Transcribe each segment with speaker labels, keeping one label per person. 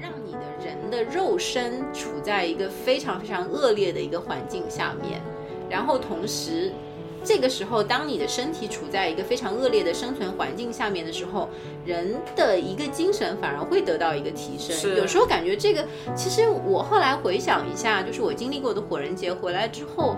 Speaker 1: 让你的人的肉身处在一个非常非常恶劣的一个环境下面，然后同时，这个时候当你的身体处在一个非常恶劣的生存环境下面的时候，人的一个精神反而会得到一个提
Speaker 2: 是
Speaker 1: 升。有时候感觉这个，其实我后来回想一下，就是我经历过的火人节回来之后。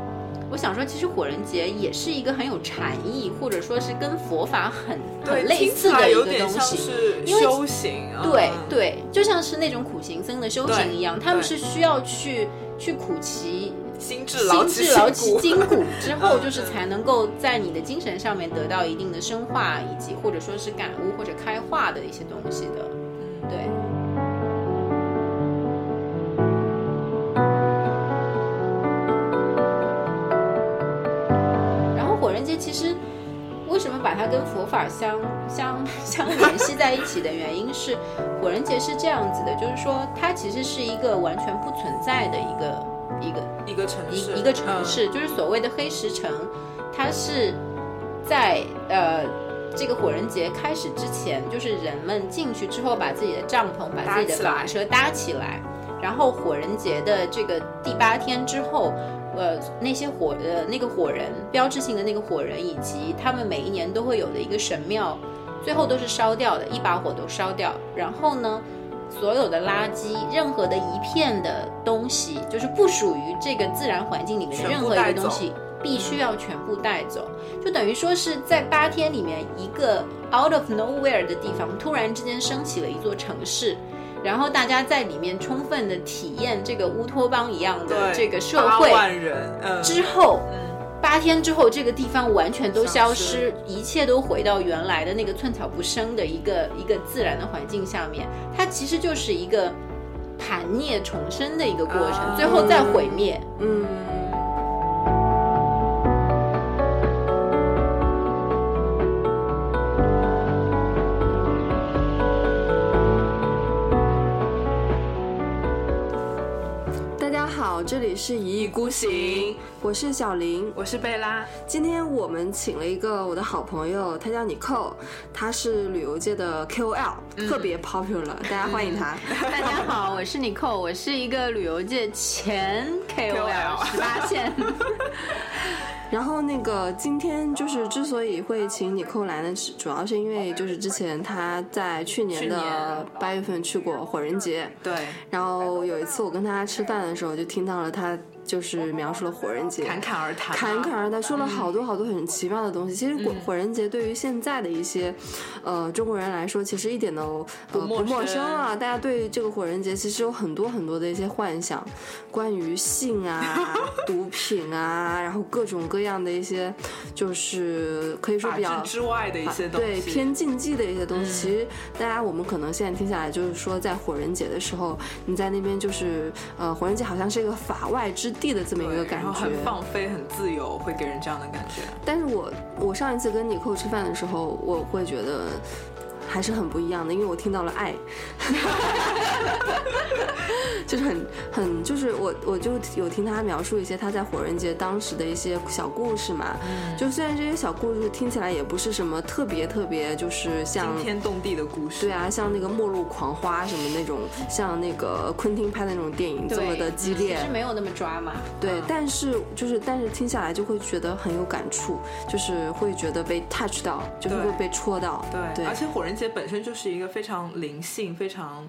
Speaker 1: 我想说，其实火人节也是一个很有禅意，或者说是跟佛法很很
Speaker 2: 对，
Speaker 1: 类
Speaker 2: 听起
Speaker 1: 似
Speaker 2: 来
Speaker 1: 的一
Speaker 2: 有
Speaker 1: 个
Speaker 2: 点
Speaker 1: 东
Speaker 2: 像
Speaker 1: 西。
Speaker 2: 是
Speaker 1: 因为
Speaker 2: 修行啊。
Speaker 1: 对对，就像是那种苦行僧的修
Speaker 2: 对
Speaker 1: 行一样，他们
Speaker 2: 对
Speaker 1: 是需要去去苦其
Speaker 2: 心智劳
Speaker 1: 心
Speaker 2: 其
Speaker 1: 智劳其
Speaker 2: 筋
Speaker 1: 筋
Speaker 2: 骨。
Speaker 1: 骨之后，
Speaker 2: 嗯
Speaker 1: 就是
Speaker 2: 嗯
Speaker 1: 才能够在你的精神上面得到一定的深化，以及或者说是感悟或者开化的一些东西的。
Speaker 2: 嗯
Speaker 1: 对，然后火人节其实为什么把它跟佛法相相 相联系在一起的原因是，火人节是这样子的，就是说它其实是一个完全不存在的一个一个
Speaker 2: 一个城市，
Speaker 1: 一一个城市，就是所谓的黑石城，它是在呃这个火人节开始之前，就是人们进去之后，把自己的帐篷、把自己的
Speaker 2: 搭起来
Speaker 1: 房车搭起来，然后火人节的这个第八天之后。呃，那些火呃那个火人，标志性的那个火人，以及他们每一年都会有的一个神庙，最后都是烧掉的，一把火都烧掉。然后呢，所有的垃圾，任何的一片的东西，就是不属于这个自然环境里面的
Speaker 2: 全
Speaker 1: 任
Speaker 2: 部
Speaker 1: 何一
Speaker 2: 带
Speaker 1: 个
Speaker 2: 走
Speaker 1: 东西，必须要全部带走。就等于说是在八天里面，一个 out of nowhere 的地方，突然之间升起了一座城市。然后大家在里面充分的体验这个乌托邦一样的
Speaker 2: 嗯对
Speaker 1: 这个社
Speaker 2: 八
Speaker 1: 会
Speaker 2: 万人，嗯，
Speaker 1: 之后，
Speaker 2: 嗯
Speaker 1: 八天之后，这个地方完全都消失
Speaker 2: 消，
Speaker 1: 一切都回到原来的那个寸草不生的一个一个自然的环境下面。它其实就是一个盘涅重生的一个过程，
Speaker 2: 啊
Speaker 1: 最后再毁灭。
Speaker 3: 嗯，大家好，这里是一意孤行，
Speaker 2: 行，
Speaker 3: 我是小林。
Speaker 2: 我是贝拉，
Speaker 3: 今天我们请了一个我的好朋友，他叫 Nicole，他是旅游界的 KOL，、特别 popular，大家欢迎他。
Speaker 1: 大家好，我是 Nicole，我是一个旅游界前
Speaker 2: KOL
Speaker 1: 十八线。
Speaker 3: 然后那个今天就是之所以会请你寇来呢，是主要是因为就是之前他在去年
Speaker 2: 去年
Speaker 3: 的八月份去过火人节，
Speaker 2: 对，
Speaker 3: 然后有一次我跟他吃饭的时候就听到了他就是描述了火人节。
Speaker 2: 侃侃而谈，啊
Speaker 3: 侃侃而谈，说
Speaker 2: 嗯
Speaker 3: 了好多好多很奇妙的东西。其实火火人节对于现在的一些，呃，中国人来说，其实一点都呃
Speaker 2: 不陌
Speaker 3: 不陌生
Speaker 2: 生
Speaker 3: 啊。大家对这个火人节其实有很多很多的一些幻想，关于性啊、 毒品啊，然后各种各样的一些，就是可以说
Speaker 2: 法
Speaker 3: 比较
Speaker 2: 治之外的一些东
Speaker 3: 对
Speaker 2: 西，嗯
Speaker 3: 偏禁忌的一些东西，其实大家我们可能现在听下来，就是说在火人节的时候，你在那边就是呃，火人节好像是一个法外之地的这么一
Speaker 2: 对
Speaker 3: 个感
Speaker 2: 然后
Speaker 3: 觉
Speaker 2: 很。放飞，很自由，会给人这样的感觉。
Speaker 3: 但是我我上一次跟你扣吃饭的时候，我会觉得还是很不一样的，因为我听到了爱， 就是很很就是我我就有听他描述一些他在火人节当时的一些小故事嘛，
Speaker 2: 嗯
Speaker 3: 就虽然这些小故事听起来也不是什么特别特别，就是像
Speaker 2: 惊天动地的故事，
Speaker 3: 对啊，像那个《末路狂花》什么那种，像那个昆汀拍的那种电影 这么的激烈
Speaker 1: 其实，没有那么抓嘛。
Speaker 3: 对
Speaker 2: 嗯，
Speaker 3: 但是就是但是听下来就会觉得很有感触，就是会觉得被 touch 到，就是
Speaker 2: 对
Speaker 3: 会被戳到，对
Speaker 2: 对，而且火人节本身就是一个非常灵性、非常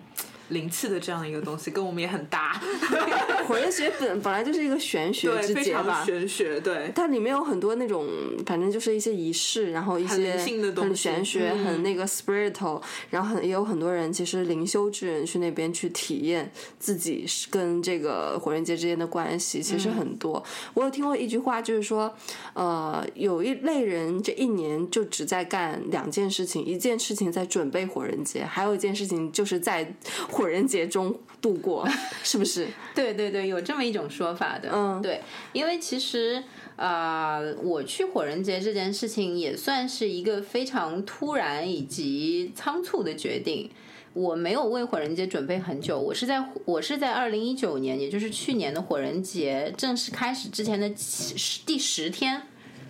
Speaker 2: 灵气的这样一个东西，跟我们也很 搭，
Speaker 4: 火人学本本来就是一个玄学
Speaker 2: 对，
Speaker 4: 之
Speaker 2: 非
Speaker 4: 结
Speaker 2: 常
Speaker 4: 吧。
Speaker 2: 玄学，对，
Speaker 4: 它里面有很多那种，反正就是一些仪式，然后一
Speaker 2: 很
Speaker 4: 些
Speaker 2: 灵性的东西
Speaker 4: 很玄学、
Speaker 2: 嗯
Speaker 4: 很那个 spiritual，然后很也有很多人其实灵修之人去那边去体验自己是跟这个火人节之间的关系，其
Speaker 1: 嗯
Speaker 4: 实很多。我有听过一句话，就是说，呃，有一类人这一年就只在干两件事情，一件事情在准备火人节，还有一件事情就是在 火人节中度
Speaker 1: 嗯
Speaker 4: 过，是不是？
Speaker 1: 对对对，有这么一种说法的。
Speaker 4: 嗯
Speaker 1: 对，因为其实啊、呃我去火人节这件事情也算是一个非常突然以及仓促的决定。我没有为火人节准备很久，我是在我是在二零一九年，也就是去年的火人节正式开始之前的七十第十天，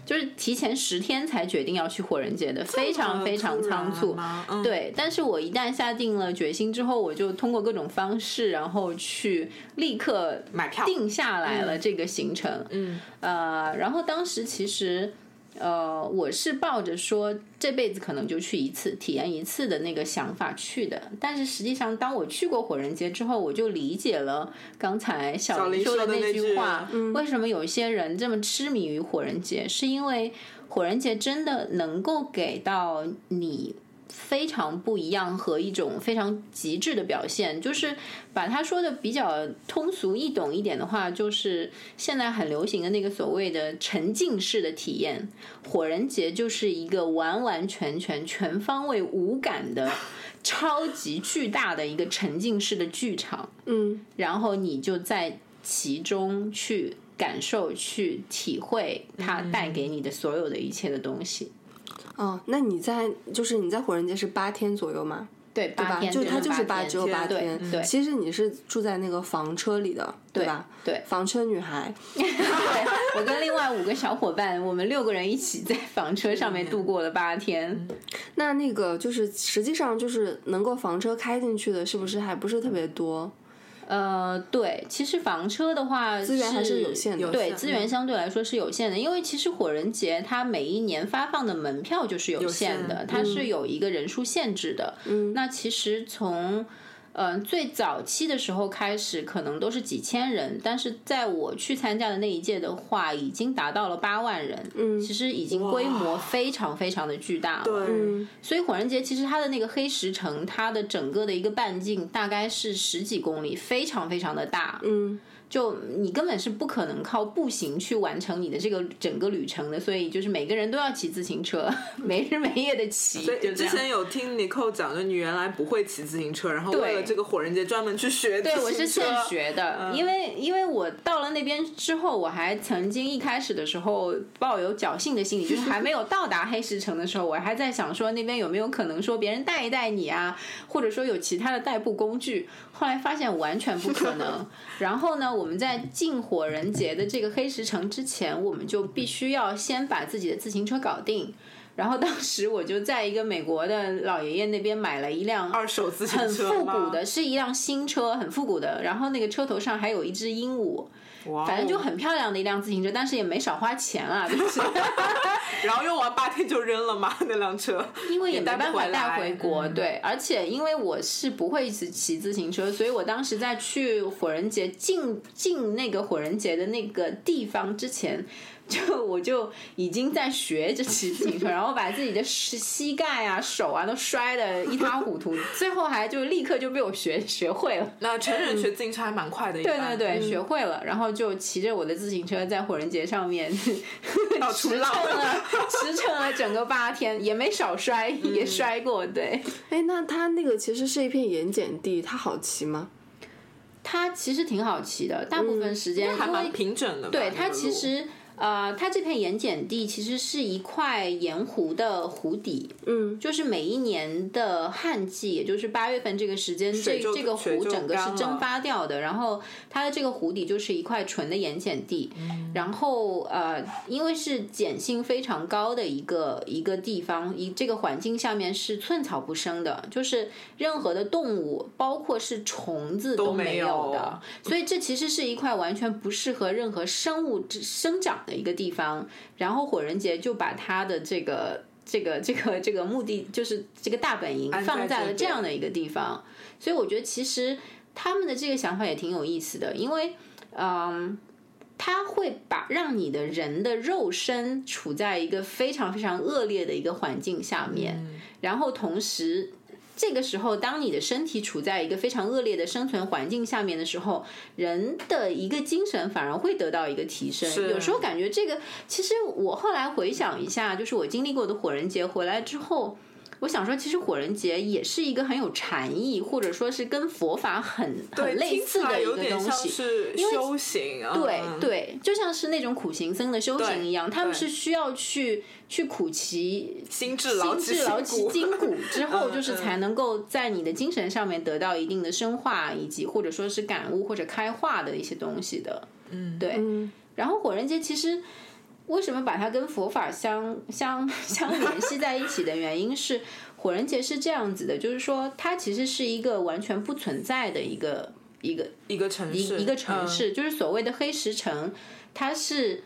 Speaker 1: 就是提前十天才决定要去火人节的，非常非常仓
Speaker 2: 突然
Speaker 1: 促。
Speaker 2: 吗嗯、
Speaker 1: 对，但是我一旦下定了决心之后，我就通过各种方式，然后去立刻
Speaker 2: 买票
Speaker 1: 定下来了这个行程。
Speaker 2: 嗯，
Speaker 1: 呃，然后当时其实。呃，我是抱着说这辈子可能就去一次，体验一次的那个想法去的。但是实际上，当我去过火人节之后，我就理解了刚才小
Speaker 2: 小
Speaker 1: 林
Speaker 2: 林
Speaker 1: 说的
Speaker 2: 说的
Speaker 1: 那
Speaker 2: 那
Speaker 1: 句
Speaker 2: 句
Speaker 1: 话：为什么有一些人这么痴迷于火人节？是因为火人节真的能够给到你非常不一样和一种非常极致的表现，就是把它说的比较通俗易懂一点的话，就是现在很流行的那个所谓的沉浸式的体验。火人节就是一个完完全全全方位无感 的超级巨大的一个沉浸式的剧场，
Speaker 4: 嗯，
Speaker 1: 然后你就在其中去感受、去体会它
Speaker 4: 嗯
Speaker 1: 带给你的所有的一切的东西。
Speaker 4: 哦，那你在就是你在火人节是八天左右吗？
Speaker 1: 对，
Speaker 4: 对
Speaker 1: 八
Speaker 4: 吧？
Speaker 1: 天
Speaker 4: 就它就是
Speaker 1: 八
Speaker 4: 八，只有八
Speaker 1: 对
Speaker 4: 天。
Speaker 1: 对
Speaker 4: 其实你是住在那个房车里的，对吧？
Speaker 1: 对，
Speaker 4: 房车女孩，
Speaker 1: 我跟另外五个小伙伴，我们六个人一起在房车上面度过了八天。
Speaker 4: 嗯那那个就是实际上就是能够房车开进去的，是不是还不是特别多？
Speaker 1: 呃，对，其实房车的话资
Speaker 4: 资源还是有限的，
Speaker 1: 对，
Speaker 2: 嗯
Speaker 1: 资源相对来说是有限的，因为其实火人节它每一年发放的门票就是有限
Speaker 2: 有
Speaker 1: 的，
Speaker 2: 限
Speaker 1: 它是
Speaker 4: 嗯
Speaker 1: 有一个人数限制的。嗯，那其实从呃最早期的时候开始，可能都是几千人，但是在我去参加的那一届的话，已经达到了八万人。嗯，其实已经规模
Speaker 2: 哇
Speaker 1: 非常非常的巨大了。
Speaker 2: 对，
Speaker 4: 嗯，
Speaker 1: 所以火人节其实它的那个黑石城，它的整个的一个半径大概是十几公里，非常非常的大。
Speaker 4: 嗯，
Speaker 1: 就你根本是不可能靠步行去完成你的这个整个旅程的，所以就是每个人都要骑自行车， 没日没夜的骑，
Speaker 2: 所以
Speaker 1: 就这
Speaker 2: 之
Speaker 1: 样。
Speaker 2: 前有听尼寇讲，就你原来不会骑自行车，然后
Speaker 1: 对
Speaker 2: 为了这个火人节专门去学自行
Speaker 1: 对，
Speaker 2: 车。
Speaker 1: 我是现学的，因为因为我到了那边之后，我还曾经一开始的时候抱有侥幸的心理，就是还没有到达黑石城的时候，我还在想说那边有没有可能说别人带一带你啊，或者说有其他的代步工具。后来发现完全不可能。然后呢，我们在进火人节的这个黑石城之前，我们就必须要先把自己的自行车搞定。然后当时我就在一个美国的老爷爷那边买了一辆
Speaker 2: 二手自行
Speaker 1: 很
Speaker 2: 车
Speaker 1: 复
Speaker 2: 吗
Speaker 1: 古的，，是一辆新车，很复古的。然后那个车头上还有一只鹦鹉，
Speaker 2: 哇哦
Speaker 1: 反正就很漂亮的一辆自行车，但是也没少花钱 啊，就是
Speaker 2: 然后用完八天就扔了吗？ 那辆车，
Speaker 1: 因为也没
Speaker 2: 带不
Speaker 1: 办法
Speaker 2: 回
Speaker 1: 带
Speaker 2: 来
Speaker 1: 回国。
Speaker 2: 嗯
Speaker 1: 对，而且因为我是不会骑骑自行车，所以我当时在去火人节进进那个火人节的那个地方之前。就我就已经在学着骑自行车，然后把自己的膝膝盖啊、手啊都摔得一塌糊涂，最后还就立刻就被我学学会了。
Speaker 2: 那成人学自行车还蛮快的，对
Speaker 1: 对对对，学会了，然后就骑着我的自行车在火人节上 面
Speaker 2: 到处
Speaker 1: 驰骋
Speaker 2: 浪。
Speaker 1: 了，驰骋了整个八天，也没少摔，也摔过。 对，
Speaker 4: 哎，那它那个其实是一片盐碱地，它好骑吗？
Speaker 1: 它其实挺好骑的，大部分时间
Speaker 2: 还
Speaker 1: 因为
Speaker 2: 蛮平整的吧，
Speaker 1: 对
Speaker 2: 那
Speaker 1: 它
Speaker 2: 个
Speaker 1: 其
Speaker 2: 路
Speaker 1: 实。呃，它这片盐碱地其实是一块盐湖的湖底，
Speaker 4: 嗯，
Speaker 1: 就是每一年的旱季，也就是八月份这个时间，这
Speaker 2: 水就
Speaker 1: 这个
Speaker 2: 水
Speaker 1: 湖
Speaker 2: 就
Speaker 1: 整个是
Speaker 2: 干了
Speaker 1: 蒸发掉的。然后它的这个湖底就是一块纯的盐碱地，
Speaker 2: 嗯
Speaker 1: 然后呃，因为是碱性非常高的一个一个地方，一这个环境下面是寸草不生的，就是任何的动物，包括是虫子都
Speaker 2: 都没
Speaker 1: 没有
Speaker 2: 有
Speaker 1: 的。所以这其实是一块完全不适合任何生物之生长的一个地方。然后火人节就把它的这个这个这个这个目的，就是这个大本营
Speaker 2: 安在
Speaker 1: 放在了
Speaker 2: 这
Speaker 1: 这
Speaker 2: 边
Speaker 1: 样的一个地方，所以我觉得其实他们的这个想法也挺有意思的，因为嗯。他会把让你的人的肉身处在一个非常非常恶劣的一个环境下面，
Speaker 2: 嗯
Speaker 1: 然后同时这个时候，当你的身体处在一个非常恶劣的生存环境下面的时候，人的一个精神反而会得到一个提升。
Speaker 2: 是
Speaker 1: 有时候感觉这个，其实我后来回想一下，就是我经历过的火人节回来之后。我想说，其实火人节也是一个很有禅意，或者说是跟佛法很
Speaker 2: 对
Speaker 1: 很类
Speaker 2: 听起
Speaker 1: 似
Speaker 2: 来
Speaker 1: 的一
Speaker 2: 有
Speaker 1: 个
Speaker 2: 点
Speaker 1: 东
Speaker 2: 像
Speaker 1: 西。
Speaker 2: 是
Speaker 1: 因为
Speaker 2: 修行啊，
Speaker 1: 对
Speaker 2: 嗯，
Speaker 1: 对，就像是那种苦行僧的修
Speaker 2: 对
Speaker 1: 行一样，他们
Speaker 2: 对
Speaker 1: 是需要去去苦其
Speaker 2: 心智劳
Speaker 1: 心智劳
Speaker 2: 其
Speaker 1: 其筋骨之后，
Speaker 2: 嗯
Speaker 1: 就是
Speaker 2: 嗯
Speaker 1: 才能够在你的精神上面得到一定的深化，以及或者说是感悟或者开化的一些东西的。嗯，对。
Speaker 4: 嗯，
Speaker 1: 然后火人节其实为什么把它跟佛法相相相联系在一起的原因是，火人节是这样子的，就是说它其实是一个完全不存在的一个一个
Speaker 2: 一个城市，嗯
Speaker 1: 一个城市，就是所谓的黑石城，它是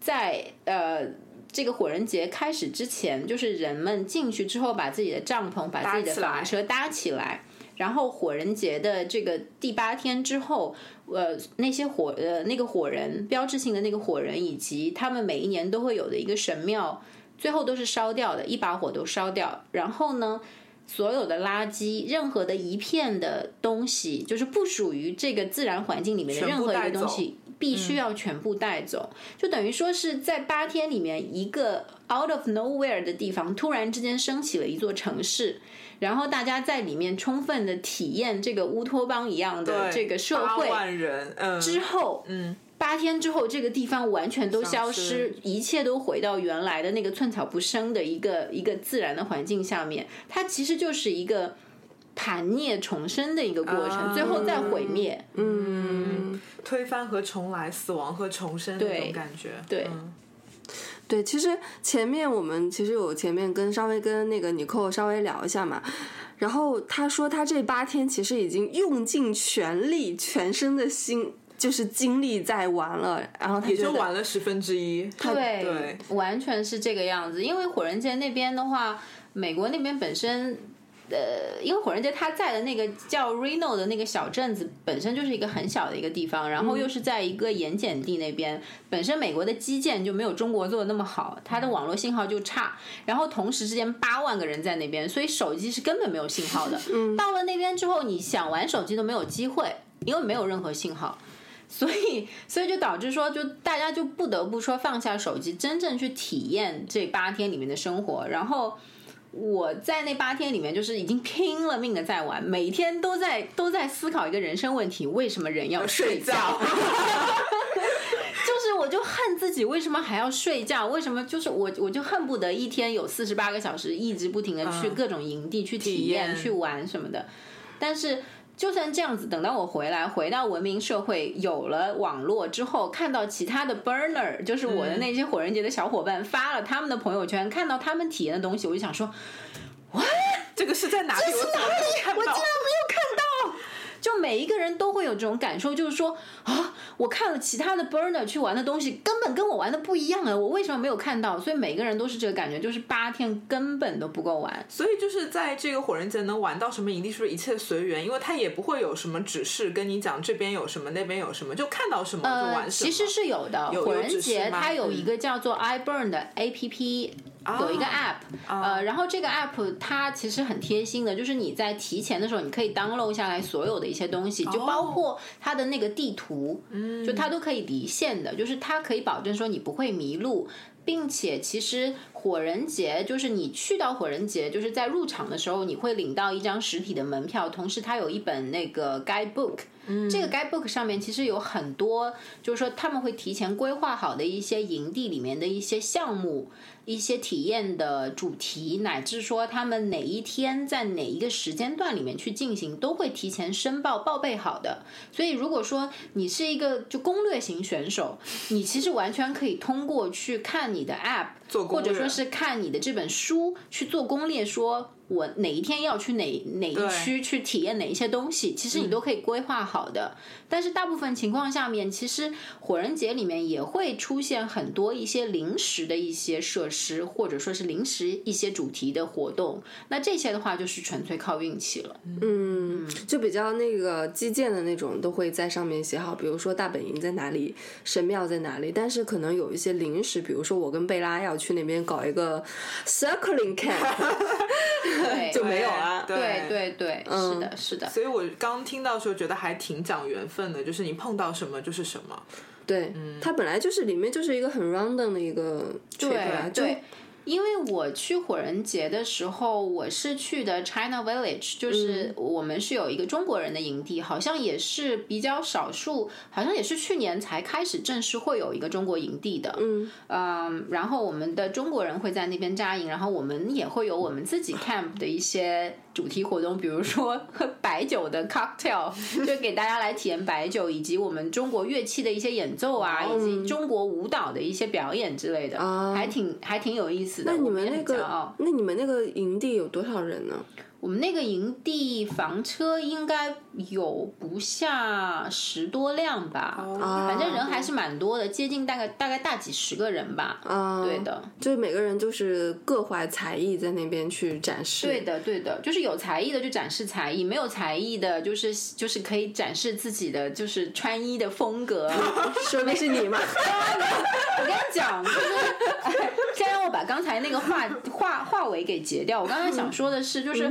Speaker 1: 在呃这个火人节开始之前，就是人们进去之后，把自己的帐篷、把自己的
Speaker 2: 搭起来
Speaker 1: 房车搭起来。然后火人节的这个第八天之后，呃，那些火呃那个火人标志性的那个火人，以及他们每一年都会有的一个神庙，最后都是烧掉的，一把火都烧掉。然后呢，所有的垃圾，任何的一片的东西，就是不属于这个自然环境里面的
Speaker 2: 全
Speaker 1: 任
Speaker 2: 部
Speaker 1: 何一
Speaker 2: 带
Speaker 1: 个东
Speaker 2: 走
Speaker 1: 西，必须要全部带走。就等于说是在八天里面，一个 out of nowhere 的地方，突然之间升起了一座城市，然后大家在里面充分的体验这个乌托邦一样
Speaker 2: 嗯、
Speaker 1: 的
Speaker 2: 对
Speaker 1: 这个社
Speaker 2: 八
Speaker 1: 会
Speaker 2: 万人，嗯，
Speaker 1: 之后，
Speaker 2: 嗯，
Speaker 1: 八天之后，这个地方完全都消
Speaker 2: 消
Speaker 1: 失
Speaker 2: 失，
Speaker 1: 一切都回到原来的那个寸草不生的一个一个自然的环境下面。它其实就是一个盘涅重生的一个过程，
Speaker 2: 啊
Speaker 1: 最后再毁灭。
Speaker 4: 嗯，
Speaker 2: 推翻和重来，死亡和重生那种
Speaker 1: 对
Speaker 2: 感觉，
Speaker 1: 对
Speaker 2: 嗯
Speaker 4: 对，其实前面我们其实有前面跟稍微跟那个尼寇稍微聊一下嘛，然后他说他这八天其实已经用尽全力、全身的心，就是精力在玩了，然后他
Speaker 2: 也
Speaker 4: 觉
Speaker 2: 就
Speaker 4: 得
Speaker 2: 玩了十分之一，
Speaker 1: 对，
Speaker 2: 对
Speaker 1: 完全是这个样子。因为火人节那边的话，美国那边本身。呃，因为火人节他在的那个叫 Reno 的那个小镇子本身就是一个很小的一个地方，然后又是在一个盐碱地那边，本身美国的基建就没有中国做的那么好，它的网络信号就差，然后同时之间八万个人在那边，所以手机是根本没有信号的。到了那边之后，你想玩手机都没有机会，因为没有任何信号。所以，所以就导致说，就大家就不得不说放下手机，真正去体验这八天里面的生活。然后我在那八天里面，就是已经拼了命的在玩，每天都在都在思考一个人生问题：为什么人要呃睡觉？就是我就恨自己为什么还要睡觉，为什么就是我我就恨不得一天有四十八个小时，一直不停的去
Speaker 2: 嗯
Speaker 1: 各种营地去体
Speaker 2: 体验
Speaker 1: 验、去玩什么的。但是就算这样子，等到我回来，回到文明社会，有了网络之后，看到其他的 burner，就是我的那些火人节的小伙伴发了他们的朋友圈，看到他们体验的东西，我就想说，
Speaker 2: 这个是在哪里？我怎么没有看
Speaker 1: 我竟然
Speaker 2: 到？
Speaker 1: 没有看到。就每一个人都会有这种感受，就是说啊，我看了其他的 burner 去玩的东西，根本跟我玩的不一样啊，我为什么没有看到？所以每个人都是这个感觉，就是八天根本都不够玩。
Speaker 2: 所以就是在这个火人节能玩到什么营地，是不是一切随缘？因为他也不会有什么指示跟你讲这边有什么，那边有什么，就看到什么就
Speaker 1: 呃，
Speaker 2: 玩什么。
Speaker 1: 其实是有的，
Speaker 2: 有
Speaker 1: 火
Speaker 2: 有
Speaker 1: 人
Speaker 2: 指
Speaker 1: 节
Speaker 2: 示吗
Speaker 1: 它有一个叫做 iBurn 的 APP，、有一个
Speaker 2: 啊
Speaker 1: app，、呃，然后这个 app 它其实很贴心的，就是你在提前的时候，你可以 download 下来所有的一些东西，就包括它的那个地图，嗯，就它都可以离线的，就是它可以保证说你不会迷路。并且，其实火人节就是你去到火人节，就是在入场的时候，你会领到一张实体的门票，同时它有一本那个 guidebook，这个 guidebook 上面其实有很多，就是说他们会提前规划好的一些营地里面的一些项目、一些体验的主题，乃至说他们哪一天在哪一个时间段里面去进行，都会提前申报报备好的。所以如果说你是一个就攻略型选手，你其实完全可以通过去看你的 app，
Speaker 2: 做攻
Speaker 1: 或
Speaker 2: 略
Speaker 1: 者说是看你的这本书去做攻略，说我哪一天要去哪哪一
Speaker 2: 对
Speaker 1: 区去体验哪一些东西，其实你都可以规划好的。但是大部分情况下面，其实火人节里面也会出现很多一些临时的一些设施，或者说是临时一些主题的活动。那这些的话，就是纯粹靠运气了。
Speaker 4: 嗯，就比较那个基建的那种，都会在上面写好，比如说大本营在哪里，神庙在哪里。但是可能有一些临时，比如说我跟贝拉要去那边搞 一个 circling camp，
Speaker 1: 对，
Speaker 4: 就没有啊
Speaker 2: 对
Speaker 1: 对对对，是的，是的。
Speaker 2: 所以我刚听到的时候觉得还挺讲缘分的，就是你碰到什么就是什么。
Speaker 4: 对，它本来就是里面就是一个很 random 的一个对吧？就
Speaker 1: 对，因为我去火人节的时候，我是去的 China Village，就是
Speaker 4: 嗯
Speaker 1: 我们是有一个中国人的营地，好像也是比较少数，好像也是去年才开始正式会有一个中国营地的。嗯然后我们的中国人会在那边扎营，然后我们也会有我们自己 camp 的一些主题活动，比如说喝白酒的 cocktail，就给大家来体验白酒，以及我们中国乐器的一些演奏啊，以
Speaker 4: 哦
Speaker 1: 及中国舞蹈的一些表演之类的，
Speaker 4: 啊
Speaker 1: 还挺还挺有意思的。
Speaker 4: 那你
Speaker 1: 我
Speaker 4: 们
Speaker 1: 也
Speaker 4: 那
Speaker 1: 很骄傲
Speaker 4: 个，那你们那个营地有多少人呢？
Speaker 1: 我们那个营地房车应该有不下十多辆吧，
Speaker 2: 哦
Speaker 1: 啊反正人还是蛮多的，接近大概大概大几十个人吧。
Speaker 4: 啊，
Speaker 1: 对的，
Speaker 4: 就是每个人就是各怀才艺在那边去展示。
Speaker 1: 对的，对的，就是有才艺的就展示才艺，没有才艺的，就是就是可以展示自己的，就是穿衣的风格 啊。
Speaker 4: 说的是 你吗？
Speaker 1: 我跟你讲，就是 哎先让我把刚才那个话话话尾给截掉。我刚才想说的是，就是。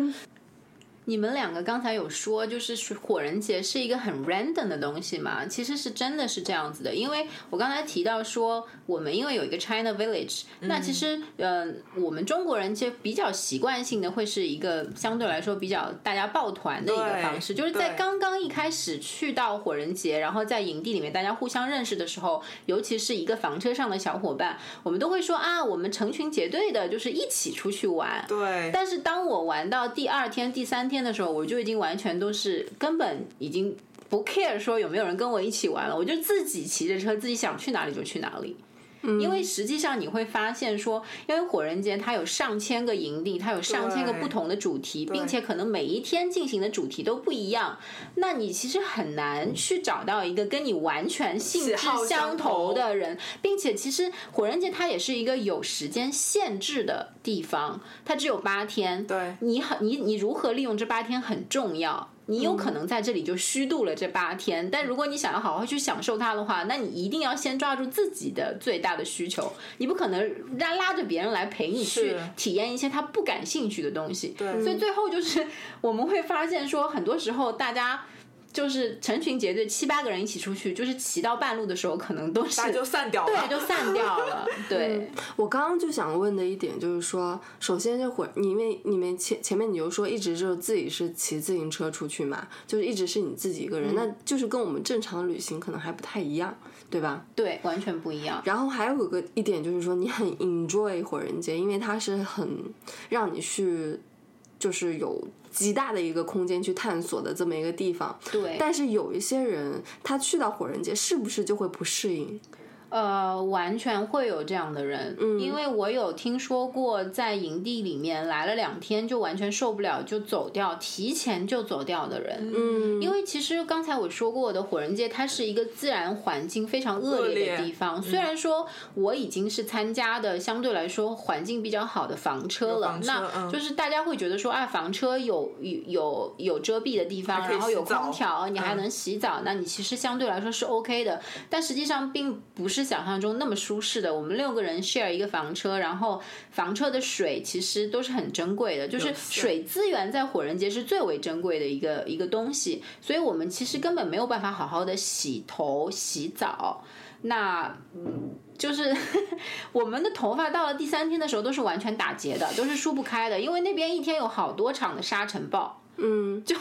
Speaker 1: 你们两个刚才有说，就是火人节是一个很 random 的东西嘛？其实是真的是这样子的，因为我刚才提到说，我们因为有一个 China Village，、那其实
Speaker 2: 嗯
Speaker 1: 呃，我们中国人就比较习惯性的会是一个相对来说比较大家抱团的一个
Speaker 2: 对
Speaker 1: 方式，就是在
Speaker 2: 对
Speaker 1: 刚刚一开始去到火人节，然后在营地里面大家互相认识的时候，尤其是一个房车上的小伙伴，我们都会说啊，我们成群结队的，就是一起出去玩。
Speaker 2: 对，
Speaker 1: 但是当我玩到第二天、第三天的时候，我就已经完全都是根本已经不 care 说有没有人跟我一起玩了，我就自己骑着车，自己想去哪里就去哪里。
Speaker 2: 嗯
Speaker 1: 因为实际上你会发现说，因为火人节它有上千个营地，它有上千个
Speaker 2: 对
Speaker 1: 不同的主题，并且可能每一天进行的主题都不一样，那你其实很难去找到一个跟你完全性质
Speaker 2: 喜好
Speaker 1: 相
Speaker 2: 相
Speaker 1: 投
Speaker 2: 投
Speaker 1: 的人，并且其实火人节它也是一个有时间限制的地方，它只有八天，
Speaker 2: 对
Speaker 1: 你很你你如何利用这八天很重要。你有可能在这里就虚度了这八天，但如果你想要好好去享受它的话，那你一定要先抓住自己的最大的需求。你不可能拉拉着别人来陪你去
Speaker 2: 是
Speaker 1: 体验一些他不感兴趣的东西。
Speaker 2: 对
Speaker 1: 所以最后就是我们会发现说，很多时候大家就是成群结队七八个人一起出去，就是骑到半路的时候，可能都是
Speaker 2: 大家就散掉
Speaker 1: 对
Speaker 2: 了。
Speaker 1: 就散掉了。对，
Speaker 4: 我刚刚就想问的一点就是说，首先这会你们你们前前面你就说一直就是自己是骑自行车出去嘛，就是一直是你自己一个人，那就是跟我们正常旅行可能还不太一样，对吧？
Speaker 1: 对，完全不一样。
Speaker 4: 然后还有一个一点就是说，你很 enjoy 火人节，因为它是很让你去，就是有极大的一个空间去探索的这么一个地方。
Speaker 1: 对，
Speaker 4: 但是有一些人，他去到火人节是不是就会不适应？
Speaker 1: 呃，完全会有这样的人，因为我有听说过，在营地里面来了两天就完全受不了就走掉，提前就走掉的人。
Speaker 4: 嗯，
Speaker 1: 因为其实刚才我说过的，火人街它是一个自然环境非常
Speaker 2: 恶
Speaker 1: 恶劣的
Speaker 2: 劣嗯
Speaker 1: 地方。虽然说我已经是参加的相对来说环境比较好的房车了，
Speaker 2: 房车
Speaker 1: 那
Speaker 2: 嗯
Speaker 1: 就是大家会觉得说，啊，房车有有有有遮蔽的地方，
Speaker 2: 可以
Speaker 1: 然后有
Speaker 2: 洗澡
Speaker 1: 空调，你
Speaker 2: 嗯
Speaker 1: 还能洗澡，那你其实相对来说是 OK 的。但实际上并不是想象中那么舒适的。我们六个人 share 一个房车，然后房车的水其实都是很珍贵的，就是
Speaker 2: 是
Speaker 1: 水资源在火人节是最为珍贵的一个一个东西，所以我们其实根本没有办法好好的洗头、洗澡。那嗯，就是 我们的头发到了第三天的时候都是完全打结的，都是梳不开的，因为那边一天有好多场的沙尘暴。
Speaker 4: 嗯，
Speaker 1: 就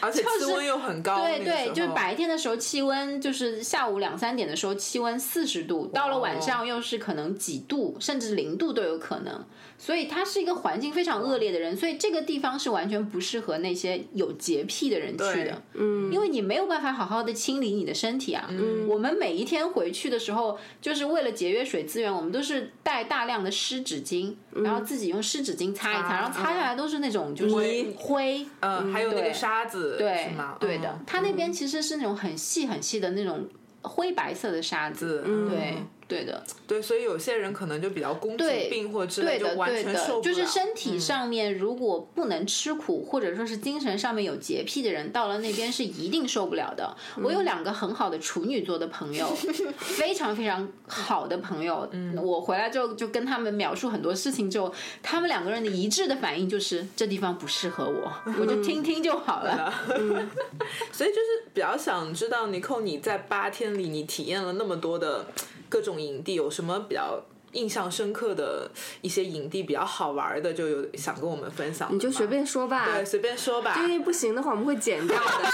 Speaker 2: 而且气温又很高，
Speaker 1: 对
Speaker 2: 那个时
Speaker 1: 对，
Speaker 2: 候
Speaker 1: 就是白天的时候气温就是下午两三点的时候气温四十度，到了晚上又是可能几度甚至零度都有可能，所以他是一个环境非常恶劣的人，所以这个地方是完全不适合那些有洁癖的人去
Speaker 2: 对
Speaker 1: 的，嗯，因为你没有办法好好的清理你的身体啊。嗯，我们每一天回去的时候，就是为了节约水资源，我们都是带大量的湿纸巾，然后自己用湿纸巾擦一擦，然后擦下来都是那种就是
Speaker 2: 泥
Speaker 1: 啊灰，
Speaker 2: 嗯，还有那
Speaker 1: 对
Speaker 2: 个沙子，
Speaker 1: 对
Speaker 2: 是吗？
Speaker 1: 哎对的
Speaker 2: 嗯，
Speaker 1: 它那边其实是那种很细很细的那种灰白色的沙子。
Speaker 2: 嗯
Speaker 1: 对对的，
Speaker 2: 对，所以有些人可能就比较公主
Speaker 1: 对
Speaker 2: 病或者之类，
Speaker 1: 对的，
Speaker 2: 完
Speaker 1: 对
Speaker 2: 全
Speaker 1: 的
Speaker 2: 受，不
Speaker 1: 就
Speaker 2: 了。嗯
Speaker 1: 是身体上面如果不能吃苦，或者说是精神上面有洁癖的人，到了那边是一定受不了的。
Speaker 2: 嗯
Speaker 1: 我有两个很好的处女座的 朋友，非常非常好的朋友，
Speaker 2: 嗯
Speaker 1: 我回来之后就跟他们描述很多事情之后，他们两个人的一致的反应就是这地方不适合我，我就听听就好了。
Speaker 2: 所以就是比较想知道，尼寇，你在八天里你体验了那么多的各种营地，有什么比较印象深刻的一些营地比较好玩的，就有想跟我们分享的吗？
Speaker 4: 你就随便说吧。
Speaker 2: 对，随便说吧。
Speaker 4: 因为不行的话，我们会剪掉的。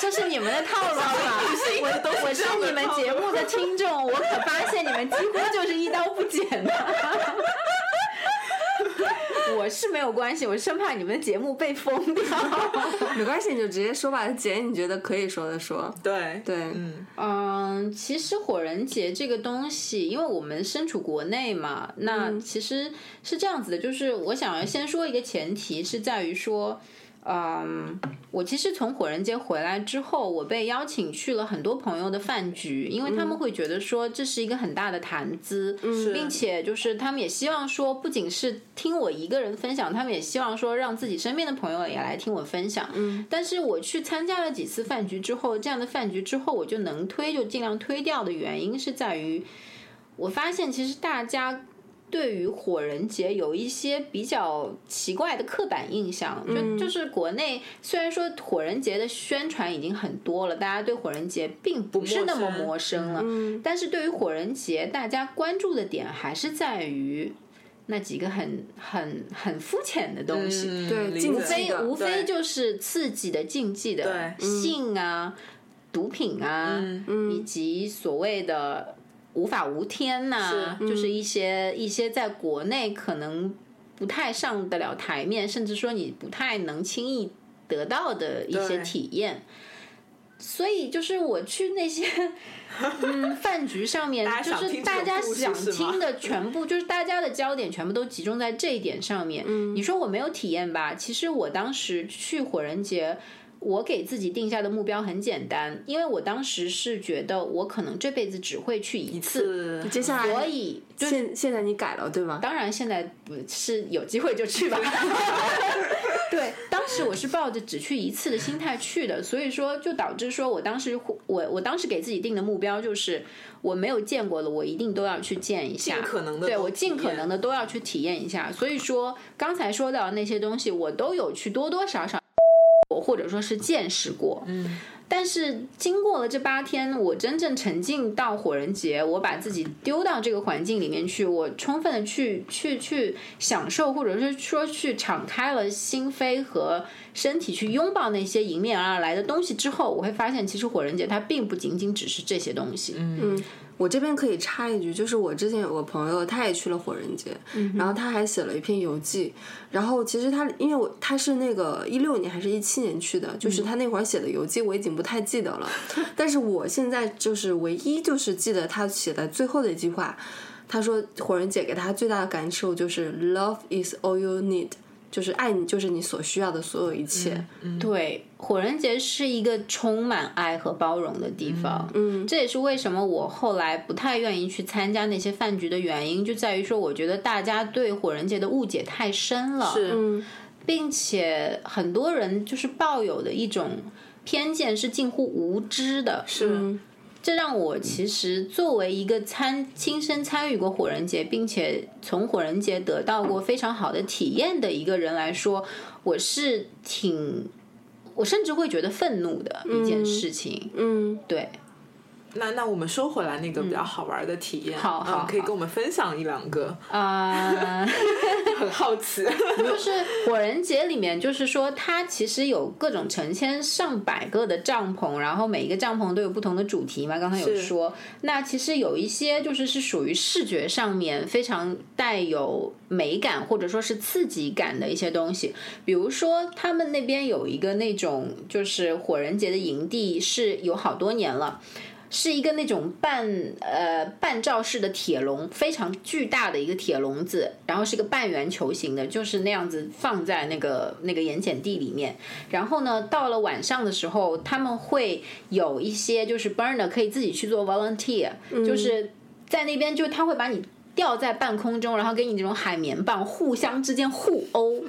Speaker 1: 这是你们的套路 吧？我我是你们节目的听众，我可发现你们几乎就是一刀不剪的。我是没有关系，我生怕你们的节目被封掉。
Speaker 4: 没关系，你就直接说吧，剪你觉得可以说的说。
Speaker 2: 对
Speaker 4: 对，
Speaker 2: 嗯，
Speaker 1: 嗯，其实火人节这个东西，因为我们身处国内嘛，那其实是这样子的，就是我想要先说一个前提，是在于说，嗯，我其实从火人节回来之后，我被邀请去了很多朋友的饭局，因为他们会觉得说这是一个很大的谈资，并且嗯就是他们也希望说，不仅是听我一个人分享，他们也希望说让自己身边的朋友也来听我分享。嗯，但是我去参加了几次饭局之后，这样的饭局之后，我就能推就尽量推掉的原因是在于，我发现其实大家对于火人节有一些比较奇怪的刻板印象，就就是国内虽然说火人节的宣传已经很多了，大家对火人节并不是那么
Speaker 2: 陌生
Speaker 1: 陌生了，但是对于火人节，大家关注的点还是在于那几个很很很肤浅的东西，
Speaker 2: 嗯
Speaker 4: 对
Speaker 2: 理
Speaker 4: 竞
Speaker 2: 解
Speaker 4: 技
Speaker 1: 非
Speaker 4: 的
Speaker 1: 无非
Speaker 2: 对
Speaker 1: 就是刺激的、禁忌的、
Speaker 2: 对
Speaker 1: 性啊、毒品啊，以及所谓的无法无天呐、就是一些一些在国内可能不太上得了台面，甚至说你不太能轻易得到的一些
Speaker 2: 对
Speaker 1: 体验。所以就是我去那些嗯饭局上面
Speaker 2: 大，家
Speaker 1: 就
Speaker 2: 想
Speaker 1: 是
Speaker 2: 听
Speaker 1: 大
Speaker 2: 这种
Speaker 1: 家
Speaker 2: 故事
Speaker 1: 想
Speaker 2: 是吗
Speaker 1: 听的全部， 就是大家的焦点全部都集中在这一点上面。
Speaker 2: 嗯
Speaker 1: 你说我没有体验吧？其实我当时去火人节。我给自己定下的目标很简单，因为我当时是觉得我可能这辈子只会去一次，
Speaker 2: 是
Speaker 4: 接下
Speaker 1: 所
Speaker 4: 来
Speaker 1: 以就
Speaker 4: 现现在你改了对吗？
Speaker 1: 当然现在不是有机会就 去吧。对，当时我是抱着只去一次的心态去的，所以说就导致说我当时我我当时给自己定的目标就是我没有见过的，我一定都要去见一下，
Speaker 2: 尽可能地
Speaker 1: 对
Speaker 2: 都
Speaker 1: 我尽可
Speaker 2: 体验
Speaker 1: 能的都要去体验一下。所以说刚才说到的那些东西，我都有去多多少少。我或者说是见识过，嗯，但是经过了这八天，我真正沉浸到火人节，我把自己丢到这个环境里面去，我充分的去去去享受，或者是说去敞开了心扉和身体去拥抱那些迎面而来的东西之后，我会发现，其实火人节它并不仅仅只是这些东西，嗯，
Speaker 4: 我这边可以插一句，就是我之前有个朋友，他也去了火人节，
Speaker 1: 嗯
Speaker 4: 然后他还写了一篇游记。然后其实他，因为我他是那个一六年还是一七年去的，
Speaker 1: 嗯
Speaker 4: 就是他那会儿写的游记，我已经不太记得 了。但是我现在就是唯一就是记得他写的最后的一句话，他说火人节给他最大的感受就是 “love is all you need”，就是爱你就是你所需要的所有一切。
Speaker 1: 嗯对，火人节是一个充满爱和包容的地方。嗯，这也是为什么我后来不太愿意去参加那些饭局的原因，就在于说，我觉得大家对火人节的误解太深了。
Speaker 2: 是
Speaker 1: 并且很多人就是抱有的一种偏见是近乎无知的，
Speaker 2: 是
Speaker 1: 这让我其实作为一个参亲身参与过火人节，并且从火人节得到过非常好的体验的一个人来说，我是挺，我甚至会觉得愤怒的一件事情。
Speaker 4: 嗯，
Speaker 1: 对，
Speaker 2: 那那我们说回来那个比较好玩的体验，
Speaker 1: 嗯好好
Speaker 2: 嗯可以
Speaker 1: 好
Speaker 2: 跟我们分享一两个，
Speaker 1: 啊、
Speaker 2: 很好奇。
Speaker 1: 就是火人节里面，就是说它其实有各种成千上百个的帐篷，然后每一个帐篷都有不同的主题嘛。刚才有
Speaker 2: 是
Speaker 1: 说，那其实有一些就是是属于视觉上面非常带有美感或者说是刺激感的一些东西，比如说他们那边有一个那种就是火人节的营地是有好多年了。是一个那种半呃半罩式的铁笼，非常巨大的一个铁笼子，然后是个半圆球形的，就是那样子放在那个那个盐碱地里面。然后呢，到了晚上的时候，他们会有一些就是 burner 可以自己去做 volunteer，、就是在那边就他会把你。吊在半空中，然后给你这种海绵棒互相之间互殴，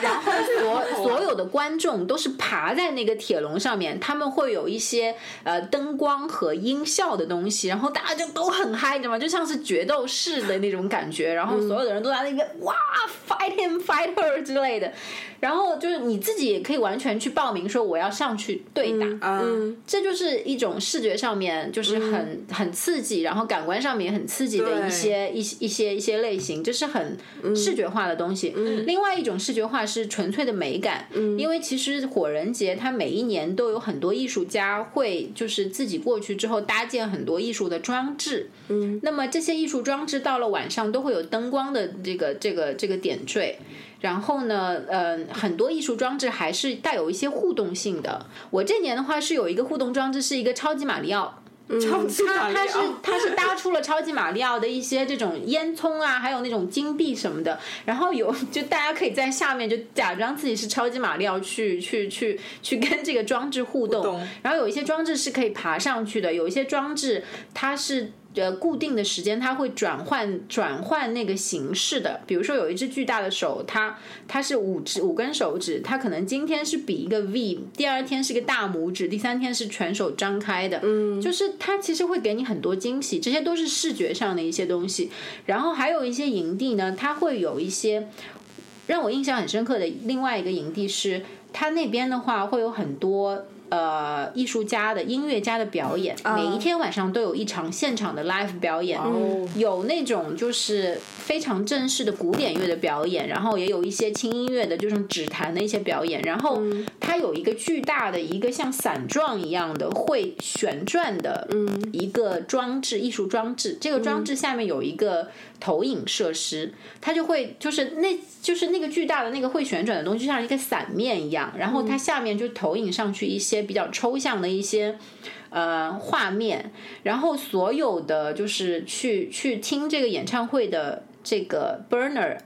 Speaker 1: 然后所所有的观众都是爬在那个铁笼上面，他们会有一些呃灯光和音效的东西，然后大家就都很嗨，你知道吗？就像是决斗士的那种感觉，然后所有的人都在那边、哇，fight him fight her 之类的，然后就是你自己也可以完全去报名说我要上去对打，
Speaker 2: 嗯，
Speaker 1: 这就是一种视觉上面就是很、很刺激，然后感官上面也很刺激的
Speaker 2: 对
Speaker 1: 一些一些一些一些类型，这是很视觉化的东西。另外一种视觉化是纯粹的美感，因为其实火人节它每一年都有很多艺术家会就是自己过去之后搭建很多艺术的装置，嗯，那么这些艺术装置到了晚上都会有灯光的这个这个这个点缀。然后呢，呃，很多艺术装置还是带有一些互动性的。我这年的话是有一个互动装置，是一个超级马里奥，
Speaker 2: 超级马里啊
Speaker 1: 它是
Speaker 2: 奥，
Speaker 1: 它是搭出了超级马里奥的一些这种烟囱啊，还有那种金币什么的。然后有 就大家可以在下面就假装自己是超级马里奥去去去去跟这个装置互动。
Speaker 2: 动
Speaker 1: 然后有一些装置是可以爬上去的，有一些装置它是。呃，固定的时间它会转换转换那个形式的，比如说有一只巨大的手，它它是五指五根手指，它可能今天是比一个 V，第二天是个大拇指，第三天是全手张开的，嗯，就是它其实会给你很多惊喜，这些都是视觉上的一些东西。然后还有一些营地呢，它会有一些让我印象很深刻的另外一个营地是，它那边的话会有很多呃艺术家的音乐家的表演，每一天晚上都有一场现场的 live 表演，
Speaker 2: 哦
Speaker 1: 有那种就是非常正式的古典乐的表演，然后也有一些轻音乐的，就是指弹的一些表演。然后它有一个巨大的一个像伞状一样的会旋转的，一个装置，艺术装置。这个装置下面有一个投影设施，它就会就是那就是那个巨大的那个会旋转的东西，就像一个伞面一样，然后它下面就投影上去一些比较抽象的一些。呃画面，然后所有的就是去去听这个演唱会的这个 burner，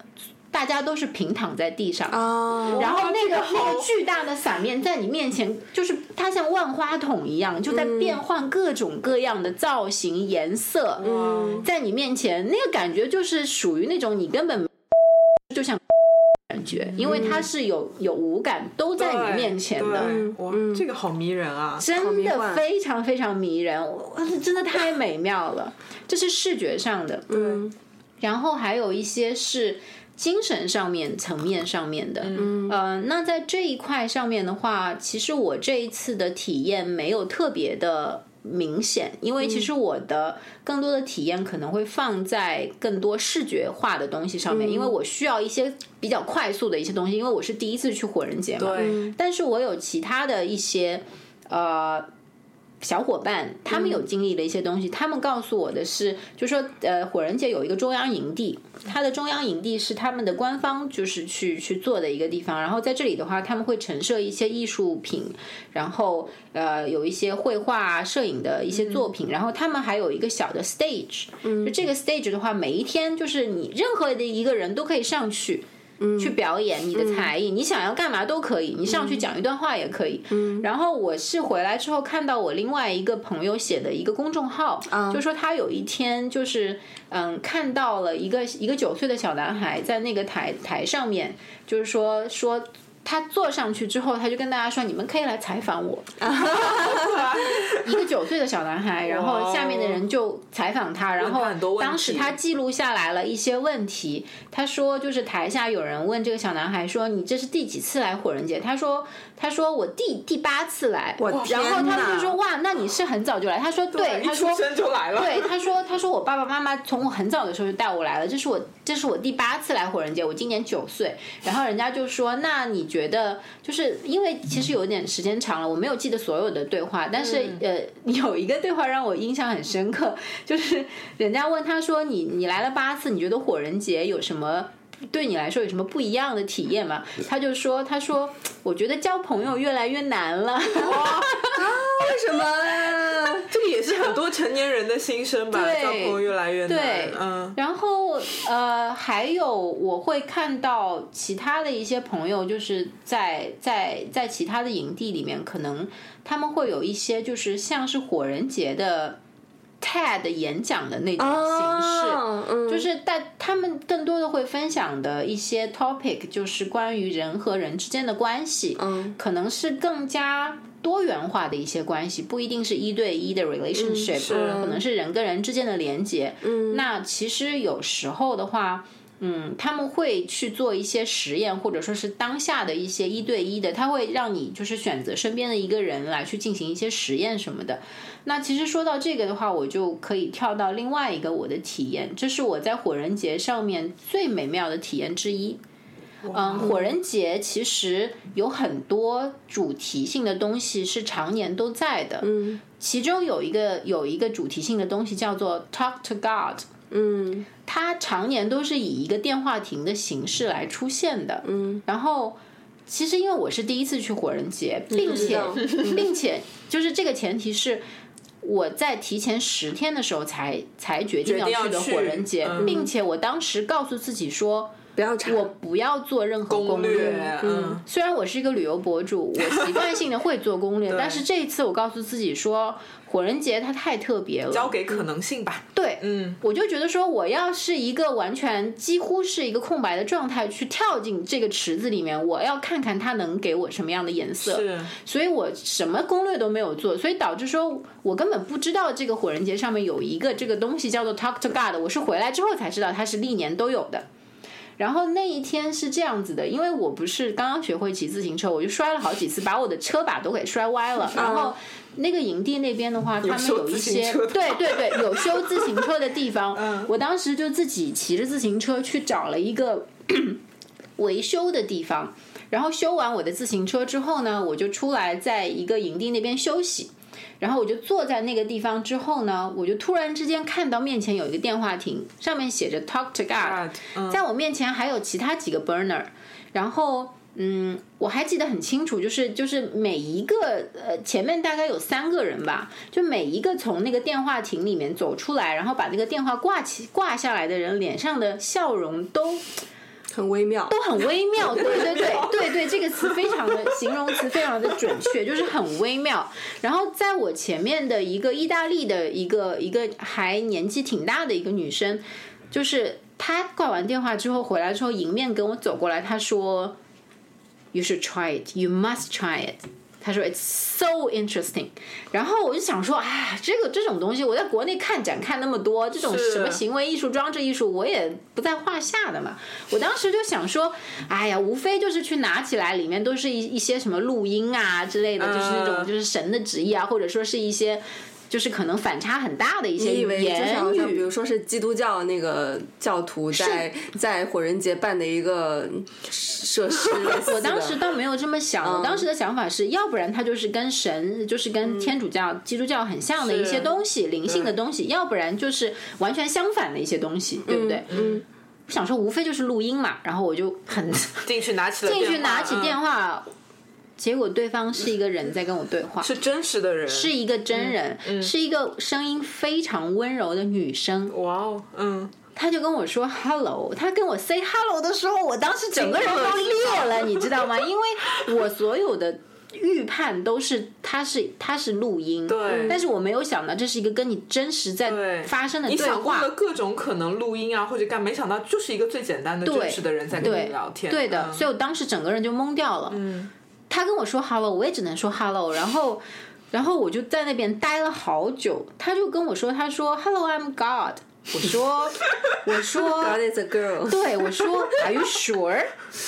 Speaker 1: 大家都是平躺在地上。
Speaker 4: 啊，
Speaker 1: 然后那
Speaker 2: 哦这个
Speaker 1: 个那
Speaker 2: 好
Speaker 1: 个巨大的伞面在你面前，就是它像万花筒一样，就在
Speaker 2: 嗯
Speaker 1: 变换各种各样的造型、颜色，
Speaker 2: 嗯
Speaker 1: 在你面前，那个感觉就是属于那种你根本就像 感觉，因为它是有有五感都在你面前的。
Speaker 2: 嗯
Speaker 1: 嗯
Speaker 2: 对哇，这个好迷人啊！
Speaker 4: 好
Speaker 1: 真
Speaker 4: 迷
Speaker 1: 的
Speaker 4: 幻
Speaker 1: 非常非常迷人，我真的太美妙了，这是视觉上的。
Speaker 4: 嗯
Speaker 1: 然后还有一些是精神上面层面上面的。嗯，呃，那在这一块上面的话，其实我这一次的体验没有特别的。明显，因为其实我的更多的体验可能会放在更多视觉化的东西上面，因为我需要一些比较快速的一些东西，因为我是第一次去火人节嘛，
Speaker 2: 对，
Speaker 1: 但是我有其他的一些呃小伙伴，他们有经历的一些东西，他们告诉我的是，就说呃火人节有一个中央营地，它的中央营地是他们的官方就是去去做的一个地方，然后在这里的话，他们会陈设一些艺术品，然后呃有一些绘画、啊、摄影的一些作品，然后他们还有一个小的 stage，、就这个 stage 的话，每一天就是你任何的一个人都可以上去。去表演你的才艺，你想要干嘛都可以，你上去讲一段话也可以。然后我是回来之后看到我另外一个朋友写的一个公众号，就说他有一天就是嗯看到了一个一个九岁的小男孩在那个台台上面，就是说说。他坐上去之后，他就跟大家说：“你们可以来采访我。”
Speaker 2: 啊
Speaker 1: 一个九岁的小男孩，然
Speaker 2: 哇
Speaker 1: 后
Speaker 2: 哦
Speaker 1: 下面的人就采访他，然后
Speaker 2: 问他很多问题
Speaker 1: 当时他记录下来了一些问题。他说，就是台下有人问这个小男孩说：“你这是第几次来火人节？”他说：“他说我第第八次来。”
Speaker 4: 天
Speaker 1: 然后他们
Speaker 4: 哪
Speaker 1: 就说：“哇，那你是很早就来？”他说：“ 对。”
Speaker 2: 一
Speaker 1: 他
Speaker 2: 出
Speaker 1: 说：“
Speaker 2: 生就来了。
Speaker 1: 对，他说，他说我爸爸妈妈从我很早的时候就带我来了，这是我这是我第八次来火人节，我今年九岁。然后人家就说，那你觉得就是因为其实有点时间长了，我没有记得所有的对话，但是、呃， 有一个对话让我印象很深刻，就是人家问他说你你来了八次，你觉得火人节有什么？对你来说有什么不一样的体验吗？他就说，他说，我觉得交朋友越来越难了。
Speaker 4: 为什么？
Speaker 2: 这个也是很 多成年人的心声吧，
Speaker 1: 对
Speaker 2: 交朋友越来越难
Speaker 1: 对。
Speaker 2: 嗯，
Speaker 1: 然后呃，还有我会看到其他的一些朋友，就是在在在其他的营地里面，可能他们会有一些就是像是火人节的 TED 演讲的那种形式。
Speaker 4: 哦嗯，
Speaker 1: 就是但他们更多的会分享的一些 topic，就是关于人和人之间的关系，
Speaker 4: 嗯，
Speaker 1: 可能是更加多元化的一些关系，不一定是一对一的 relationship，、
Speaker 2: 是
Speaker 1: 可能是人跟人之间的连接。嗯，那其实有时候的话。嗯，他们会去做一些实验，或者说是当下的一些一对一的，他会让你就是选择身边的一个人来去进行一些实验什么的。那其实说到这个的话，我就可以跳到另外一个我的体验，这是我在火人节上面最美妙的体验之一。嗯，火人节其实有很多主题性的东西是常年都在的。嗯，其中有一个有一个主题性的东西叫做 Talk to God。
Speaker 4: 嗯
Speaker 1: 它常年都是以一个电话亭的形式来出现的。嗯，然后其实因为我是第一次去火人节，并
Speaker 4: 知
Speaker 1: 且
Speaker 4: 道
Speaker 1: 并且就是这个前提是。我在提前十天的时候才才决定
Speaker 2: 决定要
Speaker 1: 去的
Speaker 2: 去
Speaker 1: 火人节，
Speaker 2: 嗯
Speaker 1: 并且我当时告诉自己说，
Speaker 4: 不要查，
Speaker 1: 我不要做任何攻
Speaker 2: 攻略，嗯，
Speaker 1: 虽然我是一个旅游 博主，我习惯性的会做攻略，但是这一次我告诉自己说，火人节它太特别了，
Speaker 2: 交给可能性吧。
Speaker 1: 对，
Speaker 2: 嗯，
Speaker 1: 我就觉得说，我要是一个完全几乎是一个空白的状态去跳进这个池子里面，我要看看它能给我什么样的颜色。
Speaker 2: 是
Speaker 1: 所以我什么攻略都没有做，所以导致说我根本不知道这个火人节上面有一个这个东西叫做 Talk to God，我是回来之后才知道它是历年都有的。然后那一天是这样子的，因为我不是刚刚学会骑自行车，我就摔了好几次，把我的车把都给摔歪了。然后那个营地那边的话，他们
Speaker 2: 嗯修
Speaker 1: 有一
Speaker 2: 自行
Speaker 1: 些
Speaker 2: 车的嗯
Speaker 1: 对对对，有修自行车的地方。我当时就自己骑着自行车去找了一个 维修的地方，然后修完我的自行车之后呢，我就出来在一个营地那边休息。然后我就坐在那个地方之后呢，我就突然之间看到面前有一个电话亭，上面写着 “Talk to God”，
Speaker 2: 嗯
Speaker 1: 在我面前还有其他几个 burner，然后嗯，我还记得很清楚，就是就是每一个呃前面大概有三个人吧，就每一个从那个电话亭里面走出来，然后把那个电话挂起挂下来的人脸上的笑容都
Speaker 4: 很微妙，
Speaker 1: 都很微妙， 对对对对对，这个词非常的形容词非常的准确，就是很微妙。然后在我前面的一个意大利的一个一个还年纪挺大的一个女生，就是她挂完电话之后回来之后，迎面跟我走过来，她说：“You should try it, you must try it。”她说：“It's so interesting。”然后我就想说啊，这个这种东西我在国内看展看那么多，这种
Speaker 2: 是
Speaker 1: 什么行为艺术、装置艺术，我也不在话下的嘛。我当时就想说，哎呀，无非就是去拿起来，里面都是一一些什么录音啊之类的，就是那种
Speaker 2: 嗯
Speaker 1: 就是神的旨意啊，或者说是一些就是可能反差很大的一些
Speaker 4: 你以为就是
Speaker 1: 言
Speaker 4: 好像比
Speaker 1: 语
Speaker 4: 如。说是基督教那个教徒在在火人节办的一个设施类似 的，嗯
Speaker 1: 我当时倒没有这么想，我当时的想法是要不然它就是跟神，就是跟天主教、基督教很像的一些东西，灵性的东西；要不然就是完全相反的一些东西，对不对？
Speaker 4: 嗯，
Speaker 1: 我想说无非就是录音嘛，然后我就 很进
Speaker 2: 进去拿起了进
Speaker 1: 去拿
Speaker 4: 嗯
Speaker 1: 起电
Speaker 2: 话，嗯
Speaker 1: 话，结果对方是一个人在跟我对话，
Speaker 2: 嗯是真实的人，是
Speaker 1: 是一个真人，
Speaker 2: 嗯
Speaker 1: 是一个声音非常温柔的女生，
Speaker 2: 哇哦，嗯，
Speaker 1: 她就跟我说 “hello”，她跟我 say “hello” 的时候，我当时整个人都裂了，你知道吗？因为我所有的预判都是它是它是录音，
Speaker 2: 对
Speaker 1: 但是我没有想到这是一个跟你真实在
Speaker 2: 对
Speaker 1: 发生的
Speaker 2: 你
Speaker 1: 对
Speaker 2: 想过
Speaker 1: 话
Speaker 2: 的，各种可能录音啊，或者干，没想到就是一个最简单的真实的人在跟
Speaker 1: 对
Speaker 2: 你聊天。
Speaker 1: 对的，
Speaker 2: 嗯
Speaker 1: 所以我当时整个人就懵掉了。
Speaker 2: 嗯，
Speaker 1: 他跟我说 hello，我也只能说 hello，然后。然后我就在那边待了好久，他就跟我说：“他说 Hello, I'm God。”我说：“我 说
Speaker 4: God is a girl。
Speaker 1: 对，我说 Are you sure？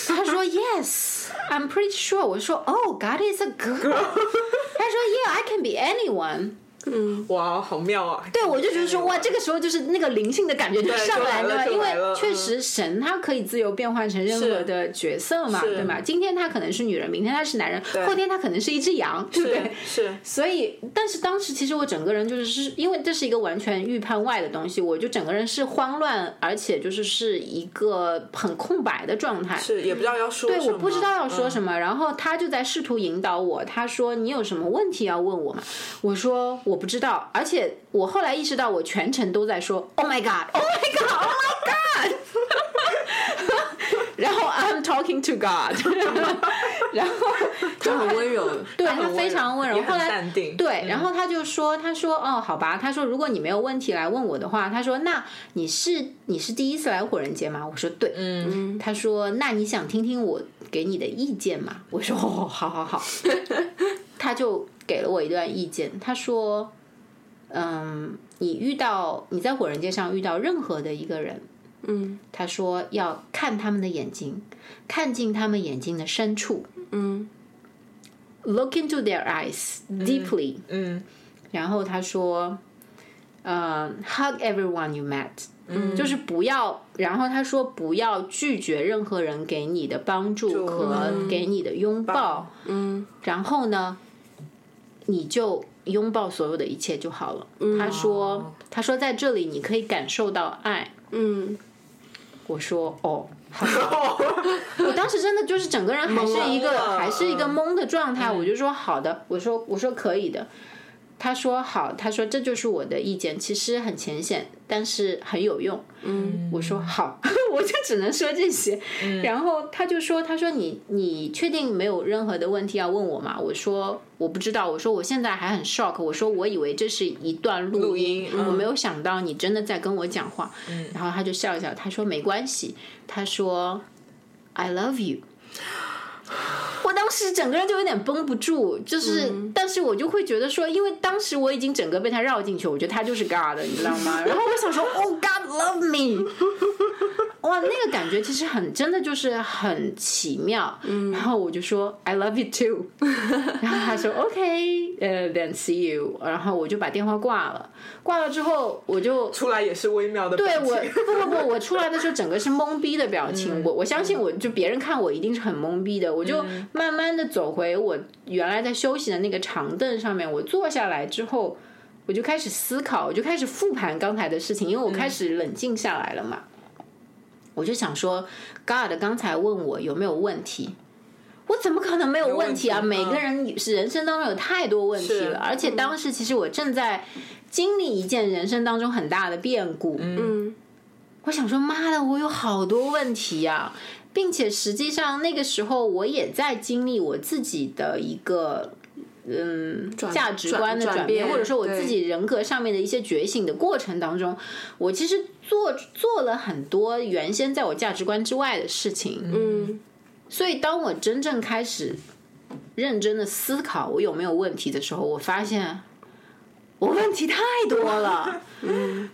Speaker 1: 他说 Yes, I'm pretty sure。我说 Oh, God is a girl。他说 Yeah, I can be anyone。
Speaker 2: 哇，好妙啊！
Speaker 1: 对，我就觉得说哇，这个时候就是那个灵性的感觉就
Speaker 2: 对
Speaker 1: 上来
Speaker 2: 就来了
Speaker 1: 因
Speaker 2: 就
Speaker 1: 为
Speaker 2: 来了嗯
Speaker 1: 确实神他可以自由变换成任何
Speaker 2: 是
Speaker 1: 的角色嘛，
Speaker 2: 是
Speaker 1: 对吗？今天他可能是女人，明天他是男人，
Speaker 2: 对
Speaker 1: 后天他可能是一只羊，对不对？
Speaker 2: 是
Speaker 1: 所以，但是当时其实我整个人就是是因为这是一个完全预判外的东西，我就整个人是慌乱，而且就是是一个很空白的状态。
Speaker 2: 是，也不知道要说
Speaker 1: 对，
Speaker 2: 什么，
Speaker 1: 我不知道要说
Speaker 2: 么。
Speaker 1: 什么，然后他就在试图引导我。他说：“你有什么问题要问我吗？”我说：“我不知道。”而且我后来意识到，我全程都在说 “Oh my God, Oh my God, Oh my God”，然后 “I'm talking
Speaker 2: 嗯
Speaker 1: to God”，然后就
Speaker 4: 他很 温柔，
Speaker 1: 对
Speaker 2: 很
Speaker 1: 他
Speaker 2: 温
Speaker 1: 非常温柔。
Speaker 2: 也很
Speaker 1: 后来
Speaker 2: 淡定
Speaker 1: 对，
Speaker 2: 嗯
Speaker 1: 然后他就说：“他说哦，好吧。”他说：“如果你没有问题来问我的话，他说那你是你是第一次来火人节吗？”我说：“对。”
Speaker 2: 嗯，
Speaker 1: 他说：“那你想听听我给你的意见吗？”我说：“哦，好好好。”他就给了我一段意见，他说：“嗯，你遇到你在火人街上遇到任何的一个人，
Speaker 4: 嗯
Speaker 1: 他说要看他们的眼睛，看进他们眼睛的深处
Speaker 4: 嗯
Speaker 1: ，look into their eyes deeply、
Speaker 2: 嗯，
Speaker 1: 然后他说，呃，hug everyone you met，嗯，就是不要。然后他说不要拒绝任何人给你的帮助
Speaker 2: 就
Speaker 1: 和给你的拥抱。
Speaker 4: 嗯
Speaker 1: 然后呢，你就拥抱所有的一切就好了。
Speaker 2: 嗯
Speaker 1: 他说，他说在这里你可以感受到爱。
Speaker 4: 嗯，
Speaker 1: 我说哦。好吧我当时真的就是整个人还是一
Speaker 2: 懵
Speaker 1: 个
Speaker 2: 了
Speaker 1: 还是一个
Speaker 2: 嗯
Speaker 1: 懵的状态，我就说好的，我说我说可以的，他说好，他说这就是我的意见，其实很浅显，但是很有用。嗯，我说好，我就只能说这些。
Speaker 2: 嗯
Speaker 1: 然后他就说，他说你你确定没有任何的问题要问我吗？我说我不知道，我说我现在还很 shock，我说我以为这是一段录音，
Speaker 2: 录音嗯
Speaker 1: 我没有想到你真的在跟我讲话。然后他就笑一笑，他说没关系，他说 I love you。我当时整个人就有点绷不住，就是，
Speaker 2: 嗯
Speaker 1: 但是我就会觉得说，因为当时我已经整个被他绕进去，我觉得他就是 God，你知道吗？然后我想说，Oh God love me，哇，那个感觉其实很，真的就是很奇妙。然后我就说 I love you too，然后他说 OK，呃、t h e n see you，然后我就把电话挂了。挂了之后，我就
Speaker 2: 出来也是微妙的表
Speaker 1: 对
Speaker 2: 情。
Speaker 1: 我不不不，我出来的时候整个是懵逼的表情。我我相信，我就别人看我一定是很懵逼的。我就慢慢的走回我原来在休息的那个长凳上面，我坐下来之后，我就开始思考，我就开始复盘刚才的事情，因为我开始冷静下来了嘛。我就想说，God 刚才问我有没有问题。我怎么可能没有问题啊？
Speaker 2: 有问题
Speaker 1: 每个人是人生当中有太多问题
Speaker 2: 是
Speaker 1: 了，而且当时其实我正在经历一件人生当中很大的变故，
Speaker 4: 嗯
Speaker 1: 我想说，妈的，我有好多问题啊呀、并且实际上那个时候我也在经历我自己的一个嗯
Speaker 4: 转
Speaker 1: 价值观的转
Speaker 4: 转转变
Speaker 1: 或者说我
Speaker 4: 对
Speaker 1: 自己人格上面的一些觉醒的过程当中，我其实做做了很多原先在我价值观之外的事情，
Speaker 4: 嗯
Speaker 1: 所以当我真正开始认真的思考我有没有问题的时候，我发现我问题太多了。嗯，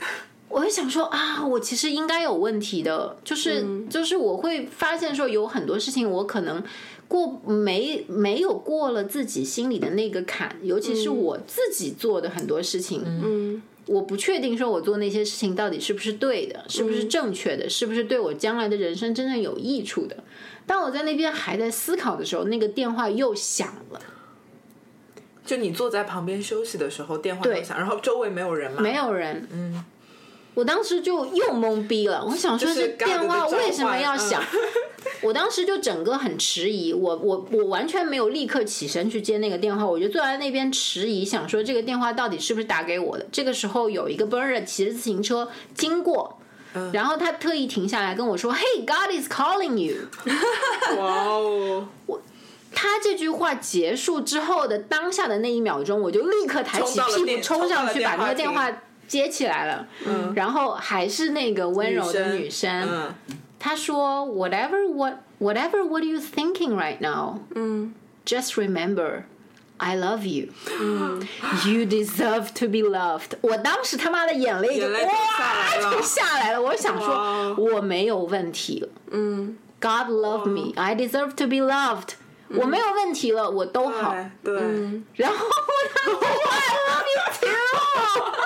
Speaker 1: 我会想说啊，我其实应该有问题的，就是、就是我会发现说有很多事情我可能。过没没有过了自己心里的那个坎，尤其是我自己做的很多事情，
Speaker 4: 嗯
Speaker 1: 我不确定说我做那些事情到底是不是对的，是不是正确的，是不是对我将来的人生真正有益处的。当我在那边还在思考的时候，那个电话又响了，
Speaker 2: 就你坐在旁边休息的时候，电话
Speaker 1: 对
Speaker 2: 又响，然后周围没有人嘛，
Speaker 1: 没有人。
Speaker 2: 嗯，
Speaker 1: 我当时就又懵逼了，我想说
Speaker 2: 就是
Speaker 1: 这电话
Speaker 2: God 的召唤
Speaker 1: 为什么
Speaker 2: 嗯
Speaker 1: 要响？ 我当时就整个很迟疑，我我我完全没有立刻起身去接那个电话，我就坐在那边迟疑，想说这个电话到底是不是打给我的。这个时候有一个 Bernard 骑着自行车经过，
Speaker 2: 嗯
Speaker 1: 然后他特意停下来跟我说：“Hey, God is calling you。”
Speaker 2: 哇哦，
Speaker 1: 他这这句话结束之后的当下的那一秒钟，我就立刻抬起
Speaker 2: 冲到了
Speaker 1: 屁股
Speaker 2: 电
Speaker 1: 冲上去，
Speaker 2: 冲到
Speaker 1: 把
Speaker 2: 了
Speaker 1: 那个电
Speaker 2: 电话
Speaker 1: 话接起来了。嗯，然后还是那个温柔的女生，
Speaker 2: 嗯，
Speaker 1: 她说：“Whatever what whatever what you thinking right now，
Speaker 4: 嗯，
Speaker 1: just remember。I love you. You deserve to be loved. 我当时他妈的眼泪就
Speaker 2: 眼泪就下
Speaker 1: 哇
Speaker 2: 来了
Speaker 1: 就下来了，我想说
Speaker 2: 哇
Speaker 1: 我没有问题了。
Speaker 4: 嗯
Speaker 1: God love me, I deserve to be loved、我没有问题了，我都好。
Speaker 2: 对，对
Speaker 4: 嗯
Speaker 1: 然后我当时 I love you too。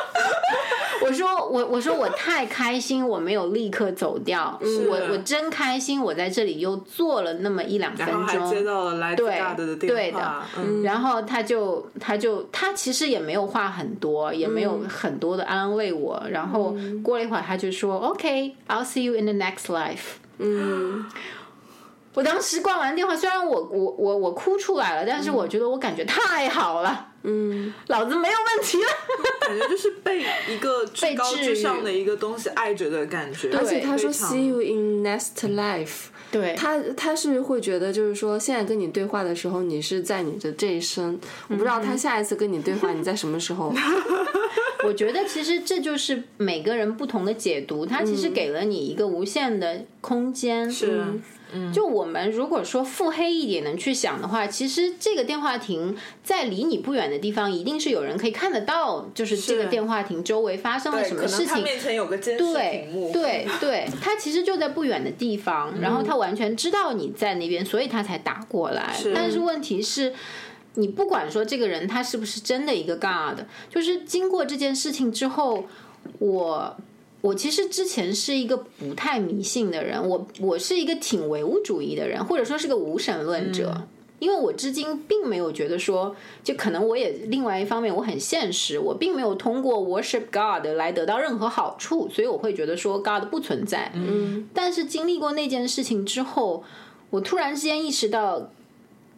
Speaker 1: 我 说我我说我太开心，我没有立刻走掉，我我真开心，我在这里又坐了那么一两分
Speaker 2: 然后还接
Speaker 1: 钟。
Speaker 2: 到了来自
Speaker 1: 对
Speaker 2: 大德的
Speaker 1: 对
Speaker 2: 电
Speaker 1: 的
Speaker 2: 话，嗯，
Speaker 1: 然后他就他就他其实也没有话很多，也
Speaker 2: 嗯
Speaker 1: 没有很多的安慰我。然后过了一会儿，他就说、o k I'll see you in the next life。
Speaker 4: 嗯
Speaker 1: 我当时挂完电话，虽然我我我我哭出来了，但是
Speaker 2: 嗯
Speaker 1: 我觉得我感觉太好了，
Speaker 4: 嗯
Speaker 1: 老子没有问题了。
Speaker 2: 感觉就是被一个至高
Speaker 1: 被
Speaker 2: 至
Speaker 1: 治愈
Speaker 2: 上的一个东西爱着的感觉。
Speaker 4: 而且他说
Speaker 2: 非常
Speaker 4: “see you in next life”，
Speaker 1: 对
Speaker 4: 他他是会觉得，就是说，现在跟你对话的时候，你是在你的这一生，我不知
Speaker 1: 嗯
Speaker 4: 道他下一次跟你对话，你在什么时 候？
Speaker 1: 我觉得其实这就是每个人不同的解读，它其实给了你一个无限的空间。
Speaker 2: 嗯是
Speaker 4: 嗯
Speaker 1: 就我们如果说腹黑一点的去想的话，其实这个电话亭在离你不远的地方，一定是有人可以看得到，就是这个
Speaker 2: 是
Speaker 1: 电话亭周围发生了
Speaker 2: 对
Speaker 1: 什么
Speaker 2: 可能
Speaker 1: 事
Speaker 2: 他
Speaker 1: 情。
Speaker 2: 面前有个监视
Speaker 1: 对嗯
Speaker 2: 屏幕，
Speaker 1: 对对，他其实就在不远的地方，然后他完全知道你在那边，所以他才打过来。但是问题是。你不管说这个人他是不是真的一个 God，就是经过这件事情之后，我我其实之前是一个不太迷信的人，我我是一个挺唯物主义的人，或者说是个无神论者。因为我至今并没有觉得说，就可能我也另外一方面我很现实，我并没有通过 worship God 来得到任何好处，所以我会觉得说 God 不存在。嗯，但是经历过那件事情之后，我突然之间意识到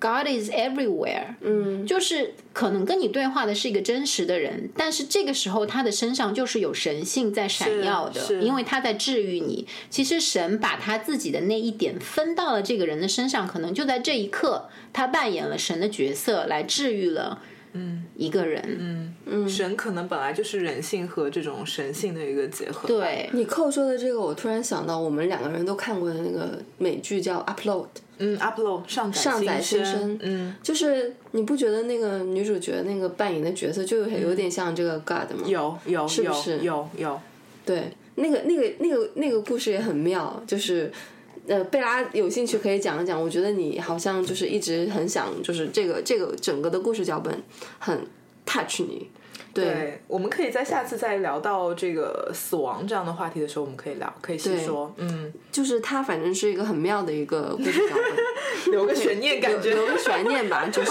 Speaker 1: ，God is everywhere。
Speaker 4: 嗯
Speaker 1: 就是可能跟你对话的是一个真实的人，但是这个时候他的身上就是有神性在闪耀的，
Speaker 2: 是
Speaker 1: 因为他在治愈你。其实神把他自己的那一点分到了这个人的身上，可能就在这一刻，他扮演了神的角色来治愈了，嗯，一个人。
Speaker 2: 嗯神可能本来就是人性和这种神性的一个结合。，
Speaker 1: 对，
Speaker 4: 你扣说的这个，我突然想到，我们两个人都看过的那个美剧叫《Upload》，
Speaker 2: 嗯，upload 上载
Speaker 4: 上载
Speaker 2: 新
Speaker 4: 新生
Speaker 2: 嗯，
Speaker 4: 就是你不觉得那个女主角那个扮演的角色就有有点像这个 God 吗？
Speaker 2: 嗯有有
Speaker 4: 是不
Speaker 2: 有
Speaker 4: 是
Speaker 2: 有有，
Speaker 4: 对，那个那个那个那个故事也很妙，就是。呃，贝拉有兴趣可以讲一讲。我觉得你好像就是一直很想，就是这个这个整个的故事脚本很 touch 你，对，
Speaker 2: 对，我们可以在下次再聊到这个死亡这样的话题的时候，我们可以聊，可以细
Speaker 4: 对
Speaker 2: 说。 嗯，
Speaker 4: 就是它反正是一个很妙的一个故事脚本，
Speaker 2: 留个悬念，感觉
Speaker 4: 留个悬念吧，就是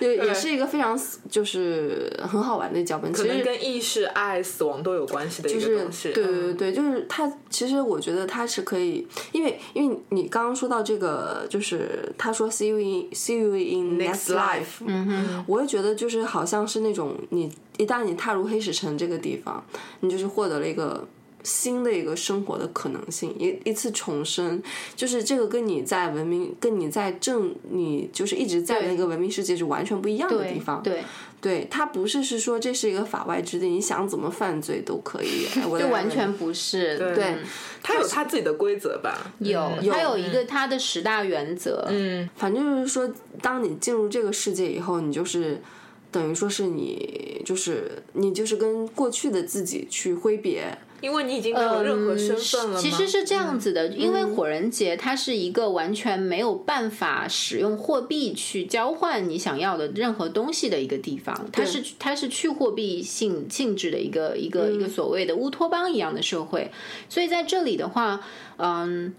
Speaker 4: 就也
Speaker 2: 对
Speaker 4: 是一个非常死就是很好玩的脚本，其
Speaker 2: 可能
Speaker 4: 实。
Speaker 2: 跟意识、爱、死亡都有关系的一
Speaker 4: 就
Speaker 2: 个
Speaker 4: 是
Speaker 2: 东西。
Speaker 4: 对对
Speaker 2: 嗯
Speaker 4: 对，就是它。其实我觉得它是可以，因为因为你刚刚说到这个，就是他说 see you in see you in next
Speaker 2: Next
Speaker 4: life，
Speaker 2: life
Speaker 4: 嗯哼，我也觉得就是好像是那种你一旦你踏入黑石城这个地方，你就是获得了一个。新的一个生活的可能性，一一次重生，就是这个跟你在文明，跟你在正你就是一直在的
Speaker 1: 对
Speaker 4: 一个文明世界是完全不一样的地
Speaker 1: 对
Speaker 4: 方。
Speaker 1: 对，
Speaker 4: 对，它不是是说这是一个法外之地，你想怎么犯罪都可以，哎 我
Speaker 1: 就
Speaker 4: 来
Speaker 1: 完
Speaker 4: 问
Speaker 1: 全
Speaker 4: 你
Speaker 1: 不是
Speaker 2: 对
Speaker 4: 对，
Speaker 2: 嗯它有它自己的规则吧？
Speaker 1: 有
Speaker 2: 嗯，
Speaker 1: 他有一个他的十大原则，
Speaker 2: 嗯，
Speaker 4: 反正就是说，当你进入这个世界以后，你就是等于说是你就是你就是跟过去的自己去挥别，
Speaker 2: 因为你已经没有任何身份了嘛。
Speaker 1: 嗯其实是这样子的，因为火人节它是一个完全没有办法使用货币去交换你想要的任何东西的一个地方，它是它是去货币性性质的一个一个、一个所谓的乌托邦一样的社会，所以在这里的话，嗯。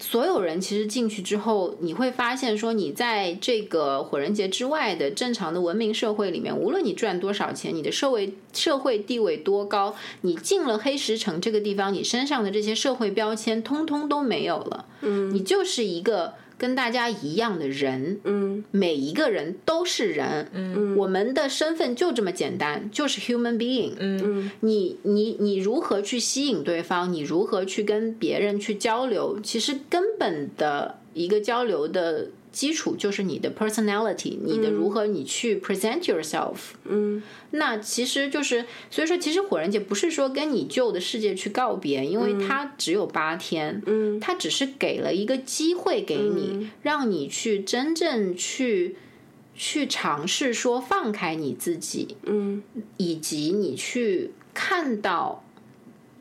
Speaker 1: 所有人其实进去之后，你会发现说，你在这个火人节之外的正常的文明社会里面，无论你赚多少钱，你的社会社会地位多高，你进了黑石城这个地方，你身上的这些社会标签通通都没有了。嗯，你就是一个跟大家一样的人。
Speaker 4: 嗯
Speaker 1: 每一个人都是人，嗯，我们的身份就这么简单，就是 human being，嗯
Speaker 4: 嗯
Speaker 1: 你你你如何去吸引对方，你如何去跟别人去交流，其实根本的一个交流的基础就是你的 personality，你的如何你去 present yourself。
Speaker 4: 嗯，
Speaker 1: 那其实就是，所以说，其实火人节不是说跟你旧的世界去告别，因为它只有八天，
Speaker 4: 嗯，
Speaker 1: 它只是给了一个机会给你，让你去真正去去尝试说放开你自己，
Speaker 4: 嗯，
Speaker 1: 以及你去看到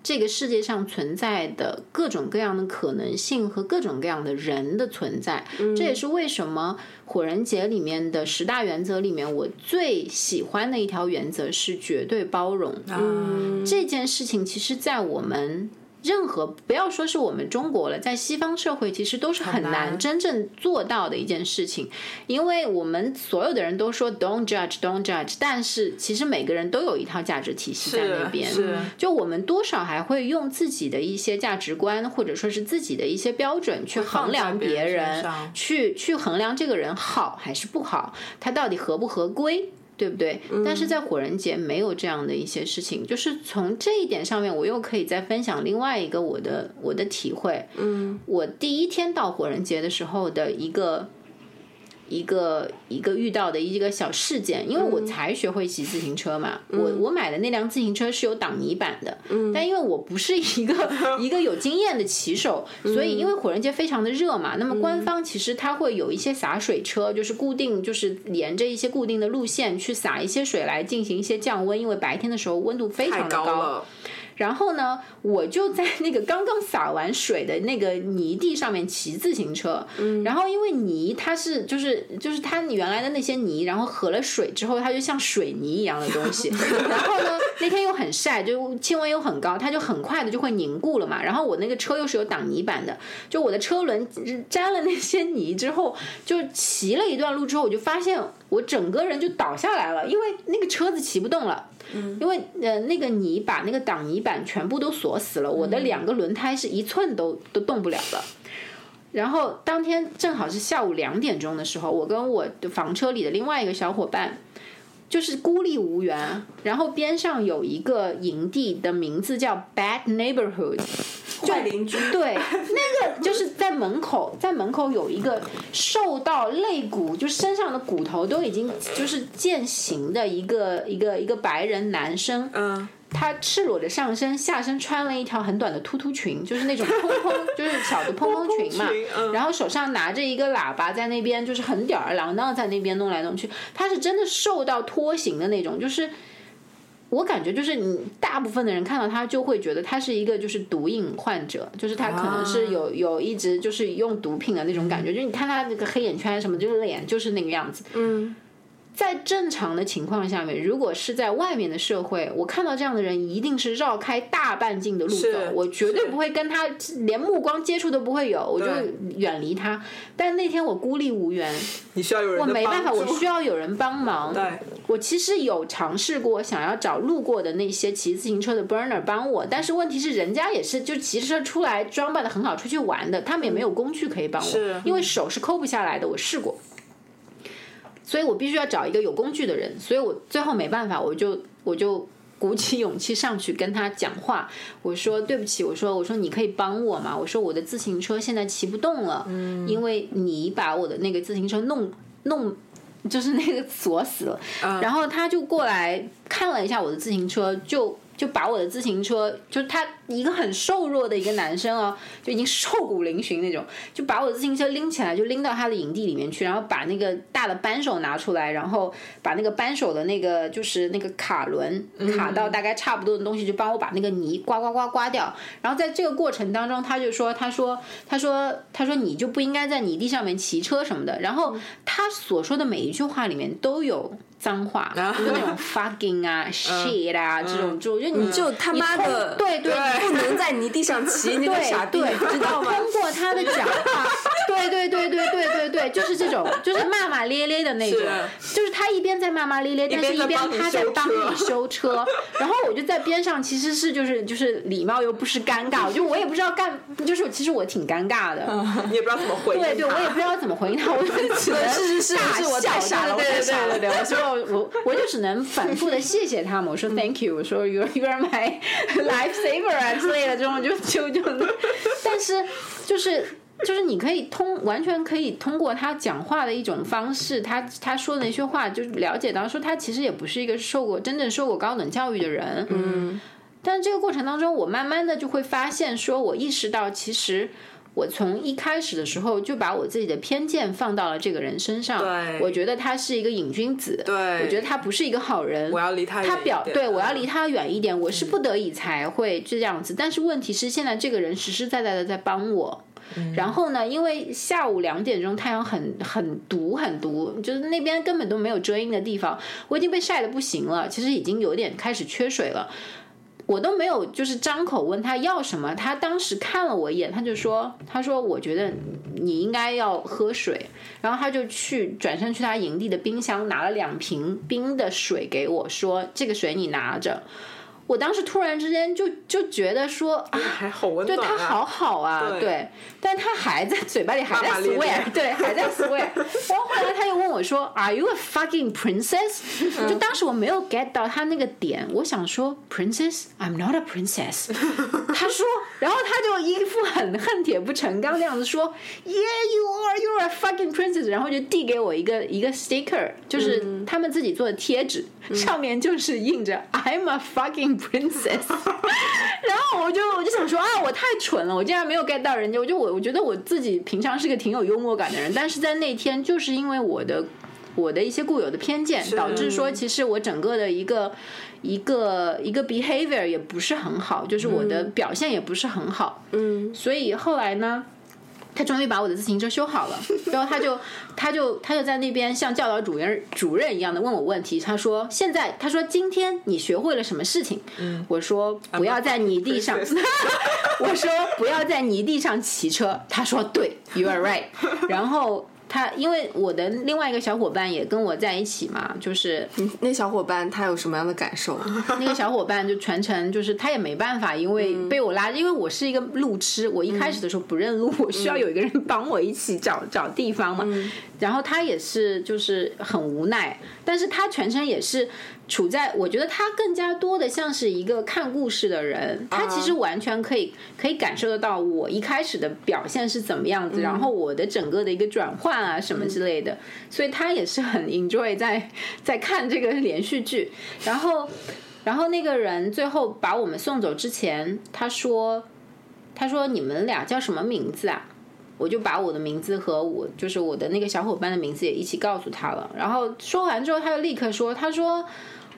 Speaker 1: 这个世界上存在的各种各样的可能性和各种各样的人的存在。这也是为什么火人节里面的十大原则里面，我最喜欢的一条原则是绝对包容。
Speaker 2: 嗯
Speaker 1: 这件事情其实，在我们任何不要说是我们中国了，在西方社会其实都是很
Speaker 2: 很难
Speaker 1: 难真正做到的一件事情，因为我们所有的人都说 “don't judge, don't judge”，但是其实每个人都有一套价值体系在那边。
Speaker 2: 是
Speaker 1: 就我们多少还会用自己的一些价值观，或者说是自己的一些标准去衡量
Speaker 2: 别
Speaker 1: 别
Speaker 2: 人身
Speaker 1: 人
Speaker 2: 上，
Speaker 1: 去去衡量这个人好还是不好，他到底合不合规，对不对？
Speaker 2: 嗯
Speaker 1: 但是在火人节没有这样的一些事情，就是从这一点上面，我又可以再分享另外一个我的我的体会。嗯，我第一天到火人节的时候的一个。一个一个遇到的一个小事件，因为
Speaker 2: 嗯
Speaker 1: 我才学会骑自行车嘛，我我买的那辆自行车是有挡泥板的，
Speaker 2: 嗯
Speaker 1: 但因为我不是一个 一个有经验的骑手，
Speaker 2: 嗯
Speaker 1: 所以因为火人节非常的热嘛，那么官方其实它会有一些洒水车，就是固定就是沿着一些固定的路线去洒一些水来进行一些降温，因为白天的时候温度非常
Speaker 2: 太
Speaker 1: 的
Speaker 2: 高了，
Speaker 1: 然后呢，我就在那个刚刚洒完水的那个泥地上面骑自行车。嗯，然后因为泥它是就是就是它原来的那些泥，然后和了水之后，它就像水泥一样的东西。然后呢，那天又很晒，就气温又很高，它就很快的就会凝固了嘛。然后我那个车又是有挡泥板的，就我的车轮沾了那些泥之后，就骑了一段路之后，我就发现我整个人就倒下来了，因为那个车子骑不动了。因为呃那个泥把那个挡泥板全部都锁死了，我的两个轮胎是一寸都都动不了了。然后当天正好是下午两点钟的时候，我跟我的房车里的另外一个小伙伴。就是孤立无援，然后边上有一个营地的名字叫 Bad Neighborhood，
Speaker 4: 坏邻居，
Speaker 1: 对，那个就是在门口，在门口有一个瘦到肋骨，就身上的骨头都已经就是践行的一个一个一个白人男生，
Speaker 2: 嗯，
Speaker 1: 他赤裸着上身，下身穿了一条很短的突突裙，就是那种蓬蓬，就是小的蓬蓬裙嘛。
Speaker 2: 群嗯
Speaker 1: 然后手上拿着一个喇叭，在那边就是很吊儿郎当，在那边弄来弄去。他是真的瘦到脱形的那种，就是我感觉就是你大部分的人看到他就会觉得他是一个就是毒瘾患者，就是他可能是
Speaker 2: 啊
Speaker 1: 有、有一直就是用毒品的那种感觉，就是你看他那个黑眼圈什么，就是脸就是那个样子。
Speaker 4: 嗯
Speaker 1: 在正常的情况下面，如果是在外面的社会，我看到这样的人，一定是绕开大半径的路走
Speaker 2: 是，
Speaker 1: 我绝对
Speaker 2: 是
Speaker 1: 不会跟他连目光接触都不会有，我就
Speaker 2: 对
Speaker 1: 远离他。但那天我孤立无援，
Speaker 2: 你需要有人
Speaker 1: 我
Speaker 2: 的
Speaker 1: 没办法，
Speaker 2: 帮
Speaker 1: 我
Speaker 2: 助
Speaker 1: 需要有人帮忙。
Speaker 2: 对，
Speaker 1: 我其实有尝试过想要找路过的那些骑自行车的 burner 帮我，但是问题是人家也是就骑车出来装扮的很好出去玩的，他们也没有工具可以帮我
Speaker 2: 是，
Speaker 1: 因为手是抠不下来的，我试过，所以我必须要找一个有工具的人，所以我最后没办法，我就我就。鼓起勇气上去跟他讲话，我说对不起，我说我说你可以帮我吗？我说我的自行车现在骑不动了，因为你把我的那个自行车弄弄就是那个锁死了。然后他就过来看了一下我的自行车，就就把我的自行车，就是他一个很瘦弱的一个男生哦，就已经瘦骨嶙峋那种，就把我的自行车拎起来，就拎到他的营地里面去，然后把那个大的扳手拿出来，然后把那个扳手的那个就是那个卡轮
Speaker 4: 嗯
Speaker 1: 卡到大概差不多的东西，就帮我把那个泥刮刮刮刮掉。然后在这个过程当中，他就说，他说，他说，他说你就不应该在泥地上面骑车什么的。然
Speaker 4: 嗯
Speaker 1: 后他所说的每一句话里面都有脏话，
Speaker 4: 啊
Speaker 1: 就那种 fucking 啊、shit 啊这种，就就你
Speaker 4: 就嗯他妈
Speaker 1: 你通
Speaker 4: 的
Speaker 1: 对对，你
Speaker 4: 不能在泥地上骑，你个
Speaker 1: 对
Speaker 4: 傻逼，
Speaker 1: 对，
Speaker 4: 你知道吗？
Speaker 1: 通过他的讲话，对对对对对对对，就是这种，就是骂骂咧咧的那种，就是他一边在骂骂咧咧，但是一边他在帮你修车，然后我就在边上，其实是就是就是礼貌又不失尴尬，我就我也不知道干，就是其实我挺尴尬的，
Speaker 2: 你也不知道怎么回应他。
Speaker 1: 对对，我也不知道怎么回应他， 我就只能
Speaker 4: 是是是
Speaker 1: 大
Speaker 4: 是我
Speaker 1: 笑
Speaker 4: 太傻了
Speaker 1: 对
Speaker 4: 我太
Speaker 1: 对
Speaker 4: 傻了
Speaker 1: 对对对，我说 我我就只嗯能反复的谢谢他们，我说 thank you，我说 you you are my life saver 啊之类的这种，就就就，但是就是。就是你可以通完全可以通过他讲话的一种方式，他他说的那些话，就是了解到说他其实也不是一个受过真正受过高等教育的人。嗯，但这个过程当中，我慢慢的就会发现，说我意识到，其实我从一开始的时候就把我自己的偏见放到了这个人身上。
Speaker 2: 对
Speaker 1: 我觉得他是一个瘾君子，
Speaker 2: 对
Speaker 1: 我觉得他不是一个好人。
Speaker 2: 我要离他
Speaker 1: 他
Speaker 2: 远一
Speaker 1: 表
Speaker 2: 点嗯
Speaker 1: 对我要离他远一点，我是不得已才会这样子。但是问题是，现在这个人实实在在的在帮我。
Speaker 2: 嗯
Speaker 1: 然后呢，因为下午两点钟太阳很很毒很毒，就是那边根本都没有遮阴的地方，我已经被晒得不行了，其实已经有点开始缺水了。我都没有就是张口问他要什么，他当时看了我一眼，他就说，他说我觉得你应该要喝水，然后他就去转身去他营地的冰箱拿了两瓶冰的水给我说，这个水你拿着。我当时突然之间就就觉得说啊，
Speaker 2: 还好温暖、啊，
Speaker 1: 他好好啊，
Speaker 2: 对
Speaker 1: 但他还在嘴巴里还在
Speaker 2: 骂骂咧
Speaker 1: swear，
Speaker 2: 咧
Speaker 1: 对，还在 swear。然后后来他又问我说，Are you a fucking
Speaker 2: 嗯
Speaker 1: princess？就当时我没有 get 到他那个点，我想说 princess，I'm not a princess。他说，然后他就一副很恨铁不成钢那样子说，Yeah you are，you're a fucking princess。然后就递给我一个一个 sticker，就是
Speaker 2: 嗯
Speaker 1: 他们自己做的贴纸，上面就是印着 I'm a fucking princess。然后我就我就想说啊，我太蠢了，我竟然没有 get 到人家。我就我我觉得我自己平常是个挺有幽默感的人，但是在那天就是因为我的我的一些固有的偏见，导致说其实我整个的一个一个一个 behavior 也不是很好，就是我的表现也不是很好。
Speaker 4: 嗯，
Speaker 1: 所以后来呢，他终于把我的自行车修好了，然后他就他就他就在那边像教导主任主任一样的问我问题。他说：“现在他说今天你学会了什么事情？”我说：“不要在泥地上。” 我说：“不要在泥地上骑车。”他说：“对，You are right。”然后。他因为我的另外一个小伙伴也跟我在一起嘛，就是
Speaker 4: 那小伙伴他有什么样的感 受？
Speaker 1: 那个小伙伴就全程就是他也没办法，因为被我拉，因为我是一个路痴，我一开始的时候不认路，我需要有一个人帮我一起找找地方嘛。然后他也是就是很无奈，但是他全程也是处在，我觉得他更加多的像是一个看故事的人，他其实完全可以可以感受得到我一开始的表现是怎么样子，然后我的整个的一个转换啊什么之类的，所以他也是很 enjoy 在在看这个连续剧，然后。然后那个人最后把我们送走之前，他说：“他说你们俩叫什么名字啊？”我就把我的名字和我就是我的那个小伙伴的名字也一起告诉他了。然后说完之后，他就立刻说：“他说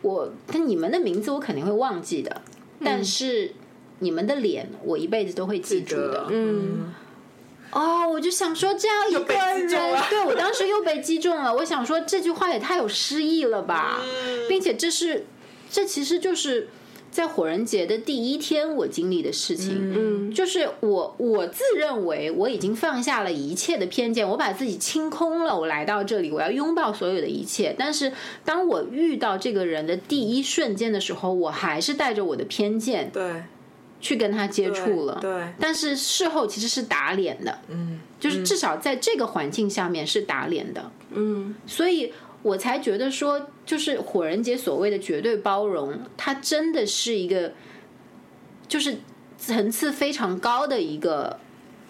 Speaker 1: 我，但你们的名字我肯定会忘记的，但是你们的脸我一辈子都会记住的。”
Speaker 4: 嗯，
Speaker 1: 哦，我就想说这样一个
Speaker 2: 被击
Speaker 1: 人
Speaker 2: 中了，
Speaker 1: 对我当时又被击中了。我想说这句话也太有诗意了吧，
Speaker 2: 嗯
Speaker 1: 并且这是这其实就是在火人节的第一天我经历的事情。
Speaker 4: 嗯
Speaker 1: 就是我我自认为我已经放下了一切的偏见，我把自己清空了，我来到这里，我要拥抱所有的一切。但是当我遇到这个人的第一瞬间的时候，我还是带着我的偏见
Speaker 2: 对
Speaker 1: 去跟他接
Speaker 2: 对
Speaker 1: 触了。
Speaker 2: 对，
Speaker 1: 但是事后其实是打脸的，
Speaker 2: 嗯，
Speaker 1: 就是至少在这个环境下面是打脸的，
Speaker 4: 嗯
Speaker 1: 所以我才觉得说，就是火人节所谓的绝对包容，它真的是一个，就是层次非常高的一个。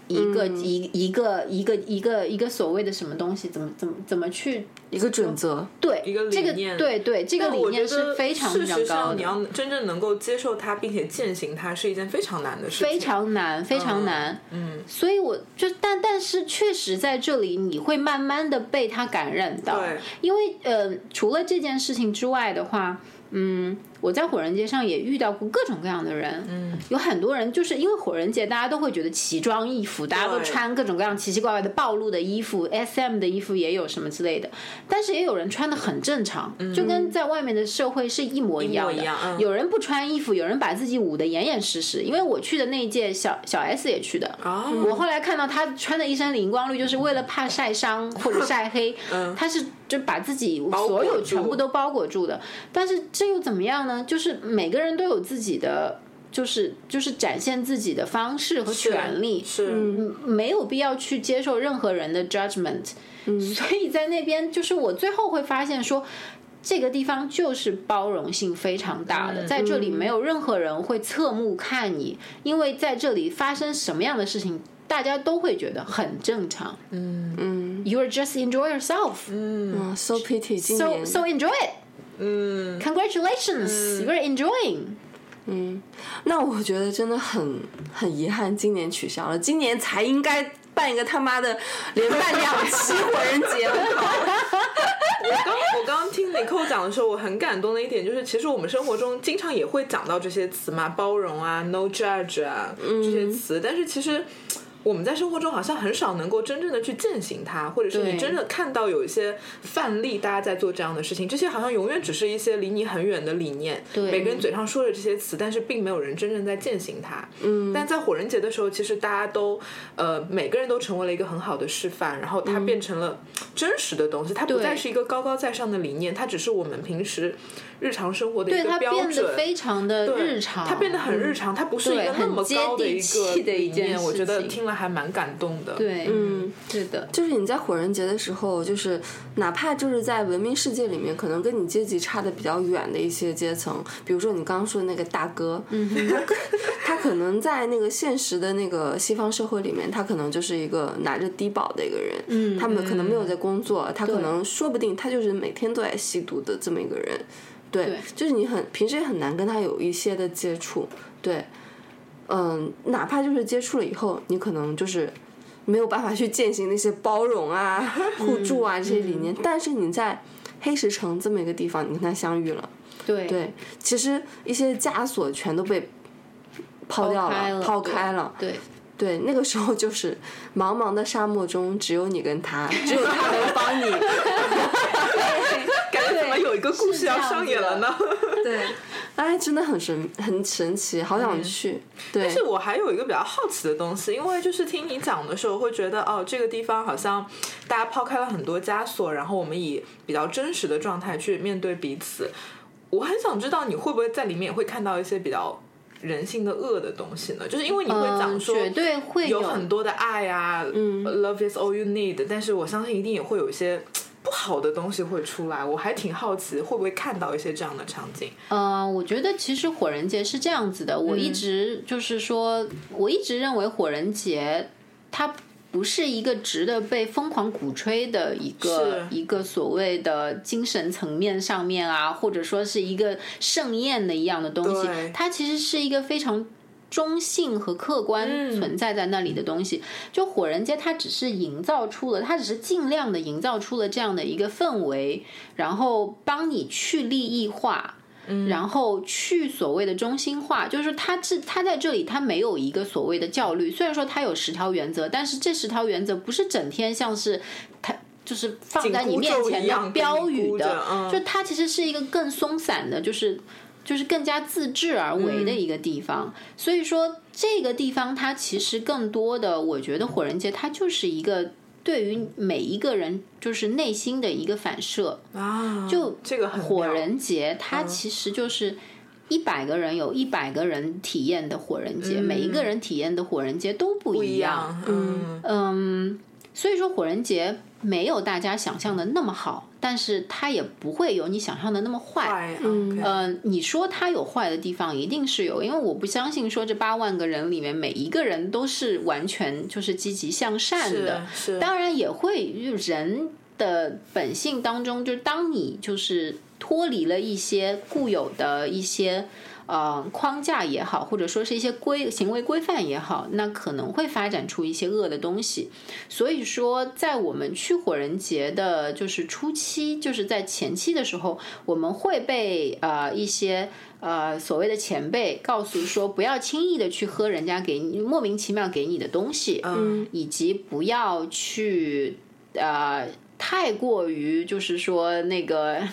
Speaker 1: 一个
Speaker 2: 嗯
Speaker 1: 一一个一个一个一个所谓的什么东西，怎么怎么怎么去
Speaker 4: 一个准则，
Speaker 1: 对
Speaker 2: 一个理
Speaker 1: 这个
Speaker 2: 念
Speaker 1: 对对这个
Speaker 2: 但
Speaker 1: 理
Speaker 2: 我
Speaker 1: 念
Speaker 2: 觉得
Speaker 1: 是非常
Speaker 2: 事
Speaker 1: 非常
Speaker 2: 实
Speaker 1: 高
Speaker 2: 上，
Speaker 1: 的
Speaker 2: 你，要真正能够接受它并且践行它，是一件非常难的事情。
Speaker 1: 非常难非常难。
Speaker 2: 嗯，
Speaker 1: 所以我就但但是确实在这里，你会慢慢的被他感染到
Speaker 2: 对，
Speaker 1: 因为呃，除了这件事情之外的话，嗯，我在火人节上也遇到过各种各样的人，嗯，有很多人就是因为火人节，大家都会觉得奇装异服，大家都
Speaker 2: 对
Speaker 1: 穿各种各样奇奇怪怪的暴露的衣服，SM 的衣服也有什么之类的，但是也有人穿的很正常，就跟在外面的社会是一模一样
Speaker 2: 嗯
Speaker 1: 的，
Speaker 2: 一模一样嗯
Speaker 1: 有人不穿衣服，有人把自己捂得严严实实，因为我去的那一届小小 S 也去的，
Speaker 2: 啊，
Speaker 1: 我后来看到他穿的一身荧光绿，就是为了怕 晒伤或者晒黑，他是就把自己所
Speaker 2: 嗯包裹
Speaker 1: 有
Speaker 2: 住
Speaker 1: 全部都包裹住的。但是这又怎么样呢？就是每个人都有自己的，就是就是展现自己的方式和权利，
Speaker 2: 是
Speaker 1: 嗯没有必要去接受任何人的 judgment。所
Speaker 2: 嗯
Speaker 1: 以在那边，就是我最后会发现说。这个地方就是包容性非常大
Speaker 2: 嗯
Speaker 1: 的，在这里没有任何人会侧目看你，因为在这里发生什么样的事情大家都会觉得很正常。
Speaker 2: 嗯
Speaker 4: 嗯
Speaker 1: You are just enjoy yourself,
Speaker 2: 嗯，
Speaker 4: 嗯，so pity 今
Speaker 1: so
Speaker 4: 年
Speaker 1: so enjoy it.
Speaker 2: 嗯，
Speaker 1: Congratulations, you are enjoying.
Speaker 4: 嗯，那我觉得真的很很遗憾，今年取消了，今年才应该办一个他妈的连办两期火人节目。
Speaker 2: 我刚我刚听 Nicole 讲的时候，我很感动的一点就是，其实我们生活中经常也会讲到这些词嘛，包容啊、no judge 啊这
Speaker 1: 嗯
Speaker 2: 些词，但是其实。我们在生活中好像很少能够真正的去践行它，或者是
Speaker 1: 对
Speaker 2: 你真的看到有一些范例，大家在做这样的事情，这些好像永远只是一些离你很远的理念。
Speaker 1: 对
Speaker 2: 每个人嘴上说着这些词，但是并没有人真正在践行它。嗯，但在火人节的时候，其实大家都呃，每个人都成为了一个很好的示范，然后
Speaker 1: 嗯
Speaker 2: 它变成了真实的东西，它不
Speaker 1: 对
Speaker 2: 再是一个高高在上的理念，它只是我们平时日常生活的一
Speaker 1: 对
Speaker 2: 个
Speaker 1: 它
Speaker 2: 标
Speaker 1: 变得
Speaker 2: 准。
Speaker 1: 非常的
Speaker 2: 对
Speaker 1: 日常，嗯
Speaker 2: 它变得很日常，它不是一
Speaker 1: 对
Speaker 2: 个那
Speaker 1: 很
Speaker 2: 么
Speaker 1: 接
Speaker 2: 高的
Speaker 1: 地
Speaker 2: 一个
Speaker 1: 气的一
Speaker 2: 理
Speaker 1: 件
Speaker 2: 念，我
Speaker 1: 事
Speaker 2: 觉得
Speaker 1: 情
Speaker 2: 听了还蛮感动的。，
Speaker 1: 对，
Speaker 4: 嗯，
Speaker 1: 是的，
Speaker 4: 就是你在火人节的时候，就是哪怕就是在文明世界里面，可能跟你阶级差的比较远的一些阶层，比如说你刚刚说的那个大哥，
Speaker 1: 嗯
Speaker 4: 他可 他可能在那个现实的那个西方社会里面，他可能就是一个拿着低保的一个人，
Speaker 1: 嗯
Speaker 4: 他们可能没有在工作，他可能说不定他就是每天都在吸毒的这么一个人，对，
Speaker 1: 对
Speaker 4: 就是你很平时也很难跟他有一些的接触，对，嗯，哪怕就是接触了以后，你可能就是没有办法去践行那些包容啊、 互助
Speaker 1: 嗯
Speaker 4: 啊这些理念，但是你在黑石城这么一个地方，你跟他相遇了，
Speaker 1: 对
Speaker 4: 对，其实一些枷锁全都被抛
Speaker 1: 抛
Speaker 4: 掉
Speaker 1: 开了
Speaker 4: 抛开了，
Speaker 1: 对
Speaker 4: 对，那个时候就是茫茫的沙漠中，只有你跟他，只有他能 帮你。
Speaker 2: 感觉怎么有一个故事要
Speaker 1: 是这样子
Speaker 2: 上演了 呢？
Speaker 4: 对，哎，真的很神，很神奇，好想去。对
Speaker 2: 但，是我还有一个比较好奇的东西，因为就是听你讲的时候，会觉得哦，这个地方好像大家抛开了很多枷锁，然后我们以比较真实的状态去面对彼此。我很想知道你会不会在里面也会看到一些比较人性的恶的东西呢？就是因为你会讲
Speaker 1: 嗯
Speaker 2: 说，
Speaker 1: 绝对会
Speaker 2: 有很多的爱啊，嗯，love is all you need，但是我相信一定也会有一些。不好的东西会出来，我还挺好奇会不会看到一些这样的场景。
Speaker 1: 呃，我觉得其实火人节是这样子的，
Speaker 2: 嗯
Speaker 1: 我一直就是说，我一直认为火人节它不是一个值得被疯狂鼓吹的一个
Speaker 2: 是
Speaker 1: 一个所谓的精神层面上面啊，或者说是一个盛宴的一样的东西
Speaker 2: 对，
Speaker 1: 它其实是一个非常。中性和客观
Speaker 2: 嗯
Speaker 1: 存在在那里的东西，就火人街，它只是营造出了，它只是尽量的营造出了这样的一个氛围，然后帮你去利益化，然后去所谓的中心化，就是它这它在这里它没有一个所谓的教律，虽然说它有十条原则，但是这十条原则不是整天像是它。就是放在你面
Speaker 2: 紧箍咒
Speaker 1: 前
Speaker 2: 一样
Speaker 1: 的标语
Speaker 2: 给你箍
Speaker 1: 的
Speaker 2: 着，嗯
Speaker 1: 就它其实是一个更松散的，就是就是更加自治而为的一个地方。所以说，这个地方它其实更多的，我觉得火人节它就是一个对于每一个人就是内心的一个反射。
Speaker 2: 啊，
Speaker 1: 就
Speaker 2: 这个很
Speaker 1: 火
Speaker 2: 妙
Speaker 1: 人节，它
Speaker 2: 嗯
Speaker 1: 其实就是一百个人有一百个人体验的火人节，每一个人体验的火人节都不
Speaker 2: 嗯不
Speaker 1: 一
Speaker 2: 一样，嗯
Speaker 1: 嗯，所以说火人节没有大家想象的那么好，但是它也不会有你想象的那么坏。
Speaker 2: 坏，
Speaker 4: 嗯
Speaker 2: ，OK
Speaker 1: 嗯，你说它有坏的地方，一定是有，因为我不相信说这八万个人里面每一个人都是完全就是积极向善的，
Speaker 2: 是是
Speaker 1: 当然也会就人的本性当中，就是当你就是脱离了一些固有的一些呃框架也好，或者说是一些规行为规范也好，那可能会发展出一些恶的东西。所以说，在我们去火人节的，就是初期，就是在前期的时候，我们会被呃一些呃所谓的前辈告诉说，不要轻易的去喝人家给你莫名其妙给你的东西，
Speaker 2: 嗯
Speaker 1: 以及不要去呃太过于就是说那个。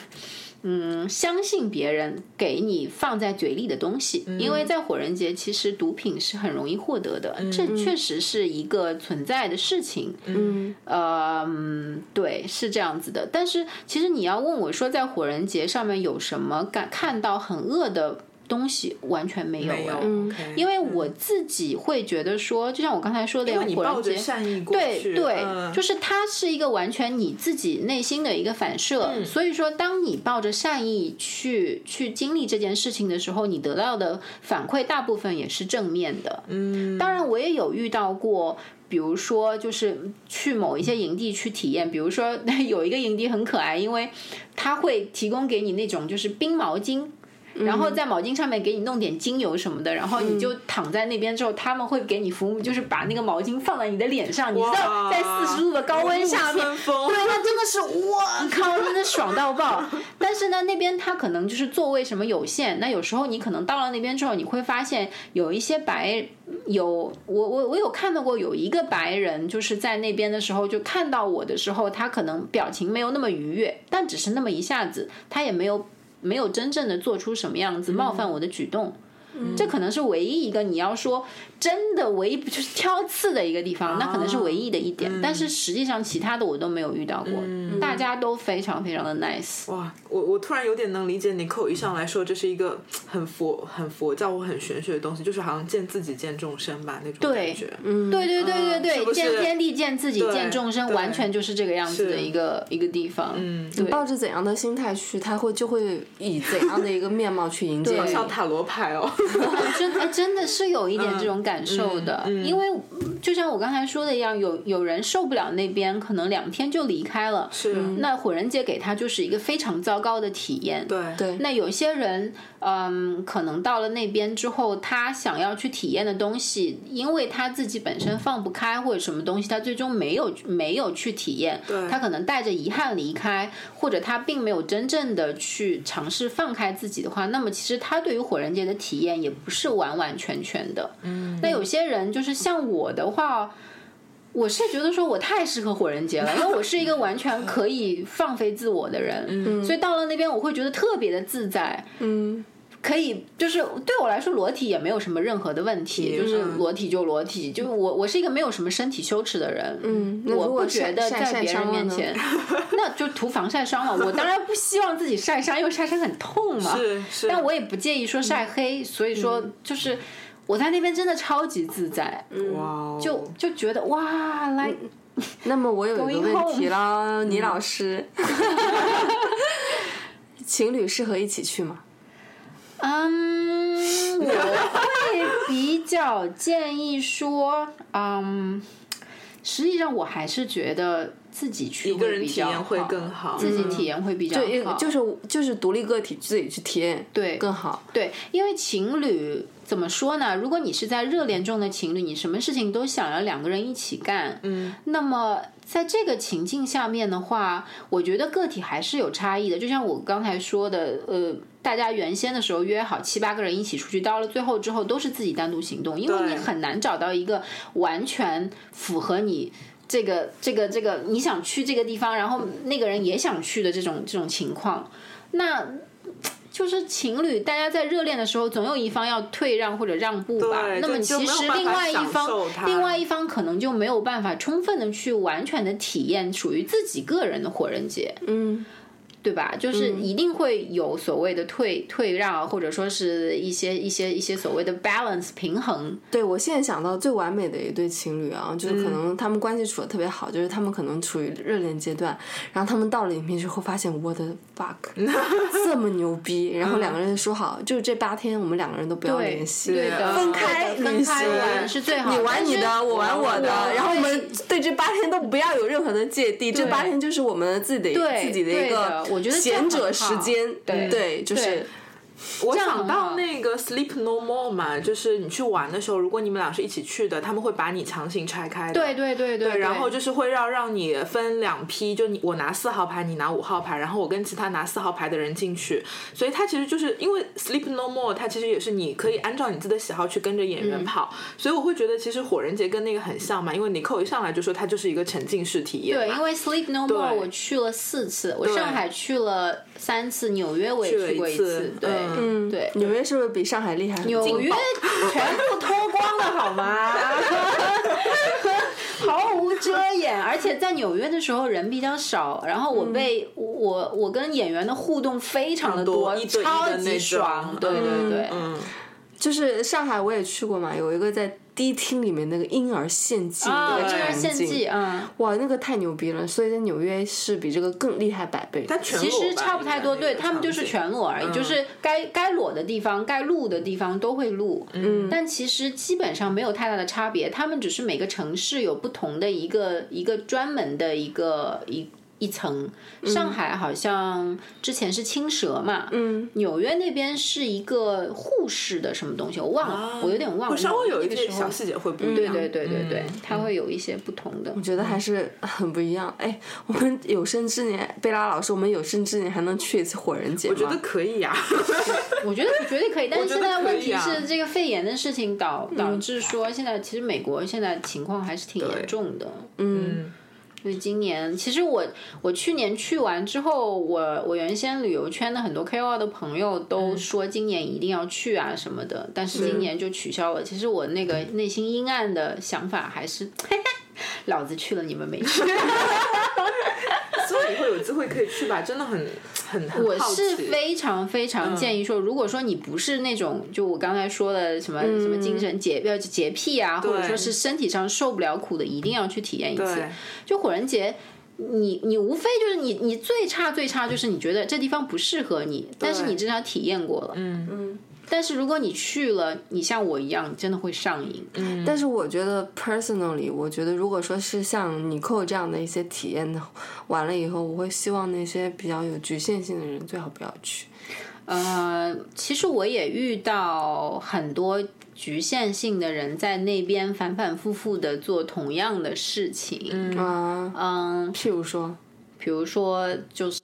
Speaker 1: 嗯，相信别人给你放在嘴里的东西，
Speaker 2: 嗯
Speaker 1: 因为在火人节，其实毒品是很容易获得的，
Speaker 2: 嗯
Speaker 1: 这确实是一个存在的事情。
Speaker 4: 嗯
Speaker 1: 呃嗯，对，是这样子的。但是其实你要问我说，在火人节上面有什么感看到很恶的东西，完全没有、
Speaker 2: 没有
Speaker 1: 哎，
Speaker 2: ，OK，
Speaker 1: 因为我自己会觉得说，就像我刚才说的
Speaker 2: 因
Speaker 1: 呀
Speaker 2: 为，你
Speaker 1: 火
Speaker 2: 抱
Speaker 1: 人
Speaker 2: 着
Speaker 1: 节。
Speaker 2: 善意过
Speaker 1: 对
Speaker 2: 去，
Speaker 1: 对，
Speaker 2: 嗯
Speaker 1: 就是它是一个完全你自己内心的一个反射。
Speaker 2: 嗯
Speaker 1: 所以说，当你抱着善意去去经历这件事情的时候，你得到的反馈大部分也是正面的。嗯，当然我也有遇到过。比如说就是去某一些营地去体验，比如说 有一个营地很可爱，因为它会提供给你那种就是冰毛巾。
Speaker 2: 嗯
Speaker 1: 然后在毛巾上面给你弄点精油什么的，然后你就躺在那边之后，他们会给你服务，就是把那个毛巾放在你的脸上，你知道，
Speaker 2: 哇
Speaker 1: 在四十度的高温下面，
Speaker 2: 春风
Speaker 1: 对，那真的是我靠，真的爽到爆。 但是呢，那边它可能就是座位什么有限，那有时候你可能到了那边之后，你会发现有一些白有我我我有看到过有一个白人，就是在那边的时候就看到我的时候，他可能表情没有那么愉悦，但只是那么一下子，他也没有没有真正的做出什么样子冒犯我的举动。
Speaker 2: 嗯
Speaker 1: 这可能是唯一一个你要说真的唯一就是挑刺的一个地方，那可能是唯一的一
Speaker 2: 啊
Speaker 1: 点。但是实际上其他的我都没有遇到过，大家都非常非常的 nice。
Speaker 2: 嗯哇，我我突然有点能理解你口一上来说这是一个很佛、很佛教或很玄学的东西，就是好像见自己见众生吧那种感觉。嗯，
Speaker 1: 对对对对对，
Speaker 2: 是不是
Speaker 1: 见天地见自己
Speaker 2: 对
Speaker 1: 见众生，
Speaker 2: 对
Speaker 1: 完全就是这个样子的一个一个地方。嗯，对
Speaker 4: 抱着怎样的心态去，他会就会以怎样的一个面貌去迎接
Speaker 1: 对
Speaker 4: 你。
Speaker 2: 像塔罗牌哦。
Speaker 1: 真哎真的是有一点这种感受的，
Speaker 2: 嗯嗯嗯
Speaker 1: 因为嗯就像我刚才说的一样，有有人受不了那边，可能两天就离开了。
Speaker 2: 是
Speaker 1: 那火人节给他就是一个非常糟糕的体验。对
Speaker 2: 对
Speaker 4: 对，
Speaker 1: 那有些人，嗯，可能到了那边之后，他想要去体验的东西，因为他自己本身放不开或者什么东西，他最终没有没有去体验，他可能带着遗憾离开，或者他并没有真正的去尝试放开自己的话，那么其实他对于火人节的体验也不是完完全全的。嗯，那有些人就是像我的话。我是觉得说我太适合火人节 了，因为我是一个完全可以放飞自我的人，所以到了那边我会觉得特别的自在，
Speaker 4: 嗯，
Speaker 1: 可以就是对我来说裸体也没有什么任何的问题，就是
Speaker 4: 嗯
Speaker 1: 裸体就裸体，就我我是一个没有什么身体羞耻的人，
Speaker 4: 嗯那
Speaker 1: 我
Speaker 4: 如果
Speaker 1: 不觉得
Speaker 4: 晒晒
Speaker 1: 在别人
Speaker 4: 伤了
Speaker 1: 面
Speaker 4: 呢
Speaker 1: 前， 那就涂防晒霜了。我当然不希望自己晒伤，因为晒伤很痛嘛，
Speaker 2: 是是，
Speaker 1: 但我也不介意说晒黑，所以说
Speaker 2: 嗯
Speaker 1: 就是我在那边真的超级自在，
Speaker 2: 哇哦，
Speaker 1: 就就觉得哇来。
Speaker 4: 那么我有一个
Speaker 1: Going
Speaker 4: 问题了，倪
Speaker 1: 嗯
Speaker 4: 老师， 情侣适合一起去吗？
Speaker 1: 嗯，我会比较建议说，嗯，实际上我还是觉得自己去
Speaker 2: 一个人
Speaker 1: 比
Speaker 2: 体
Speaker 1: 较
Speaker 2: 验会更嗯
Speaker 1: 好，
Speaker 2: 好。
Speaker 1: 自己体验会比较好，
Speaker 4: 对，就是就是独立个体自己去体验，
Speaker 1: 对
Speaker 4: 更好。
Speaker 1: 对，因为情侣怎么说呢？如果你是在热恋中的情侣，你什么事情都想要两个人一起干，嗯，那么在这个情境下面的话，我觉得个体还是有差异的。就像我刚才说的，呃。大家原先的时候约好七八个人一起出去，到了最后之后都是自己单独行动，因为你
Speaker 2: 对
Speaker 1: 很难找到一个完全符合你这个这个这个你想去这个地方，然后那个人也想去的这种这种情况。那就是情侣，大家在热恋的时候，总有一方要退让或者让步吧。
Speaker 2: 对
Speaker 1: 那么
Speaker 2: 对就
Speaker 1: 其
Speaker 2: 没有
Speaker 1: 实
Speaker 2: 办
Speaker 1: 另
Speaker 2: 法
Speaker 1: 外一
Speaker 2: 享
Speaker 1: 方
Speaker 2: 受，它
Speaker 1: 另外一方可能就没有办法充分的去完全的体验属于自己个人的火人节，
Speaker 4: 嗯，
Speaker 1: 对吧？就是
Speaker 2: 嗯
Speaker 1: 一定会有所谓的退退让，或者说是一些一些一些所谓的 balance 平衡。
Speaker 4: 对我现在想到最完美的一对情侣啊，
Speaker 1: 嗯
Speaker 4: 就是可能他们关系处的特别好，就是他们可能处于热恋阶段，然后他们到了里面之后发现我的 fuck 这么牛逼，然后两个人说好，就是这八天我们两个人都不要联系，
Speaker 1: 嗯对的，
Speaker 4: 分开
Speaker 1: 对的分开
Speaker 4: 旅行
Speaker 1: 玩是最好的。
Speaker 4: 你玩你
Speaker 1: 但
Speaker 4: 的，
Speaker 1: 是
Speaker 4: 我玩我的，
Speaker 1: 我
Speaker 4: 然后我们对这八天都不要有任何的芥蒂，这八天就是我们自己的
Speaker 1: 对
Speaker 4: 自己一
Speaker 1: 对
Speaker 4: 个
Speaker 1: 的我觉得这样
Speaker 4: 闲者
Speaker 1: 很
Speaker 4: 时
Speaker 1: 好
Speaker 4: 间，
Speaker 1: 对
Speaker 4: 对，就
Speaker 1: 对
Speaker 4: 是
Speaker 2: 我
Speaker 1: 样很
Speaker 2: 想
Speaker 1: 好
Speaker 2: 到那个 Sleep No More 嘛，就是你去玩的时候，如果你们俩是一起去的，他们会把你强行拆开的。
Speaker 1: 对对对对，
Speaker 2: 然后就是会要让你分两批，就你我拿四号牌，你拿五号牌，然后我跟其他拿四号牌的人进去。所以它其实就是因为 Sleep No More，它其实也是你可以按照你自己的喜好去跟着演
Speaker 1: 嗯
Speaker 2: 员跑。所以我会觉得其实火人节跟那个很像嘛，因为你扣一上来就说它就是一个沉浸式体验
Speaker 1: 对，
Speaker 2: 嘛。
Speaker 1: 因为 Sleep No More
Speaker 2: 对
Speaker 1: 我去了四次，我上海去了三次，纽约我也
Speaker 2: 去了
Speaker 1: 去过
Speaker 2: 一
Speaker 1: 一
Speaker 2: 次
Speaker 1: 对，
Speaker 2: 嗯
Speaker 1: 对。
Speaker 4: 纽约是不是比上海厉害很多？
Speaker 1: 纽约全部脱光了好 吗？毫无遮掩，而且在纽约的时候人比较少，然后我
Speaker 2: 嗯
Speaker 1: 被、我我跟演员的互动非常的
Speaker 2: 很多一对一的
Speaker 1: 超级
Speaker 2: 那种
Speaker 1: 爽，对对对，
Speaker 2: 嗯，
Speaker 4: 就是上海我也去过嘛，有一个在迪厅里面那个婴儿献祭
Speaker 1: 啊，
Speaker 2: 嗯
Speaker 4: 那个
Speaker 1: 这
Speaker 4: 场
Speaker 1: 是献祭
Speaker 4: 景，
Speaker 1: 啊。
Speaker 4: 哇，那个太牛逼了！所以在纽约是比这个更厉害百倍。
Speaker 2: 它全
Speaker 1: 其
Speaker 2: 裸
Speaker 1: 实
Speaker 2: 吧
Speaker 1: 差不太多，
Speaker 2: 应该那
Speaker 1: 对
Speaker 2: 个
Speaker 1: 他们就
Speaker 2: 场
Speaker 1: 是
Speaker 2: 景嗯
Speaker 1: 全裸而已，就是该该裸的地方、该露的地方都会露。嗯，但其实基本上没有太大的差别，他们只是每个城市有不同的一个一个专门的一个一。一层，
Speaker 4: 嗯
Speaker 1: 上海好像之前是青蛇嘛，嗯，纽约那边是一个护士的什么东西，我忘了，我有点忘了，
Speaker 2: 哦会稍微有一
Speaker 1: 那个
Speaker 2: 点
Speaker 1: 时候
Speaker 2: 小细节会不一样。
Speaker 1: 对对对对对
Speaker 2: 嗯，
Speaker 1: 它会有一些不同的。
Speaker 4: 我觉得还是很不一样。哎，我们有生之年，贝拉老师，我们有生之年还能去一次火人节吗？
Speaker 2: 我觉得可以啊呀、
Speaker 1: 我觉得绝对可以，但是
Speaker 2: 觉
Speaker 1: 现
Speaker 2: 得
Speaker 1: 在
Speaker 2: 可
Speaker 1: 问
Speaker 2: 以
Speaker 1: 题
Speaker 2: 啊嗯
Speaker 1: 是这个肺炎的事情导导致说，现在其实美国现在情况还是挺严重的。
Speaker 4: 嗯，
Speaker 1: 所以今年其实我我去年去完之后，我我原先旅游圈的很多 KOL 的朋友
Speaker 2: 嗯
Speaker 1: 都说今年一定要去啊什么的，但是今年就取消了。其实我那个内心阴暗的想法还是， 老子去了，你们没去。
Speaker 2: 所以以后有机会可以去吧，真的很很很
Speaker 1: 我
Speaker 2: 好
Speaker 1: 是
Speaker 2: 奇。
Speaker 1: 非常非常建议说，如果说你不是那种就我刚才说的什么、什么精神洁呃洁癖啊，或者说是身体上受不了苦的，一定要去体验一次
Speaker 2: 对。
Speaker 1: 就火人节。你你无非就是你你最差最差就是你觉得这地方不适合你，但是你至少体验过了，嗯嗯。但是如果你去了，你像我一样，真的会上瘾。嗯，
Speaker 4: 但是我觉得 personally，我觉得如果说是像尼寇这样的一些体验的，完了以后，我会希望那些比较有局限性的人最好不要去。
Speaker 1: 呃，其实我也遇到很多局限性的人在那边反反复复的做同样的事情。嗯
Speaker 4: 啊，譬如说，
Speaker 1: 比如说就是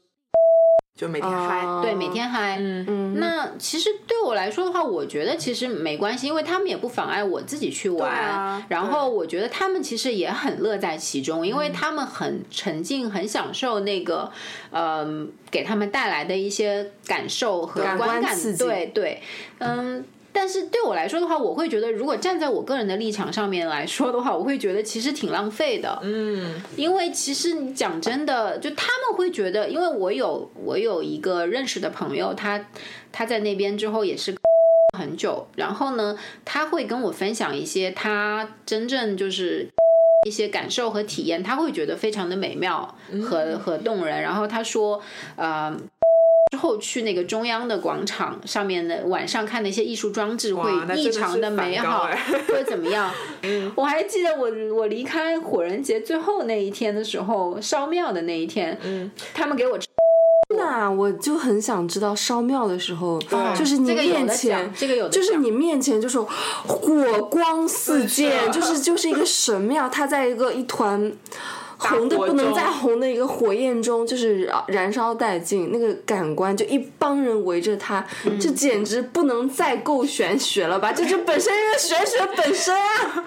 Speaker 2: 就每天嗨、
Speaker 4: 啊
Speaker 1: 对每天嗨。
Speaker 4: 嗯，
Speaker 1: 那其实对我来说的话，我觉得其实没关系，因为他们也不妨碍我自己去玩。
Speaker 2: 啊
Speaker 1: 然后我觉得他们其实也很乐在其中，因
Speaker 4: 嗯
Speaker 1: 为他们很沉浸、很享受那个，嗯、给他们带来的一些感受和
Speaker 4: 感
Speaker 1: 观
Speaker 4: 官
Speaker 1: 感。
Speaker 4: 刺激
Speaker 1: 对对，嗯。但是对我来说的话，我会觉得，如果站在我个人的立场上面来说的话，我会觉得其实挺浪费的。
Speaker 2: 嗯，
Speaker 1: 因为其实你讲真的，就他们会觉得，因为我有我有一个认识的朋友，他他在那边之后也是很久，然后呢，他会跟我分享一些他真正就是。一些感受和体验，他会觉得非常的美妙和
Speaker 2: 嗯
Speaker 1: 和动人。然后他说，呃，之后去那个中央的广场上面的晚上看那些艺术装置，会
Speaker 2: 哇那真
Speaker 1: 异
Speaker 2: 的是
Speaker 1: 常的美
Speaker 2: 梵高
Speaker 1: 好。
Speaker 2: 哎
Speaker 1: 会怎么样？
Speaker 2: 嗯
Speaker 1: 我还记得我我离开火人节最后那一天的时候，烧庙的那一天，嗯，他们给我吃
Speaker 4: 那我就很想知道烧庙的时候，就是你
Speaker 1: 这个有
Speaker 4: 面
Speaker 1: 的
Speaker 4: 前
Speaker 1: 讲，。这个有的
Speaker 4: 就是
Speaker 1: 讲
Speaker 4: 你面前就是火光四溅，
Speaker 2: 对是
Speaker 4: 就是就是一个神庙，它在一个一团红的
Speaker 2: 火
Speaker 4: 不能
Speaker 2: 中
Speaker 4: 再红的一个火焰中，就是燃燃烧殆尽，那个感官就一帮人围着它，
Speaker 2: 嗯
Speaker 4: 这简直不能再够玄学了吧？这就本身就是玄学本 身啊！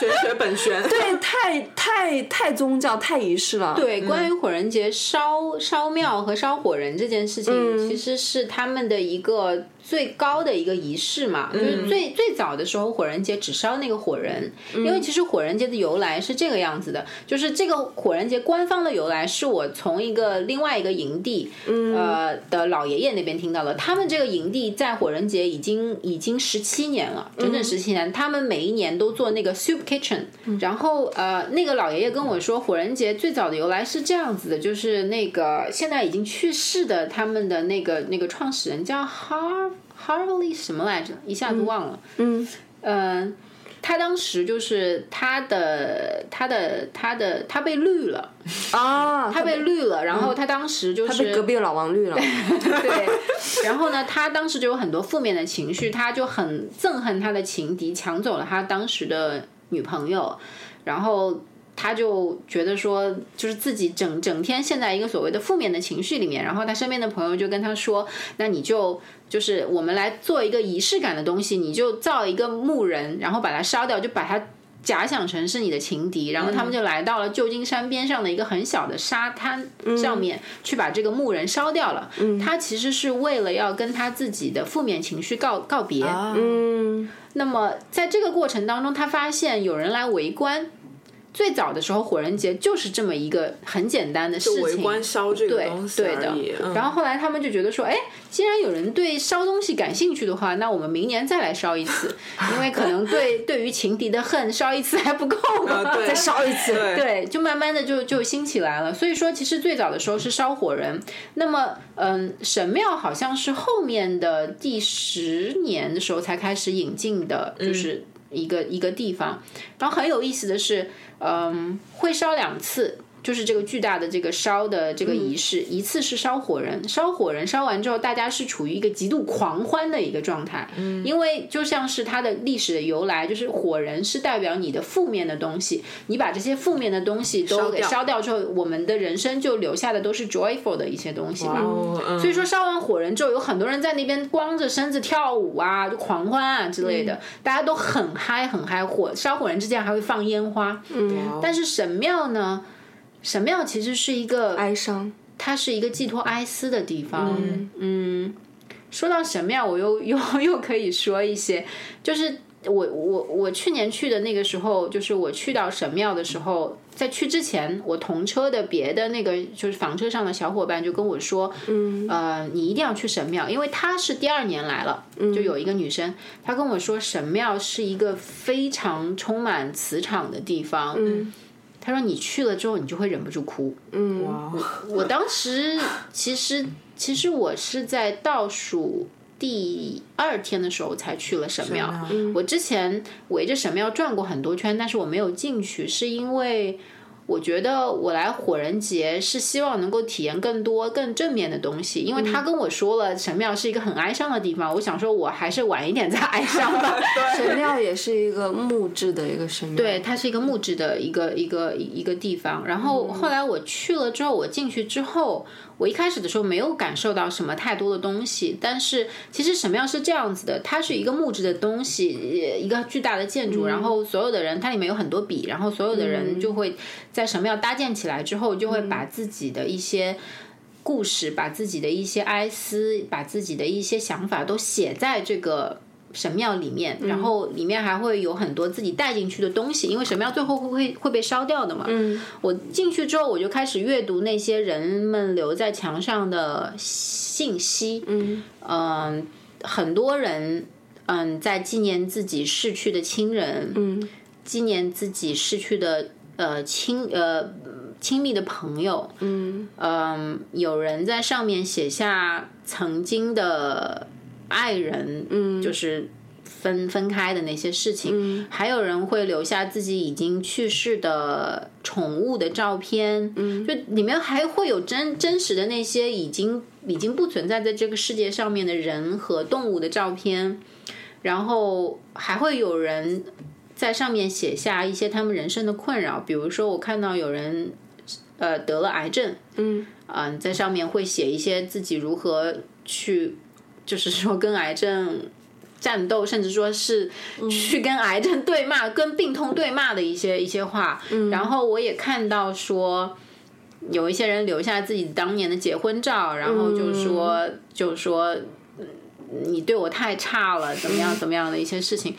Speaker 2: 玄学本玄。
Speaker 4: 对，太太太宗教太仪式了。
Speaker 1: 对，关于火人节烧烧庙和烧火人这件事情，
Speaker 4: 嗯
Speaker 1: 其实是他们的一个最高的一个仪式嘛。就是最最早的时候，火人节只烧那个火人，因为其实火人节的由来是这个样子的，就是这个火人节官方的由来是我从一个另外一个营地，呃的老爷爷那边听到的。他们这个营地在火人节已经已经十七年了，整整十七年。他们每一年都做那个 soup kitchen，、然后呃，那个老爷爷跟我说，火人节最早的由来是这样子的，就是那个现在已经去世的他们的那个那个创始人叫 Har Harley 什么来着，一下子忘了。
Speaker 4: 嗯，
Speaker 1: 嗯，他当时就是他的他的他的他被绿了，
Speaker 4: 啊，
Speaker 1: 他被绿了，然后他当时就是
Speaker 4: 被隔壁的老 王绿了。
Speaker 1: 对，然后呢，他当时就有很多负面的情绪，他就很憎恨他的情敌抢走了他当时的女朋友，然后他就觉得说，就是自己整整天陷在一个所谓的负面的情绪里面，然后他身边的朋友就跟他说，那你就。就是我们来做一个仪式感的东西，你就造一个木人，然后把它烧掉，就把它假想成是你的情敌，然后他们就来到了旧金山边上的一个很小的沙滩上面，去把这个木人烧掉了。
Speaker 2: 嗯
Speaker 1: 他其实是为了要跟他自己的负面情绪告告别。
Speaker 2: 啊，
Speaker 4: 嗯，
Speaker 1: 那么在这个过程当中，他发现有人来围观。最早的时候，火人节就是这么一个很简单的事
Speaker 2: 就围
Speaker 1: 情，
Speaker 2: 观烧这个
Speaker 1: 对
Speaker 2: 东西
Speaker 1: 对
Speaker 2: 而
Speaker 1: 的
Speaker 2: 已。。嗯
Speaker 1: 然后后来他们就觉得说，哎，既然有人对烧东西感兴趣的话，那我们明年再来烧一次，因为可能对对于情敌的恨烧一次还不够嘛，
Speaker 2: 啊对
Speaker 4: 再烧一次，
Speaker 2: 对
Speaker 1: 对，就慢慢的就就兴起来了。所以说，其实最早的时候是烧火人，那么嗯，神庙好像是后面的第十年的时候才开始引进的，就是一个、一个地方。然后很有意思的是，嗯，会烧两次。就是这个巨大的这个烧的这个仪式，
Speaker 2: 嗯
Speaker 1: 一次是烧火人，烧火人烧完之后，大家是处于一个极度狂欢的一个状态，嗯，因为就像是它的历史的由来，就是火人是代表你的负面的东西，你把这些负面的东西都给
Speaker 2: 烧掉
Speaker 1: 烧掉之后，我们的人生就留下的都是 joyful 的一些东西嘛，
Speaker 2: 哦嗯
Speaker 1: 所以说烧完火人之后，有很多人在那边光着身子跳舞啊，就狂欢啊之类的，大家都很嗨很嗨。火烧火人之前还会放烟花，嗯，但是神庙呢，神庙其实是一个
Speaker 4: 哀伤。
Speaker 1: 它是一个寄托哀思的地方。嗯说到神庙，我又 又又可以说一些，就是我我我去年去的那个时候，就是我去到神庙的时候，在去之前，我同车的别的那个就是房车上的小伙伴就跟我说，嗯，呃，你一定要去神庙，因为她是第二年来了，就有一个女生，她跟我说神庙是一个非常充满磁场的地方，嗯。她说：“你去了之后，你就会忍不住哭。”
Speaker 2: 哇
Speaker 1: 我当时其实其实我是在倒数第二天的时候才去了神庙。我之前围着神庙转过很多圈，但是我没有进去，是因为我觉得我来火人节是希望能够体验更多更正面的东西，因为他跟我说了神庙是一个很哀伤的地方，我想说我还是晚一点再哀伤吧。
Speaker 4: 神庙也是一个木质的一个神庙，
Speaker 1: 对，它是一个木质的一个一个一个地方。然后后来我去了之后，我进去之后，我一开始的时候没有感受到什么太多的东西。但是其实神庙是这样子的，它是一个木质的东西，呃一个巨大的建筑，然后所有的人，它里面有很多笔，然后所有的人就会在神庙搭建起来之后，就会把自己的一些。故事把自己的一些哀思，把自己的一些想法都写在这个神庙里面，然后里面还会有很多自己带进去的东西，因为神庙最后会会会被烧掉的嘛。嗯，我进去之后，我就开始阅读那些人们留在墙上的信息。嗯很多人嗯在纪念自己逝去的亲人，嗯，纪念自己逝去的呃亲呃亲密的朋友，嗯有人在上面写下曾经的爱人，嗯，就是分分开的那些事情，还有人会留下自己已经去世的宠物的照片，嗯，就里面还会有真真实的那些已经已经不存在在这个世界上面的人和动物的照片，然后还会有人在上面写下一些他们人生的困扰，比如说我看到有人呃得了癌症，嗯，啊、在上面会写一些自己如何去，就是说跟癌症。战斗，甚至说是去跟癌症对骂、跟病痛对骂的一些一些话。然后我也看到说，有一些人留下自己当年的结婚照，然后就说、就说嗯你对我太差了，怎么样怎么样的一些事情。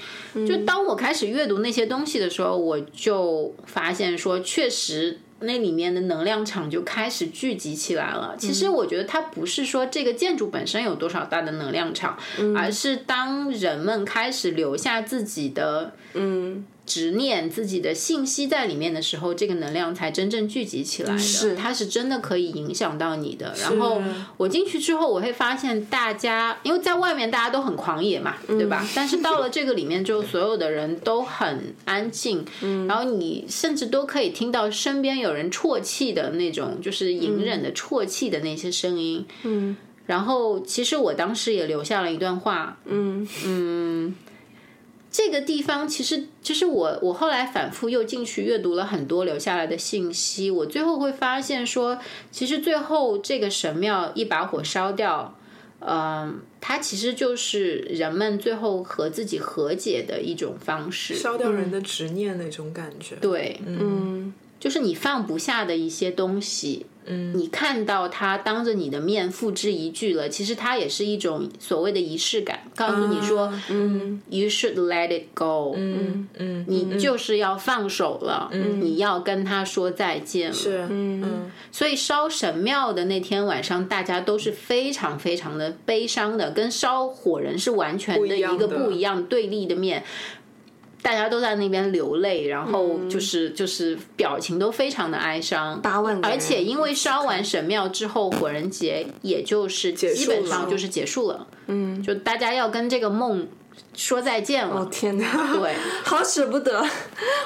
Speaker 1: 就当我开始阅读那些东西的时候，我就发现说，确实。那里面的能量场就开始聚集起来了。其实我觉得它不是说这个建筑本身有多少大的能量场，而是当人们开始留下自己的
Speaker 4: 嗯，
Speaker 1: 执念、自己的信息在里面的时候，这个能量才真正聚集起来的。
Speaker 4: 是
Speaker 1: 它是真的可以影响到你的。然后我进去之后，我会发现大家，因为在外面大家都很狂野嘛，对吧？但是到了这个里面之后，所有的人都很安静，然后你甚至都可以听到身边有人啜泣的那种，就是隐忍的啜泣的那些声音。嗯。然后，其实我当时也留下了一段话，嗯这个地方其实就是我，我后来反复又进去阅读了很多留下来的信息，我最后会发现说，其实最后这个神庙一把火烧掉，嗯、它其实就是人们最后和自己和解的一种方式。
Speaker 2: 烧掉人的执念那种感觉。
Speaker 1: 对，
Speaker 2: 嗯，
Speaker 1: 就是你放不下的一些东西，嗯，你看到他当着你的面付之一炬了，其实它也是一种所谓的仪式感，告诉你说，嗯，you should let it go，嗯
Speaker 2: 嗯，
Speaker 1: 你就是要放手了，嗯，你要跟他说再见了，
Speaker 2: 是，嗯，
Speaker 1: 所以烧神庙的那天晚上，大家都是非常非常的悲伤的，跟烧火人是完全的一个
Speaker 2: 不
Speaker 1: 不
Speaker 2: 一
Speaker 1: 一
Speaker 2: 样
Speaker 1: 样对立的面。大家都在那边流泪，然后就是、就是表情都非常的哀伤。
Speaker 4: 八万个
Speaker 1: 而
Speaker 4: 人
Speaker 1: 且因为烧完神庙之后，火人节也就是
Speaker 2: 束
Speaker 1: 基本上
Speaker 2: 了
Speaker 1: 就是结束了。嗯，就大家要跟这个梦说再见了。
Speaker 4: 哦天哪，
Speaker 1: 对，
Speaker 4: 好舍不得！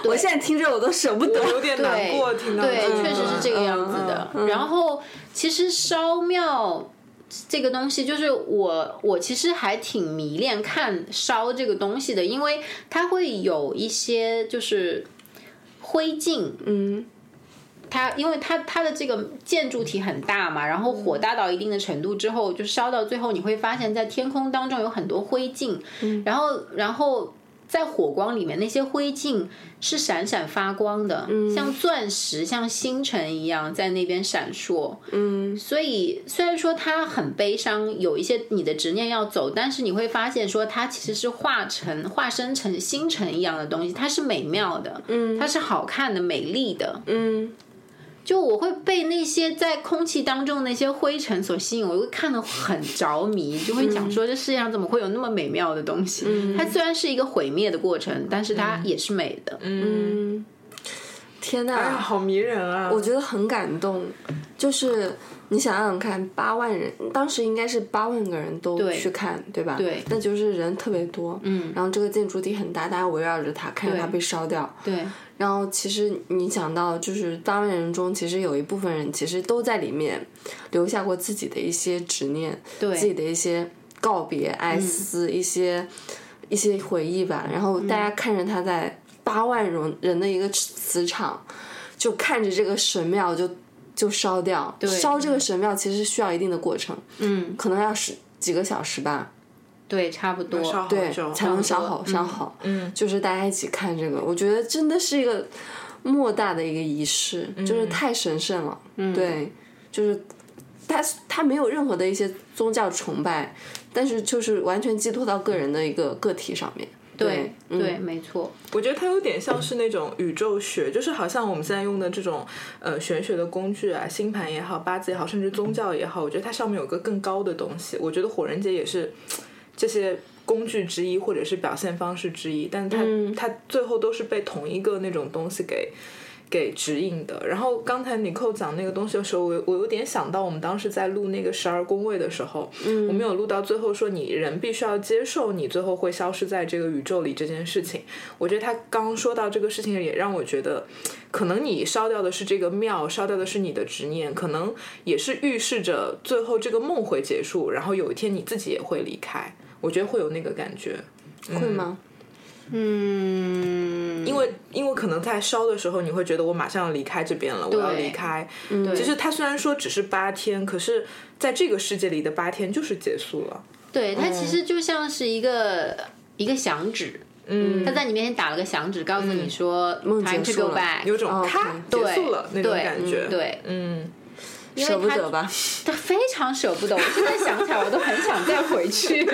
Speaker 4: 我现在听着我都舍不得。
Speaker 2: 有点难
Speaker 1: 对
Speaker 2: 过，听到
Speaker 1: 对，
Speaker 2: 这个嗯
Speaker 1: 确实是这个样子的。然后其实烧庙这个东西，就是我我其实还挺迷恋看烧这个东西的，因为它会有一些就是灰烬，
Speaker 4: 嗯，
Speaker 1: 它因为它它的这个建筑体很大嘛，然后火大到一定的程度之后，就烧到最后，你会发现在天空当中有很多灰烬，
Speaker 2: 嗯
Speaker 1: 然后然后在火光里面那些灰烬是闪闪发光的，像钻石、像星辰一样在那边闪烁。嗯，所以虽然说它很悲伤，有一些你的执念要走，但是你会发现说它其实是化成化身成星辰一样的东西，它是美妙的，嗯，它是好看的、美丽的，
Speaker 4: 嗯，
Speaker 1: 就我会被那些在空气当中的那些灰尘所吸引，我会看得很着迷，就会想说这世界上怎么会有那么美妙的东西？它虽然是一个毁灭的过程，但是它也是美的。
Speaker 4: 嗯，天
Speaker 2: 哎呀，
Speaker 4: 哪，
Speaker 2: 好迷人啊！
Speaker 4: 我觉得很感动。就是你想想看，八万人，当时应该是八万个人都
Speaker 1: 对
Speaker 4: 去看，对吧？
Speaker 1: 对
Speaker 4: 那就是人特别多。
Speaker 1: 嗯
Speaker 4: 然后这个建筑体很大，大家围绕着它，看着它
Speaker 1: 对
Speaker 4: 被烧掉。
Speaker 1: 对
Speaker 4: 然后其实你讲到，就是八万人中，其实有一部分人其实都在里面留下过自己的一些执念，自
Speaker 1: 对
Speaker 4: 己的一些告别、哀思、一些一些回忆吧。然后大家看着他在八万人人的一个磁场，就看着这个神庙就就烧掉。烧这个神庙其实需要一定的过程，嗯，可能要十几个小时吧，
Speaker 1: 对，差不
Speaker 2: 烧好
Speaker 1: 多。
Speaker 4: 对
Speaker 2: 久，
Speaker 4: 才能烧好
Speaker 1: 嗯
Speaker 4: 烧好。
Speaker 2: 嗯
Speaker 4: 就是大家一起看这个，我觉得真的是一个莫大的一个仪式，
Speaker 1: 嗯
Speaker 4: 就是太神圣了。对，就是他他没有任何的一些宗教崇拜，但是就是完全寄托到个人的一个个体上面。对
Speaker 1: 对
Speaker 4: 嗯
Speaker 1: 对，没错。
Speaker 2: 我觉得它有点像是那种宇宙学，就是好像我们现在用的这种呃玄学的工具啊，星盘也好，八字也好，甚至宗教也好，我觉得它上面有个更高的东西。我觉得火人节也是嘖这些工具之一，或者是表现方式之一，但它、它最后都是被同一个那种东西给。给指引的。然后刚才你扣讲那个东西的时候，我我有点想到我们当时在录那个十二宫位的时候，我们有录到最后说你人必须要接受你最后会消失在这个宇宙里这件事情。我觉得他刚刚说到这个事情，也让我觉得，可能你烧掉的是这个庙，烧掉的是你的执念，可能也是预示着最后这个梦会结束，然后有一天你自己也会离开。我觉得会有那个感觉。
Speaker 4: 会吗？
Speaker 1: 嗯，
Speaker 2: 因为因为可能在烧的时候，你会觉得我马上要离开这边了，我
Speaker 1: 对嗯
Speaker 2: 要离开。其实它虽然说只是八天，可是在这个世界里的八天就是结束了。
Speaker 1: 对
Speaker 4: 嗯
Speaker 1: 它其实就像是一个一个响指，嗯，它在你面前打了个响指，告诉你说
Speaker 4: 嗯梦
Speaker 1: time
Speaker 4: 结
Speaker 1: to
Speaker 4: 束
Speaker 1: go
Speaker 4: 了
Speaker 1: back，
Speaker 2: 有种
Speaker 4: 哦
Speaker 2: 咔、
Speaker 1: 对
Speaker 2: 结束了那种
Speaker 1: 对
Speaker 2: 感觉。
Speaker 1: 嗯对
Speaker 2: 嗯，
Speaker 1: 因
Speaker 4: 舍不
Speaker 1: 为它
Speaker 4: 得吧？
Speaker 1: 他非常舍不得，我现在想起来我都很想再回 去。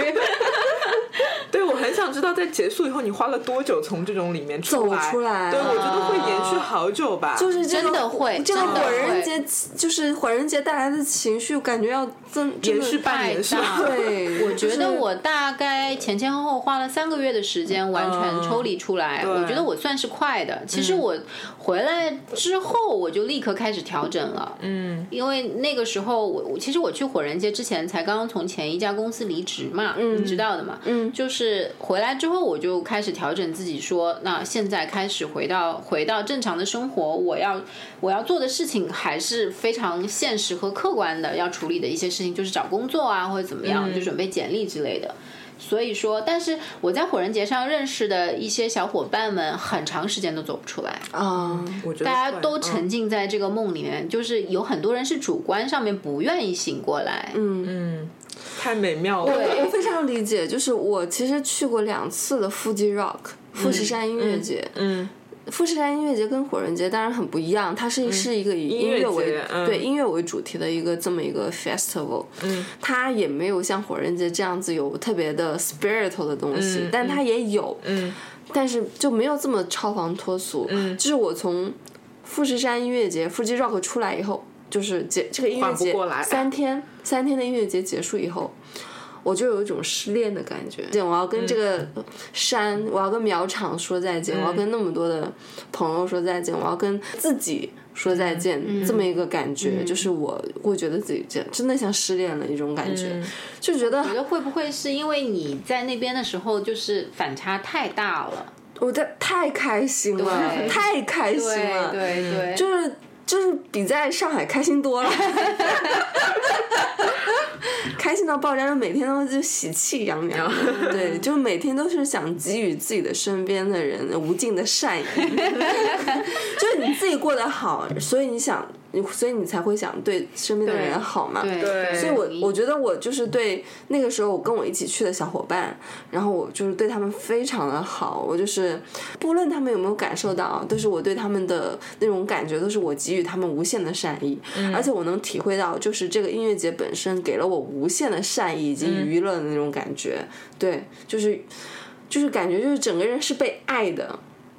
Speaker 2: 对我很想知道，在结束以后你花了多久从这种里面出来？
Speaker 4: 走出来
Speaker 2: 对我觉得会延
Speaker 1: 啊
Speaker 2: 续好久吧。就
Speaker 4: 就
Speaker 2: 是
Speaker 4: 这个
Speaker 1: 真的会
Speaker 4: 这个
Speaker 1: 真的
Speaker 4: 火
Speaker 1: 会
Speaker 4: 人节，就是火人节带来的情绪，感觉要增真
Speaker 2: 延
Speaker 4: 的
Speaker 2: 续半年是吧
Speaker 1: 太？大了
Speaker 4: 对，
Speaker 1: 我觉
Speaker 4: 就
Speaker 1: 得
Speaker 4: 是嗯
Speaker 1: 我大概前前后后花了三个月的时间完全抽离出来，我觉得我算是快的。其实我回来之后，我就立刻开始调整了。嗯，因为那个时候我我其实我去火人街之前才刚刚从前一家公司离职嘛，你知道的嘛。嗯，就是回来之后我就开始调整自己说，那现在开始回到回到正常的生活，我要我要做的事情还是非常现实和客观的，要处理的一些事情就是找工作啊或者怎么样，就准备简历之类的。所以说，但是我在火人节上认识的一些小伙伴们，很长时间都走不出来，
Speaker 4: 啊， 嗯
Speaker 2: 我觉得
Speaker 1: 大
Speaker 2: 大
Speaker 1: 家都沉浸在这个梦里面，就是有很多人是主观上面不愿意醒过来。嗯，
Speaker 2: 太美妙了。
Speaker 4: 我非常理解，就是我其实去过两次的腹肌 Rock 富士山音乐节，
Speaker 2: 嗯，
Speaker 4: 富士山音乐节跟火人节当然很不一样，它是是一个以音乐为
Speaker 2: 音乐节嗯
Speaker 4: 对音乐为主题的一个这么一个 festival，
Speaker 2: 嗯，
Speaker 4: 它也没有像火人节这样子有特别的 spiritual 的东西，
Speaker 2: 嗯
Speaker 4: 但它也有，
Speaker 2: 嗯
Speaker 4: 但是就没有这么超凡脱俗。
Speaker 2: 嗯
Speaker 4: 就是我从富士山音乐节富士 rock 出来以后，就是结这个音乐
Speaker 2: 缓不
Speaker 4: 节
Speaker 2: 过来
Speaker 4: 三天三天的音乐节结束以后。我就有一种失恋的感觉，我要跟这个
Speaker 2: 嗯
Speaker 4: 山，我要跟苗场说再见，我要跟那么多的朋友说再见，我要跟自己说再见，
Speaker 2: 嗯
Speaker 4: 这么一个感觉，就是我会觉得自己这真的像失恋了一种感觉，
Speaker 2: 嗯
Speaker 4: 就觉得
Speaker 1: 觉得会不会是因为你在那边的时候就是反差太大了？
Speaker 4: 我的太开心了，
Speaker 1: 对
Speaker 4: 太开心了，
Speaker 1: 对对，
Speaker 4: 嗯就是就是比在上海开 心多了，开心到爆炸，就每天都就喜气洋洋。
Speaker 1: 嗯
Speaker 4: 对，就每天都是想给予自己的身边的人无尽 的善意。就是你自己过得好，所以你想，你所以你才会想对身边的
Speaker 1: 对
Speaker 4: 人好嘛。
Speaker 1: 对
Speaker 2: 对
Speaker 4: 所以我我觉得我就是对那个时候我跟我一起去的小伙伴，然后我就是对他们非常的好，我就是不论他们有没有感受到，都是我对他们的那种感觉，都是我给予他们无限的善意，而且我能体会到，就是这个音乐节本身给了我无限的善意以及娱乐的那种感觉，对，就是就是感觉就是整个人是被爱的，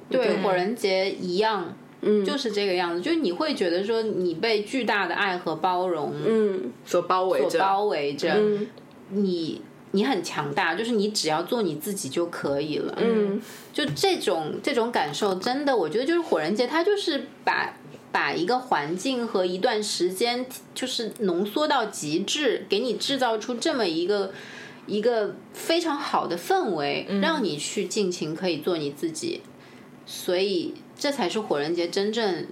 Speaker 1: 对火人节一样。嗯，就是这个样子，就是你会觉得说你被巨大的爱和包容
Speaker 4: 嗯
Speaker 2: 所包围
Speaker 1: 所
Speaker 2: 着，
Speaker 1: 包围着，
Speaker 4: 嗯
Speaker 1: 你你很强大，就是你只要做你自己就可以了。
Speaker 4: 嗯，
Speaker 1: 就这种这种感受，真的，我觉得就是火人节，它就是把把一个环境和一段时间，就是浓缩到极致，给你制造出这么一个一个非常好的氛围，
Speaker 4: 嗯
Speaker 1: 让你去尽情可以做你自己。所以，这才是火人节真正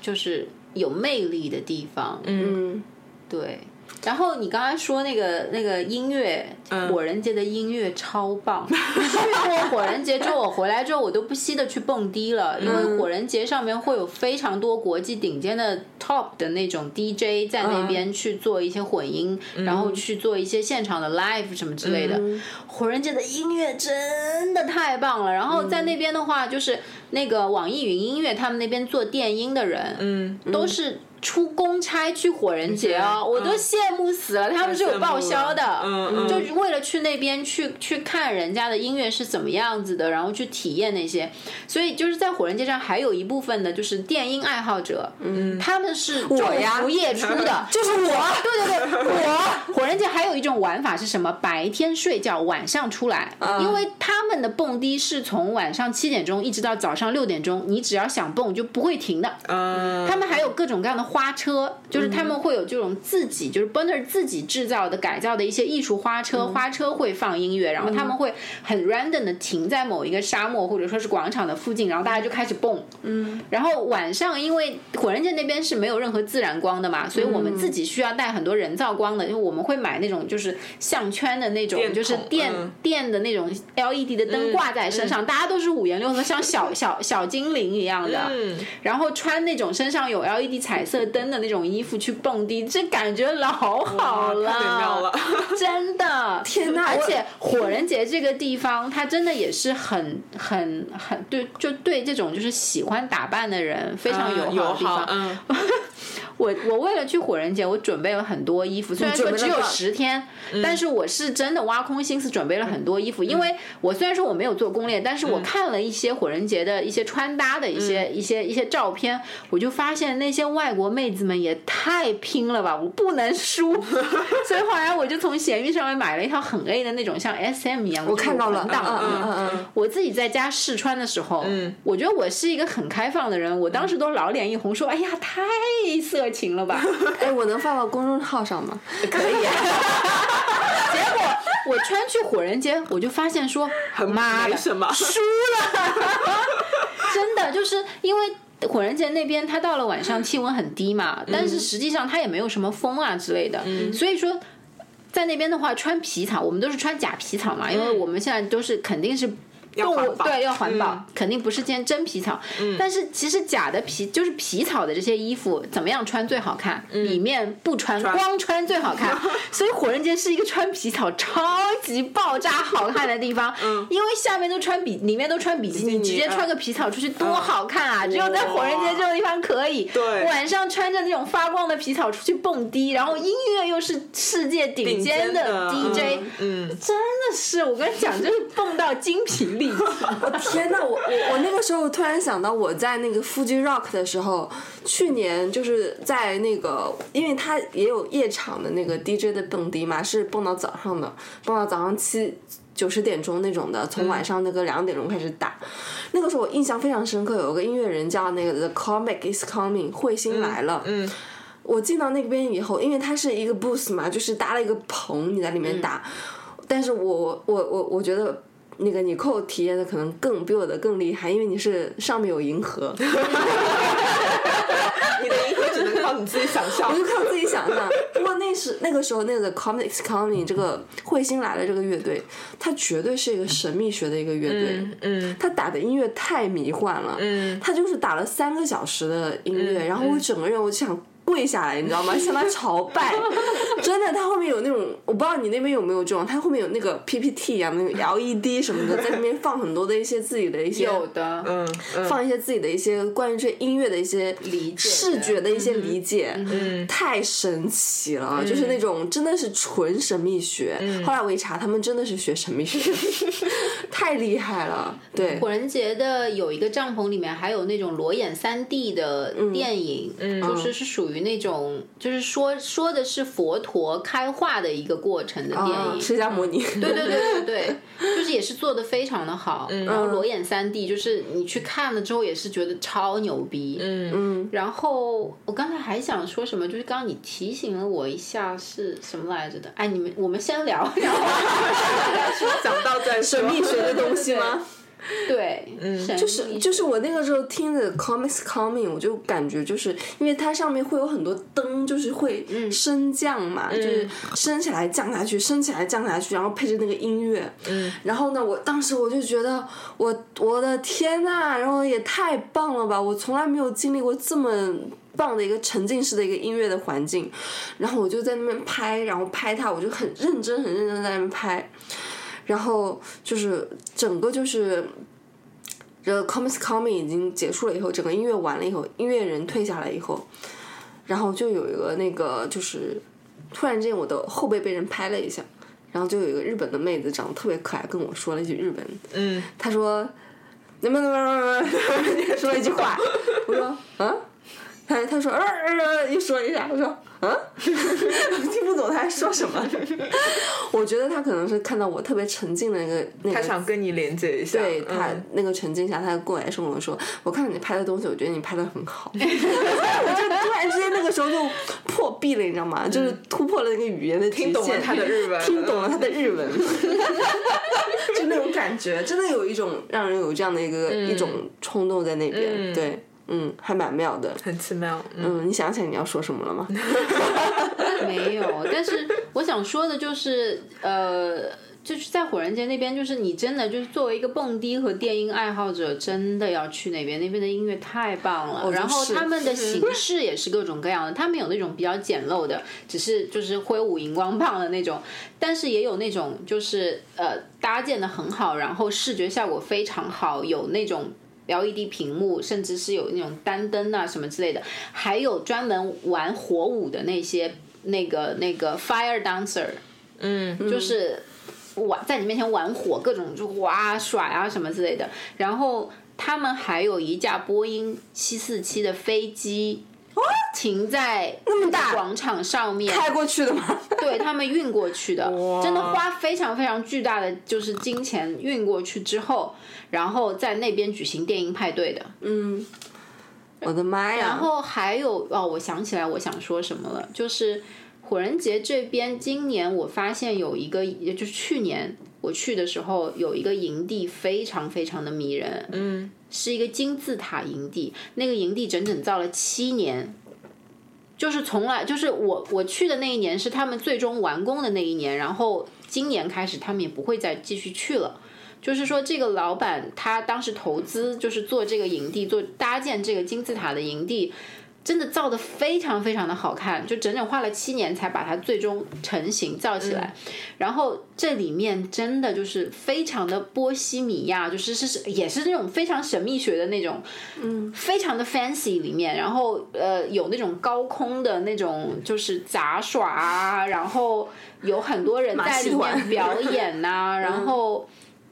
Speaker 1: 就是有魅力的地方。嗯。
Speaker 4: 嗯，
Speaker 1: 对，然后你刚才说那个那个音乐，火人节的音乐超棒。 去过火人节之后，我回来之后我都不惜的去蹦迪了，因为火人节上面会有非常多国际顶尖的 top 的那种 DJ 在那边去做一些混音，然后去做一些现场的 live 什么之类的。火人节的音乐真的太棒了。然后在那边的话，就是那个网易云音乐他们那边做电音的人，
Speaker 2: 嗯，
Speaker 1: 都是出公差去火人节哦，我都羡慕死了。他们是有报销的，
Speaker 2: 嗯嗯
Speaker 1: 就是为了去那边去去看人家的音乐是怎么样子的，然后去体验那些。所以就是在火人节上，还有一部分的就是电音爱好者，嗯，他们是重
Speaker 4: 呀，
Speaker 1: 服夜出的
Speaker 4: 就是我，
Speaker 1: 对对对，我火人节还有一种玩法是什么？白天睡觉，晚上出来，
Speaker 2: 嗯
Speaker 1: 因为他们的蹦迪是从晚上七点钟一直到早上六点钟，你只要想蹦就不会停的。
Speaker 2: 嗯，
Speaker 1: 他们还有各种各样的花车，就是他们会有这种自己，就是 Burner 自己制造的、改造的一些艺术花车，
Speaker 2: 嗯
Speaker 1: 花车会放音乐，然后他们会很 random 的停在某一个沙漠或者说是广场的附近，然后大家就开始蹦。嗯，然后晚上因为火人节那边是没有任何自然光的
Speaker 2: 嗯
Speaker 1: 嘛，所以我们自己需要带很多人造光的，因为我们会买那种就是项圈的那种，
Speaker 2: 电筒
Speaker 1: 就是电、
Speaker 2: 嗯
Speaker 1: 电的那种 LED 的灯挂在身上，大家都是五颜六色，像小小小精灵一样的。
Speaker 2: 嗯，
Speaker 1: 然后穿那种身上有 LED 彩色灯的那种衣服去蹦迪，这感觉老好了，
Speaker 2: 太美妙 了
Speaker 1: 真的，
Speaker 4: 天哪
Speaker 1: 而
Speaker 4: 我
Speaker 1: 且火人节这个地方，它真的也是很很很对，就对这种就是喜欢打扮的人非常友
Speaker 2: 嗯
Speaker 1: 好的地方。
Speaker 2: 嗯，
Speaker 1: 我我为了去火人节，我准备了很多衣服，虽然说
Speaker 4: 准备了
Speaker 1: 只有
Speaker 4: 多少嗯
Speaker 1: 十天，但是我是真的挖空心思准备了很多衣服，因为我虽然说我没有做攻略，但是
Speaker 4: 嗯
Speaker 1: 我看了一些火人节的一些穿搭的一些、一些一些照片，我就发现那些外国妹子们也太拼了吧，我不能 输，所以后来我就从闲鱼上面买了一套很 A 的那种像 SM 一样的，
Speaker 4: 我看到了，
Speaker 1: 档的。
Speaker 4: 嗯嗯嗯
Speaker 1: 我自己在家试穿的时候，
Speaker 2: 嗯
Speaker 1: 我觉得我是一个很开放的人，我当时都老脸一红，说：“哎呀，太色情了 吧！”
Speaker 4: 嗯，哎，我能放到公众号上吗？
Speaker 1: 可以、结果我穿去火人节，我就发现说，妈
Speaker 2: 没
Speaker 1: 的，
Speaker 2: 什么，
Speaker 1: 输了，真的就是因为。火人节那边，它到了晚上气温很低嘛，
Speaker 2: 嗯
Speaker 1: 但是实际上它也没有什么风啊之类的，所以说在那边的话，穿皮草，我们都是穿假皮草嘛，因为我们现在都是肯定是
Speaker 2: 嗯要
Speaker 1: 动
Speaker 2: 环
Speaker 1: 物
Speaker 2: 保
Speaker 1: 对要环保，
Speaker 2: 嗯
Speaker 1: 肯定不是件真皮草。但是其实假的皮就是皮草的这些衣服，怎么样穿最好看？里面不穿，
Speaker 2: 嗯穿
Speaker 1: 光穿最好 看。所以火人节是一个穿皮草超级爆炸好看的地方，
Speaker 2: 嗯
Speaker 1: 因为下面都穿比，里面都穿比基
Speaker 2: 比基
Speaker 1: 尼，
Speaker 2: 尼
Speaker 1: 直接
Speaker 2: 嗯
Speaker 1: 穿个皮草出去多好看啊！只有在火人节
Speaker 2: 哇
Speaker 1: 这种地方可以。
Speaker 2: 对
Speaker 1: 晚上穿着那种发光的皮草出去蹦迪，然后音乐又是世界顶
Speaker 2: 顶
Speaker 1: 尖
Speaker 2: 尖
Speaker 1: 的 DJ。
Speaker 2: 嗯，嗯
Speaker 1: 真的是，我跟你讲，就是蹦到精疲力尽。
Speaker 4: 我天呐，我我我那个时候突然想到，我在那个 Fuji Rock 的时候，去年就是在那个，因为它也有夜场的那个 DJ 的蹦迪嘛，是蹦到早上的，蹦到早上七九十点钟那种的，从晚上那个两点钟开始打。那个时候我印象非常深刻，有个音乐人叫那个 The Comic Is Coming，彗星来了。
Speaker 2: 嗯，
Speaker 4: 我进到那边以后，因为它是一个 booth 嘛，就是搭了一个棚，你在里面打。
Speaker 2: 嗯
Speaker 4: 但是我我我我觉得那个你扣体验的可能更比我的更厉害，因为你是上面有银河，
Speaker 2: 你的银河只能靠你自己想象
Speaker 4: 我就。靠自己想象。不过那时那个时候那个 Comics Coming 这个彗星来了这个乐队，它绝对是一个神秘学的一个乐队。
Speaker 2: 嗯嗯
Speaker 4: 他打的音乐太迷幻了，
Speaker 2: 嗯
Speaker 4: 他就是打了三个小时的音乐，然后我整个人我就想跪下来，你知道吗？向他朝拜，真的。他后面有那种，我不知道你那边有没有这种，他后面有那个 PPT 一样的那种 LED 什么的，在那边放很多的一些自己的 一些
Speaker 1: 的，
Speaker 2: 嗯嗯
Speaker 4: 放一些自己的一些关于这音乐的一些
Speaker 1: 理解的
Speaker 4: 视觉的一些理解，
Speaker 2: 嗯
Speaker 4: 太神奇了，就是那种真的是纯神秘学。
Speaker 2: 嗯
Speaker 4: 后来我一查，他们真的是学神 秘学，太厉害了。对，
Speaker 1: 火人节的有一个帐篷里面还有那种裸眼三 D 的
Speaker 4: 嗯
Speaker 1: 电影，就是是属于那种，就是说说的是佛陀开化的一个过程的电
Speaker 4: 啊
Speaker 1: 影。
Speaker 4: 释迦摩尼，
Speaker 1: 对对对对对，就是也是做的非常的好，然
Speaker 4: 嗯
Speaker 1: 后裸眼三 D，就是你去看了之后也是觉得超牛逼。
Speaker 2: 嗯，
Speaker 4: 嗯，
Speaker 1: 然后我刚才还想说什么，就是刚刚你提醒了我一下是什么来着的？哎，你们我们先聊 聊。
Speaker 2: 想到再说
Speaker 4: 神秘学的东西吗？
Speaker 1: 对，嗯，
Speaker 4: 就是就是我那个时候听的 Comics Coming，我就感觉就是因为它上面会有很多灯，就是会升降嘛，就是升起来降下去，升起来降下去，然后配着那个音乐，嗯，然后呢，我当时我就觉得我我的天呐，然后也太棒了吧！我从来没有经历过这么。棒的一个沉浸式的一个音乐的环境，然后我就在那边拍，然后拍它，我就很认真、很认真地在那边拍，然后就是整个就是这个 Comics Coming 已经结束了以后，整个音乐完了以后，音乐人退下来以后，然后就有一个那个就是突然间我的后背被人拍了一下，然后就有一个日本的妹子长得特别可爱，跟我说了一句日文，
Speaker 2: 嗯，
Speaker 4: 她说能不能能 不能能说了一句话，我说啊，她她说呃呃呃，又说了一下，我说啊， 我听不懂她在说什么， 我觉得她可能是看到我特别沉浸的那个那
Speaker 2: 他
Speaker 4: 个
Speaker 2: 想跟你连接一下，
Speaker 4: 对
Speaker 2: 嗯
Speaker 4: 他那个沉浸下，他过来跟我说：“我看了你拍的东西，我觉得你拍的很 好。” 我就突然之间那个时候就破壁了，你知道吗？就是突破了那个语言的
Speaker 2: 嗯听
Speaker 4: 听
Speaker 2: 懂了他的日 文，
Speaker 4: 听懂了他的日 文，就那种感觉，真的有一种让人有这样的一个、一种冲动在那边。
Speaker 2: 嗯
Speaker 4: 对，嗯，还蛮妙的。
Speaker 2: 很奇妙，嗯
Speaker 4: 嗯，你想起来你要说什么 了吗？
Speaker 1: 没有，但是我想说的就是，呃，就是在火人节那边，就是你真的就是作为一个蹦迪和电音爱好者，真的要去那边，那边的音乐太棒了。
Speaker 4: 哦就是
Speaker 1: 然后他们的形式也是各种各样的，他们有那种比较简陋的，只是就是挥舞荧光棒的那种，但是也有那种就是呃搭建的很好，然后视觉效果非常好，有那种 LED 屏幕，甚至是有那种单灯啊什么之类的，还有专门玩火舞的那些那个那个 fire dancer，
Speaker 2: 嗯
Speaker 1: 就是玩在你面前玩火，各种就哇甩啊什么之类的。然后他们还有一架波音七四七的飞机。停在那
Speaker 4: 么大
Speaker 1: 广场上面，
Speaker 4: 开过去的吗？
Speaker 1: 对他们运过去的，
Speaker 2: 哇
Speaker 1: 真的花非常非常巨大的就是金钱运过去之后，然后在那边举行电音派对的。
Speaker 4: 嗯，我的妈呀！
Speaker 1: 然后还有哦，我想起来我想说什么了，就是火人节这边今年我发现有一个，也就是去年我去的时候有一个营地非常非常的迷人，
Speaker 2: 嗯，
Speaker 1: 是一个金字塔营地，那个营地整整造了七年。就是从来就是我我去的那一年是他们最终完工的那一年，然后今年开始他们也不会再继续去了，就是说这个老板他当时投资就是做这个营地，做搭建这个金字塔的营地。真的造的非常非常的好看，就整整花了七年才把它最终成型造起来。然后这里面真的就是非常的波西米亚，就是是是也是那种非常神秘学的那种，嗯，非常的 fancy 里面，然后呃有那种高空的那种就是杂耍啊，然后有很多人在里
Speaker 4: 马戏
Speaker 1: 面
Speaker 4: 团
Speaker 1: 表演呐、然后。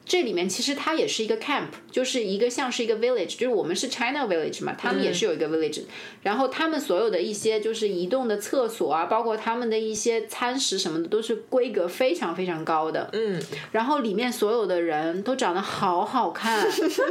Speaker 1: 这里面其实它也是一个 camp，就是一个像是一个 village，就是我们是 China village 嘛，他们也是有一个 village，、然后他们所有的一些就是移动的厕所啊，包括他们的一些餐食什么的，都是规格非常非常高的。
Speaker 2: 嗯，
Speaker 1: 然后里面所有的人都长得好 好看，就是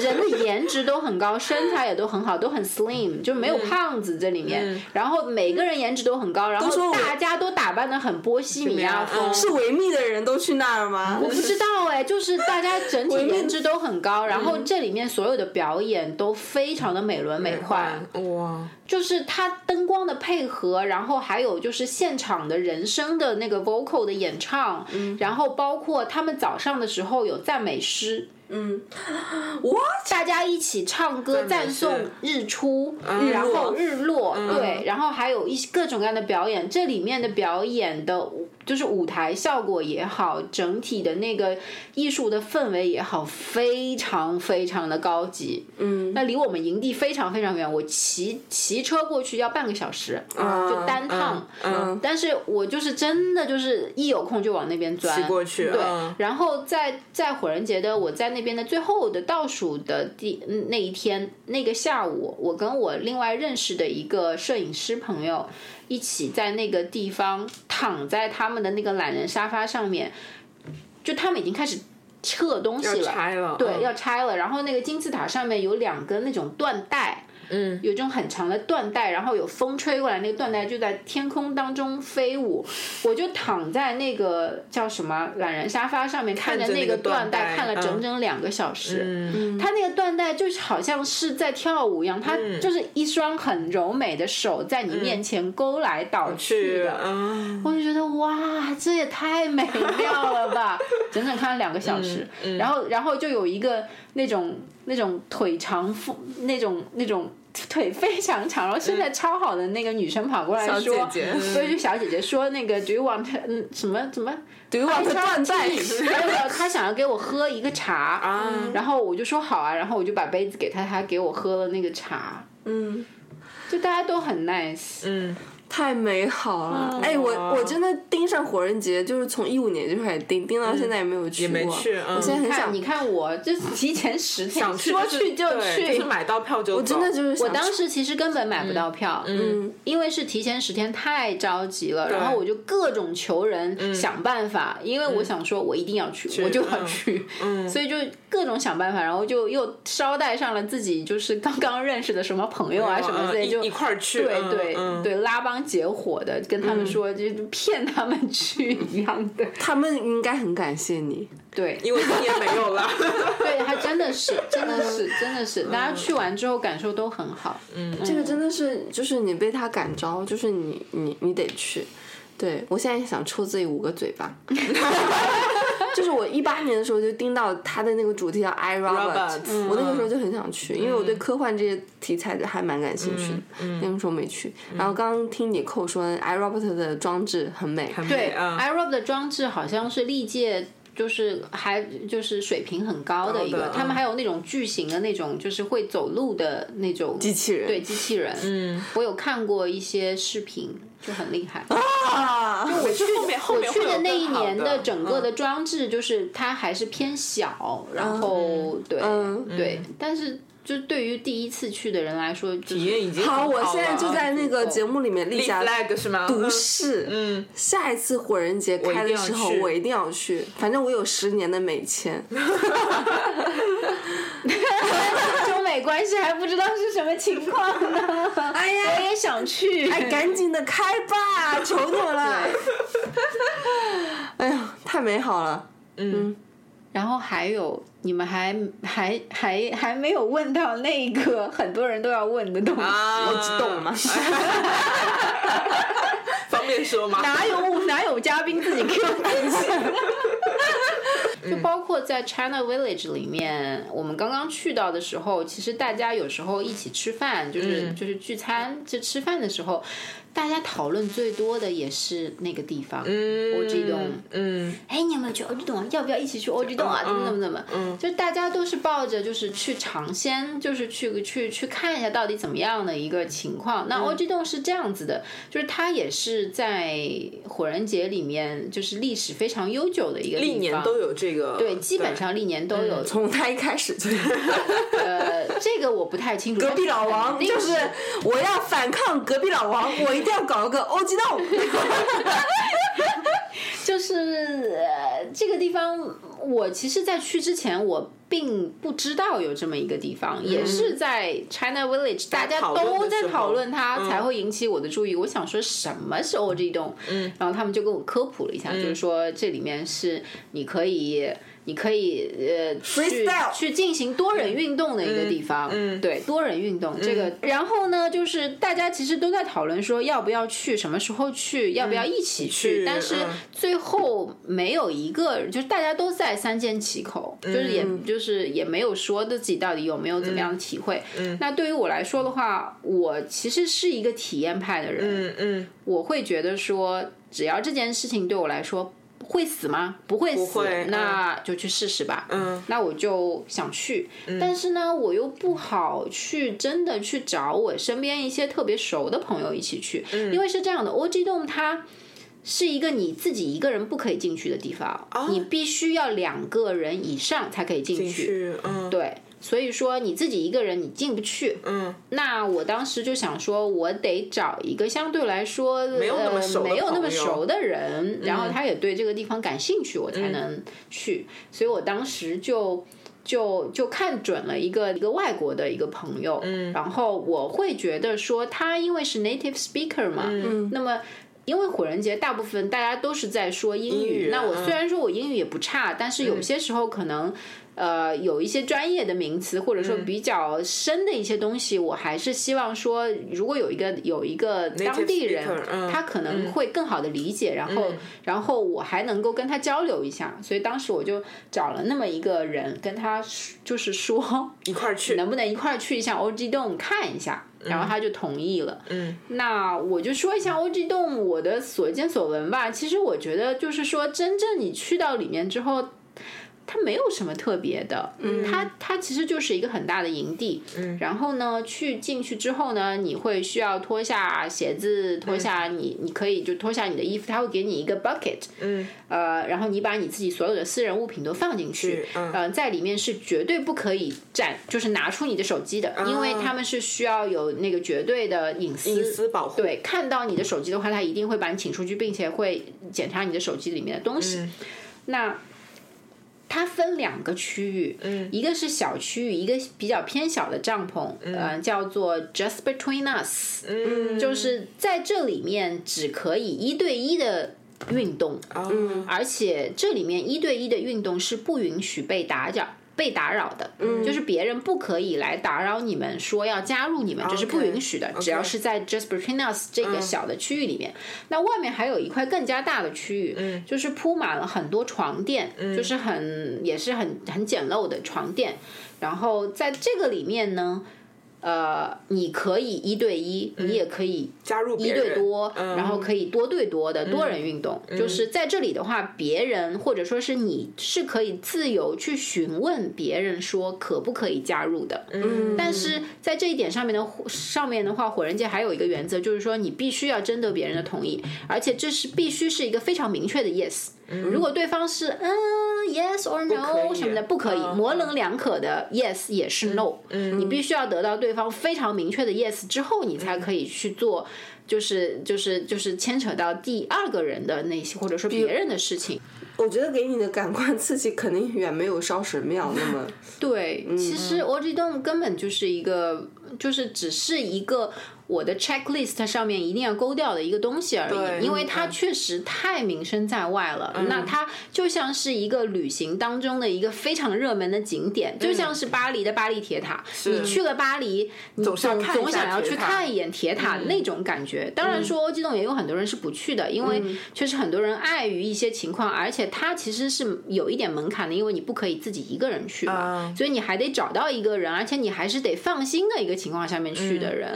Speaker 1: 人的颜值都很高，身材也都很好，都很 slim，就没有胖子这里面。
Speaker 2: 嗯
Speaker 1: 然后每个人颜值都很高，然
Speaker 4: 都说
Speaker 1: 后
Speaker 4: 我
Speaker 1: 大家都打扮的很波西米亚
Speaker 2: 怎么
Speaker 1: 风
Speaker 2: 样嗯，
Speaker 4: 是维密的人都去那儿吗
Speaker 1: 我？不知道哎、就是大家整体颜值都很高，然后这里面所有的表演都非常的美轮美奂，
Speaker 2: 嗯哇，
Speaker 1: 就是它灯光的配合，然后还有就是现场的人声的那个 vocal 的演唱，然后包括他们早上的时候有赞美诗，
Speaker 4: 嗯，
Speaker 1: 大家一起唱歌
Speaker 2: 赞
Speaker 1: 赞
Speaker 2: 美诗
Speaker 1: 颂日出，
Speaker 2: 嗯
Speaker 1: 然后日落，
Speaker 2: 嗯
Speaker 1: 对，然后还有一些各种各样的表演。这里面的表演的舞，就是舞台效果也好，整体的那个艺术的氛围也好，非常非常的高级。
Speaker 4: 嗯，
Speaker 1: 那离我们营地非常非常远，我骑骑车过去要半个小时，
Speaker 4: 嗯
Speaker 1: 就单趟。
Speaker 2: 啊嗯，
Speaker 1: 但是我就是真的就是一有空就往那边钻，
Speaker 2: 骑过去，
Speaker 1: 对，
Speaker 2: 嗯
Speaker 1: 然后在在火人节的我在那边的最后的倒数的第嗯那一天那个下午，我跟我另外认识的一个摄影师朋友一起在那个地方躺在他们的那个懒人沙发上面，就他们已经开始撤东西
Speaker 2: 要
Speaker 1: 了。
Speaker 2: 拆了，
Speaker 1: 对，
Speaker 2: 嗯
Speaker 1: 要拆了。然后那个金字塔上面有两根那种缎带，嗯，有这种很长的缎带，然后有风吹过来，那个缎带就在天空当中飞舞。我就躺在那个叫什么懒人沙发上面，看着
Speaker 2: 着那
Speaker 1: 个
Speaker 2: 个缎
Speaker 1: 缎带
Speaker 2: 带
Speaker 1: 看了整
Speaker 2: 嗯
Speaker 1: 整两个小时。
Speaker 2: 嗯，
Speaker 1: 它那个缎带就是好像是在跳舞一样，它
Speaker 2: 嗯
Speaker 1: 就是一双很柔美的手在你面前勾来倒去
Speaker 2: 去，
Speaker 1: 的，
Speaker 2: 嗯，
Speaker 1: 我就觉得哇，这也太美妙了吧！整整看了两个小时，
Speaker 4: 嗯
Speaker 1: 然后然后就有一个那种那种腿长腹那种那种腿非常长，然后身材超好的那个女生跑过来
Speaker 4: 嗯小
Speaker 1: 说，
Speaker 4: 姐姐
Speaker 1: 对，就小姐姐说那个 Do you want 嗯什么什么
Speaker 4: 对，我的断代，
Speaker 1: 然后他想要给我喝一个茶
Speaker 4: 啊
Speaker 1: 然后我就说好啊，然后我就把杯子给他，他给我喝了那个茶，
Speaker 4: 嗯。
Speaker 1: 就大家都很 nice，
Speaker 2: 嗯，
Speaker 4: 太美好
Speaker 1: 嗯
Speaker 4: 了！哎、我
Speaker 2: 哦
Speaker 4: 我真的盯上火人节，就是从一五年就开始盯，盯到现在也没有去过。
Speaker 2: 也没去嗯
Speaker 4: 我现在很
Speaker 1: 看
Speaker 4: 想
Speaker 1: 你看我就是提前十天
Speaker 2: 想去
Speaker 1: 说
Speaker 2: 是
Speaker 1: 去就
Speaker 2: 对
Speaker 1: 去，
Speaker 2: 就是买到票就我
Speaker 4: 真的就是想
Speaker 1: 我当时其实根本买不到票，嗯，
Speaker 4: 嗯
Speaker 1: 因为是提前十天太着急了，然后我就各种求人想办法，因为我想说我一定要去，我就要去，所以就各种想办法，然后就又捎带上了自己就是刚刚 认识的什么朋友啊什么之类，就
Speaker 2: 嗯一一块儿去，
Speaker 1: 对
Speaker 2: 嗯
Speaker 1: 对、
Speaker 2: 嗯
Speaker 1: 对拉帮结伙的跟他们说，就是骗他们去一样的，
Speaker 4: 他们应该很感谢你。
Speaker 1: 对，
Speaker 2: 因为今年没有了，
Speaker 1: 对，还真的 是真的是真的是，大家去完之后感受都很好，
Speaker 2: 嗯
Speaker 4: 这个真的是，就是你被他感召，就是你你你得去。对我现在想抽自己五个嘴巴。 就是我一八年的时候就盯到他的那个主题叫 I Robot，
Speaker 2: Robot，嗯
Speaker 4: 我那个时候就很想去，因为我对科幻这些题材还蛮感兴趣的。
Speaker 2: 嗯
Speaker 4: 那个时候没去，然后刚刚听你扣说 I Robot 的装置很美，
Speaker 1: 对、
Speaker 2: 啊，
Speaker 1: i r o b 的装置好像是历届就是还就是水平很高的一
Speaker 2: 高
Speaker 1: 个，
Speaker 2: 的嗯
Speaker 1: 他们还有那种巨型的那种就是会走路的那种
Speaker 4: 机器人
Speaker 1: 对机器人，
Speaker 2: 嗯，
Speaker 1: 我有看过一些视频，就很厉害。
Speaker 4: 啊，
Speaker 2: 我去后面后
Speaker 1: 我
Speaker 2: 面
Speaker 1: 去
Speaker 2: 会有
Speaker 1: 的那
Speaker 2: 更
Speaker 1: 一
Speaker 2: 好
Speaker 1: 年
Speaker 2: 的嗯
Speaker 1: 整个的装置，就是它还是偏小，然后对
Speaker 4: 嗯
Speaker 1: 对，但是就对于第一次去的人来说，体
Speaker 2: 体验已经
Speaker 4: 好，
Speaker 2: 很
Speaker 4: 我现在
Speaker 2: 了
Speaker 4: 就在那个节目里面立
Speaker 2: 啊立
Speaker 4: 下
Speaker 2: flag 是吗？
Speaker 4: 不
Speaker 2: 嗯
Speaker 4: 是，
Speaker 2: 嗯，
Speaker 4: 下一次火人节开的时候，
Speaker 2: 我一定要去
Speaker 4: 我一定要去。反正我有十年的美 签，
Speaker 1: 中美关系还不知道是什么情况 呢。
Speaker 4: 哎呀
Speaker 1: 我也想去。
Speaker 4: 哎，赶紧的开吧，求你们了！ 哎呀，太美好了。
Speaker 1: 然后还有，你们还还还还没有问到那个很多人都要问的东西，
Speaker 2: 啊，
Speaker 4: 我激动了吗
Speaker 2: 方便说吗？
Speaker 1: 哪有哪有嘉宾自己 Q 自己？
Speaker 2: 嗯
Speaker 1: 就包括在 China Village 里面，我们刚刚去到的时候，其实大家有时候一起吃饭，就是、
Speaker 2: 嗯
Speaker 1: 就是聚餐，就吃饭的时候，大家讨论最多的也是那个地方。
Speaker 2: 嗯，
Speaker 1: 我激动
Speaker 2: 嗯，
Speaker 1: 哎，你有没有去欧洲洞啊？要不要一起去欧洲洞啊？怎么怎么怎么？嗯，就大家都是抱着就是去尝鲜，就是去去去看一下到底怎么样的一个情况。那欧洲洞是这样子的，就是它也是在火人节里面，就是历史非常悠久的一个
Speaker 2: 历年都
Speaker 1: 有，
Speaker 2: 有这个，对，
Speaker 1: 基本上历年都有。
Speaker 4: 从他一开始就
Speaker 1: 呃，这个我不太清楚。
Speaker 4: 隔壁老王，
Speaker 1: 但
Speaker 4: 就是 我要反抗隔壁老王，我一定要搞个 欧基哎洞。
Speaker 1: 就是呃，这个地方，我其实，在去之前，我并不知道有这么一个地方，也是在 China Village，大
Speaker 2: 嗯
Speaker 1: 家
Speaker 2: 讨论的
Speaker 1: 都在
Speaker 2: 时候
Speaker 1: 讨论它，
Speaker 2: 嗯
Speaker 1: 才会引起我的注意。我想说，什么是 O G 洞？嗯，然后他们就跟我科普了一下，
Speaker 2: 嗯
Speaker 1: 就是说这里面是你可以。你可以呃去
Speaker 4: Freestyle
Speaker 1: 去进行多人运动的一个地方，
Speaker 2: 嗯嗯
Speaker 1: 对多人运动这个。然后呢，就是大家其实都在讨论说要不要去，什么时候去，要不要一起去。
Speaker 2: 嗯去
Speaker 1: 但是
Speaker 2: 嗯
Speaker 1: 最后没有一个，就是大家都在三缄其口，就是也就是也没有说自己到底有没有怎么样的体会。那对于我来说的话，我其实是一个体验派的人，
Speaker 2: 嗯嗯，
Speaker 1: 我会觉得说，只要这件事情对我来说。会死吗？不会死，
Speaker 2: 会嗯
Speaker 1: 那就去试试吧。
Speaker 2: 嗯，
Speaker 1: 那我就想去，但是呢，我又不好去真的去找我身边一些特别熟的朋友一起去，因为是这样的，OG Dome 它是一个你自己一个人不可以进去的地方，你必须要两个人以上才可以进去。
Speaker 2: 去，嗯，
Speaker 1: 对，所以说你自己一个人你进不去。
Speaker 2: 嗯，
Speaker 1: 那我当时就想说，我得找一个相对来说没
Speaker 2: 有那么熟的
Speaker 1: 没有那么
Speaker 2: 朋友嗯
Speaker 1: 熟的人，然后他也对这个地方感兴趣，我才能去。所以我当时就。就就看准了一个一个外国的一个朋友，嗯，然后我会觉得说他因为是 native speaker 嘛，嗯，那么因为火人节大部分大家都是在说英
Speaker 2: 英
Speaker 1: 语，
Speaker 2: 语
Speaker 1: 那我
Speaker 2: 嗯
Speaker 1: 虽然说我英语也不差，但是有些时候可能呃，有一些专业的名词，或者说
Speaker 2: 嗯
Speaker 1: 比较深的一些东西，我还是希望说，如果有一个有一个当地人
Speaker 2: speaker，嗯
Speaker 1: 他可能会更好的理解，然后、然后我还能够跟他交流一下。所以当时我就找了那么一个人，跟他说就是说，
Speaker 2: 一块儿去，
Speaker 1: 能不能一块儿去一下 OG Dome 看一下？然后他就同意了。嗯，那我就说一下 OG Dome 我的所见所闻吧。其实我觉得就是说，真正你去到里面之后。它没有什么特别的，嗯、它它其实就是一个很大的营地，嗯、然后呢，去进去之后呢，你会需要脱下鞋子，脱下你、你可以就脱下你的衣服，它会给你一个 bucket，嗯，呃，然后你把你自己所有的私人物品都放进
Speaker 2: 是，
Speaker 1: 去
Speaker 2: 嗯
Speaker 1: 呃，在里面是绝对不可以占，就是拿出你的手机的，因为他们是需要有那个绝对的隐私。
Speaker 2: 啊隐私保护，
Speaker 1: 对，看到你的手机的话，他一定会把你请出去，并且会检查你的手机里面的东西。那它分两个区域，嗯，一个是小区域，一个比较偏小的帐篷，嗯、叫做 Just Between Us，嗯，就是在这里面只可以一对一的运动，
Speaker 2: 嗯，
Speaker 1: 而且这里面一对一的运动是不允许被打扰。被打扰的，
Speaker 2: 嗯
Speaker 1: 就是别人不可以来打扰你们，说要加入你们，这是不
Speaker 2: 哦 OK，
Speaker 1: 允许的。
Speaker 2: OK 嗯
Speaker 1: 只要是在 Just Between Us 这个小的区域里面，那外面还有一块更加大的区域，
Speaker 2: 嗯
Speaker 1: 就是铺满了很多床垫，就是很也是很很简陋的床垫。然后在这个里面呢，呃，你可以一对一，
Speaker 2: 嗯
Speaker 1: 你也可以
Speaker 2: 加入
Speaker 1: 一
Speaker 2: 别人
Speaker 1: 对多，
Speaker 2: 嗯
Speaker 1: 然后可以多对多的多人运动。就是在这里的话，别人或者说是你是可以自由去询问别人说可不可以加入的。嗯，但是在这一点上面的上面的话，火人界还有一个原则，就是说你必须要征得别人的同意，而且这是必须是一个非常明确的 yes。如果对方是嗯 yes or
Speaker 2: 可
Speaker 1: no
Speaker 2: 以
Speaker 1: 什么的，不可以，
Speaker 2: 嗯
Speaker 1: 模棱两可的 yes 也是 no，你必须要得到对方非常明确的 yes 之后，你才可以去
Speaker 2: 嗯
Speaker 1: 做，就是就是就是牵扯到第二个人的那些或者说别人的事情。
Speaker 4: 我觉得给你的感官刺激肯定远没有烧神庙那么。
Speaker 2: 嗯
Speaker 1: 对，其实 OG Dome 根本就是一个，就是只是一个我的 checklist 上面一定要勾掉的一个东西而
Speaker 2: 对
Speaker 1: 已，因为它
Speaker 2: 嗯
Speaker 1: 确实太名声在外了。那它就像是一个旅行当中的一个非常热门的景点，
Speaker 2: 嗯
Speaker 1: 就像是巴黎的巴黎铁塔，你去了巴黎，你总
Speaker 2: 是要看一下
Speaker 1: 总想要
Speaker 2: 铁
Speaker 1: 去
Speaker 2: 塔嗯
Speaker 1: 看一眼铁塔的那种感觉。当然说，欧激动也有很多人是不去的，因
Speaker 2: 嗯
Speaker 1: 为确实很多人碍于一些情况，而且它其实是有一点门槛的，因为你不可以自己一个人去嘛
Speaker 2: 啊，
Speaker 1: 所以你还得找到一个人，而且你还是得放心的一个情况下面去
Speaker 2: 嗯
Speaker 1: 的人。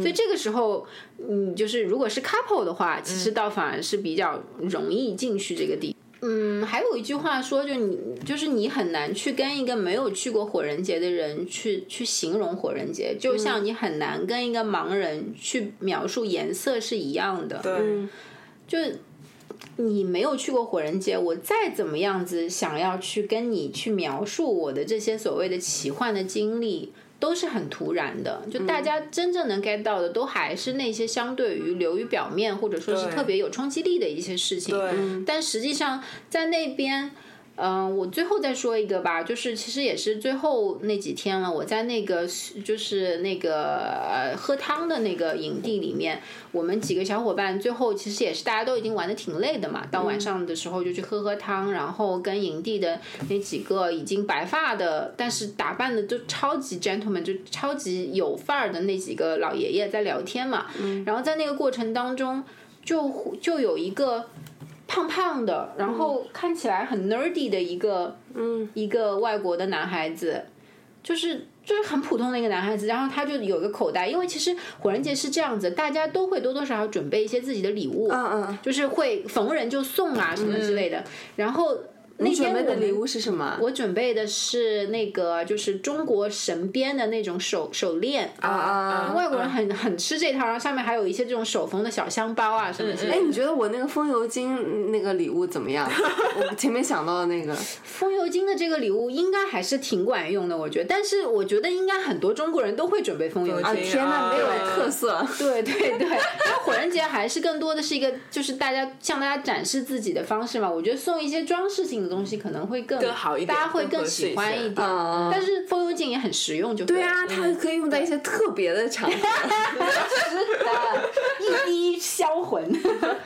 Speaker 1: 所以这个时候，嗯，就是如果是 couple 的话，其实倒反而是比较容易进去这个地。嗯，还有一句话说，就你就是你很难去跟一个没有去过火人节的人去去形容火人节，就像你很难跟一个盲人去描述颜色是一样的。对
Speaker 2: 嗯
Speaker 1: 就是你没有去过火人节，我再怎么样子想要去跟你去描述我的这些所谓的奇幻的经历，都是很突然的。就大家真正能 get 到的，都还是那些相对于流于表面或者说是
Speaker 2: 对
Speaker 1: 特别有冲击力的一些事情。
Speaker 2: 对，
Speaker 1: 但实际上在那边。嗯、我最后再说一个吧，就是其实也是最后那几天了，我在那个就是那个呃喝汤的那个营地里面，我们几个小伙伴最后其实也是大家都已经玩的挺累的嘛，到晚上的时候就去喝喝汤，然后跟营地的那几个已经白发的，但是打扮的就超级 gentleman，就超级有范儿的那几个老爷爷在聊天嘛，然后在那个过程当中就就有一个。胖胖的，然后看起来很 nerdy 的一个，嗯，一个外国的男孩子，就是就是很普通的一个男孩子，然后他就有一个口袋，因为其实火人节是这样子，大家都会多多少少准备一些自己的礼物，
Speaker 4: 嗯嗯，
Speaker 1: 就是会逢人就送啊什么之类的。然后那
Speaker 4: 你准
Speaker 1: 天
Speaker 4: 备
Speaker 1: 我
Speaker 4: 的
Speaker 1: 们
Speaker 4: 礼物是什么？
Speaker 1: 我准备的是那个就是中国神编的那种手手链
Speaker 4: 啊啊！
Speaker 1: 外国人很很吃这套，然后上面还有一些这种手缝的小香包啊什么之类的。
Speaker 4: 哎，你觉得我那个风油精那个礼物怎么样？ 我前面想到的 那个，
Speaker 1: 风油精的这个礼物应该还是挺管用的，我觉得。但是我觉得应该很多中国人都会准备风油
Speaker 2: 啊
Speaker 1: 精。
Speaker 4: 天哪，没有
Speaker 2: 啊
Speaker 4: 特色。
Speaker 1: 对对 对，因为火人节还是更多的是一个，就是大家向大家展示自己的方式嘛。我觉得送一些装饰性的东西可能会更
Speaker 2: 更好一点
Speaker 1: 大家会
Speaker 2: 更
Speaker 1: 更
Speaker 2: 合适
Speaker 1: 喜欢
Speaker 2: 一些
Speaker 1: 点。
Speaker 4: 嗯
Speaker 1: 但是风油精也很实用就，
Speaker 4: 对啊，它可以用在一些特别的场合。
Speaker 1: 一滴销魂。 嗯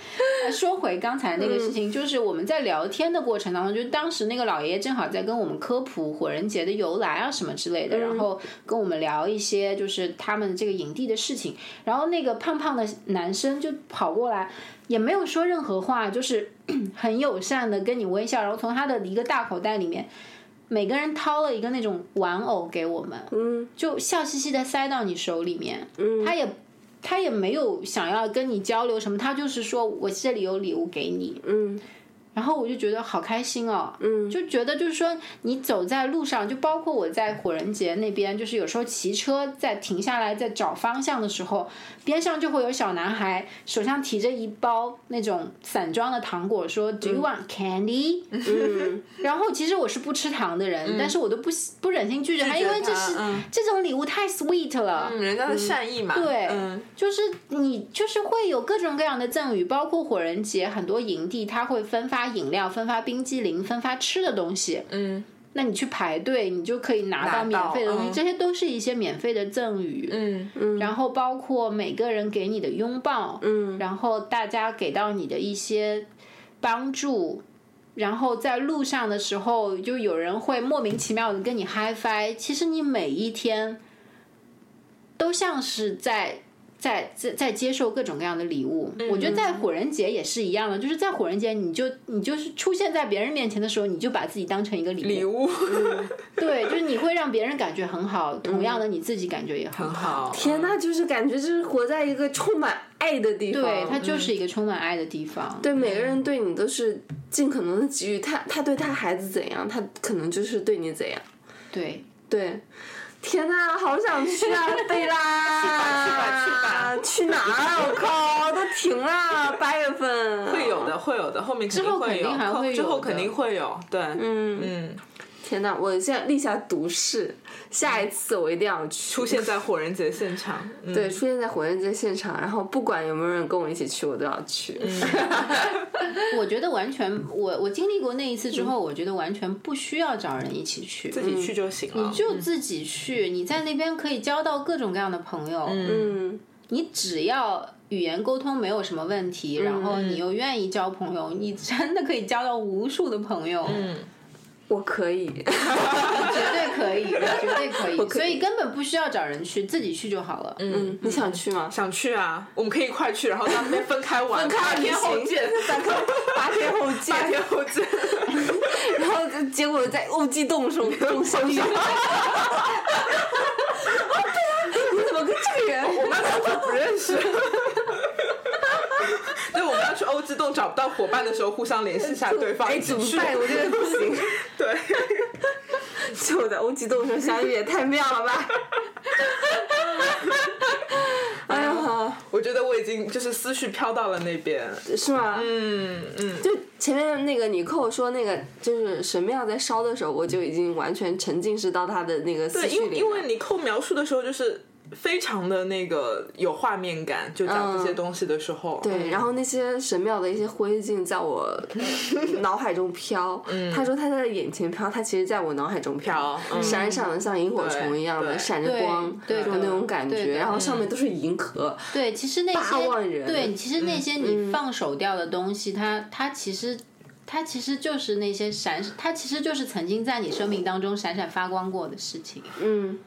Speaker 1: 说回刚才那个事情，就是我们在聊天的过程当中，就是当时那个老爷爷正好在跟我们科普火人节的由来啊什么之类的，然后跟我们聊一些就是他们这个营地的事情。然后那个胖胖的男生就跑过来，也没有说任何话，就是很友善的跟你微笑，然后从他的一个大口袋里面。每个人掏了一个那种玩偶给我们，嗯，就笑嘻嘻的塞到你手里面，嗯，他也他也没有想要跟你交流什么，他就是说我这里有礼物给你，
Speaker 4: 嗯
Speaker 1: 然后我就觉得好开心哦，
Speaker 4: 嗯
Speaker 1: 就觉得就是说你走在路上，就包括我在火人节那边，就是有时候骑车在停下来在找方向的时候，边上就会有小男孩手上提着一包那种散装的糖果，说 Do you want candy？、
Speaker 4: 嗯，
Speaker 1: 然后其实我是不吃糖的人，但是我都不不忍心拒绝他，
Speaker 2: 拒绝
Speaker 1: 因为
Speaker 2: 他
Speaker 1: 这是、
Speaker 2: 嗯
Speaker 1: 这种礼物太 sweet 了，
Speaker 2: 嗯人家的善意嘛，
Speaker 1: 对
Speaker 2: 嗯，
Speaker 1: 就是你就是会有各种各样的赠予，包括火人节，很多营地它会分发饮料、分发冰激凌、分发吃的东西。
Speaker 2: 嗯，
Speaker 1: 那你去排队，你就可以拿
Speaker 2: 拿
Speaker 1: 到
Speaker 2: 到
Speaker 1: 免费的东西，
Speaker 2: 嗯
Speaker 1: 这些都是一些免费的赠予。
Speaker 2: 嗯
Speaker 1: 然后包括每个人给你的拥抱，嗯，然后大家给到你的一些帮助，然后在路上的时候，就有人会莫名其妙的跟你嗨翻。其实你每一天都像是在。在在在接受各种各样的礼物，我觉得在火人节也是一样的，就是在火人节，你就你就是出现在别人面前的时候，你就把自己当成一个礼物，
Speaker 2: 礼物
Speaker 1: 对，就是你会让别人感觉很好，同样的你自己感觉也嗯很好。
Speaker 2: 好，
Speaker 4: 天呐，就是感觉就是活在一个充满爱的地方。
Speaker 1: 对，
Speaker 2: 嗯
Speaker 1: 它就是一个充满爱的地方。
Speaker 4: 对每个人对你都是尽可能的给予他，他对他孩子怎样，他可能就是对你怎样。
Speaker 1: 对，
Speaker 4: 对，天呐，好想去啊，贝拉！
Speaker 2: 去吧去吧去吧
Speaker 4: 去哪儿啊？我靠，都停了，八月份
Speaker 2: 会有。的，会有的，后面之
Speaker 1: 后肯定还会有的
Speaker 2: 之后肯定会有，对，嗯嗯，
Speaker 4: 天呐，我现在立下毒誓，下一次我一定要去。
Speaker 2: 出现在火人节现场，嗯
Speaker 4: 对，出现在火人节现场，然后不管有没有人跟我一起去，我都要去。
Speaker 2: 嗯
Speaker 1: 我觉得完全，我我经历过那一次之后，我觉得完全不需要找人一起去，
Speaker 2: 自己去就行了，
Speaker 1: 嗯就自己去，你在那边可以交到各种各样的朋友。
Speaker 2: 嗯
Speaker 4: 嗯，
Speaker 1: 你只要语言沟通没有什么问题，然后你又愿意交朋友，你真的可以交到无数的朋友，
Speaker 2: 嗯，
Speaker 4: 我可以，
Speaker 1: 绝对可以，绝对可以，所以根本不需要找人去，自己去就好了。嗯，
Speaker 4: 嗯，你想去吗？
Speaker 2: 想去啊，我们可以一块去，然后咱们分开玩，
Speaker 4: 分开
Speaker 2: 八天后
Speaker 4: 旅行
Speaker 2: 见，
Speaker 4: 大概八天后见，
Speaker 2: 八天后见。
Speaker 4: 然后就结果在欧记洞 中中相 遇。哦，对啊，你怎么跟这个人？
Speaker 2: 我们两个不认识。 对，我们要去欧之洞找不到伙伴的时候，互相联系一下对方。
Speaker 4: 哎，
Speaker 2: 一起
Speaker 4: 怎么
Speaker 2: 去
Speaker 4: 办？我觉得不行。
Speaker 2: 对，
Speaker 4: 就我在欧记洞中相遇也太妙了吧！哎呀，
Speaker 2: 我觉得我已经就是思绪飘到了那边。
Speaker 4: 是吗？
Speaker 2: 嗯嗯，
Speaker 4: 就前面那个你跟我说那个就是神庙在烧的时候，我就已经完全沉浸式到他的那个思
Speaker 2: 对，
Speaker 4: 绪
Speaker 2: 因为
Speaker 4: 里
Speaker 2: 因
Speaker 4: 了。
Speaker 2: 为你扣描述的时候就是。非常的那个有画面感，就讲这些东西的时候，
Speaker 4: 对，然后那些神庙的一些灰烬在我脑海中飘。他说他在眼前飘，他其实在我脑海中飘
Speaker 2: 飘，嗯
Speaker 4: 闪闪的像萤火虫一样的
Speaker 2: 对
Speaker 4: 闪着光，
Speaker 1: 对
Speaker 4: 就
Speaker 1: 对
Speaker 4: 那种感
Speaker 1: 对
Speaker 4: 觉。
Speaker 1: 的
Speaker 4: 然后上面都是银河，
Speaker 1: 对，其实那
Speaker 4: 大望
Speaker 1: 些
Speaker 4: 人
Speaker 1: 对，其实那些你放手掉的东西，它它其实。它其实就是那些闪，它其实就是曾经在你生命当中闪闪发光过的事情。
Speaker 4: 嗯，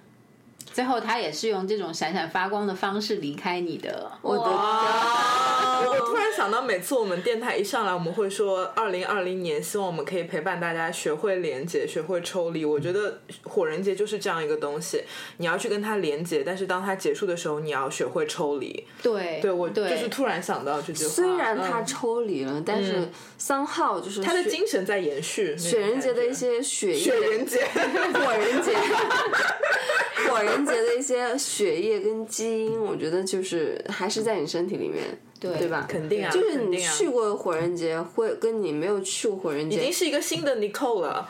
Speaker 1: 最后，它也是用这种闪闪发光的方式离开你的。
Speaker 4: 我的
Speaker 2: 哇！
Speaker 1: 哦
Speaker 2: 我突然想到，每次我们电台一上来，我们会说二零二零年，希望我们可以陪伴大家学会连接，学会抽离。我觉得火人节就是这样一个东西，你要去跟它连接，但是当它结束的时候，你要学会抽离。
Speaker 1: 对，对
Speaker 2: 对我
Speaker 1: 对
Speaker 2: 就是突然想到这句话，
Speaker 4: 虽然他
Speaker 2: 嗯
Speaker 4: 抽离了，但是三号就是
Speaker 2: 他的
Speaker 4: 雪
Speaker 2: 精神在延续。
Speaker 4: 雪人节的一些血液
Speaker 2: 雪人 节，
Speaker 4: 火人节， 火人节的一些血液跟基因，我觉得就是还是在你身体里面，对
Speaker 1: 对
Speaker 4: 吧？
Speaker 2: 肯定啊，
Speaker 4: 就是
Speaker 2: 肯
Speaker 4: 你
Speaker 2: 定啊
Speaker 4: 去过火人节，会跟你没有去过火人
Speaker 2: 已
Speaker 4: 节
Speaker 2: 经，是一个新的 Nicole 了。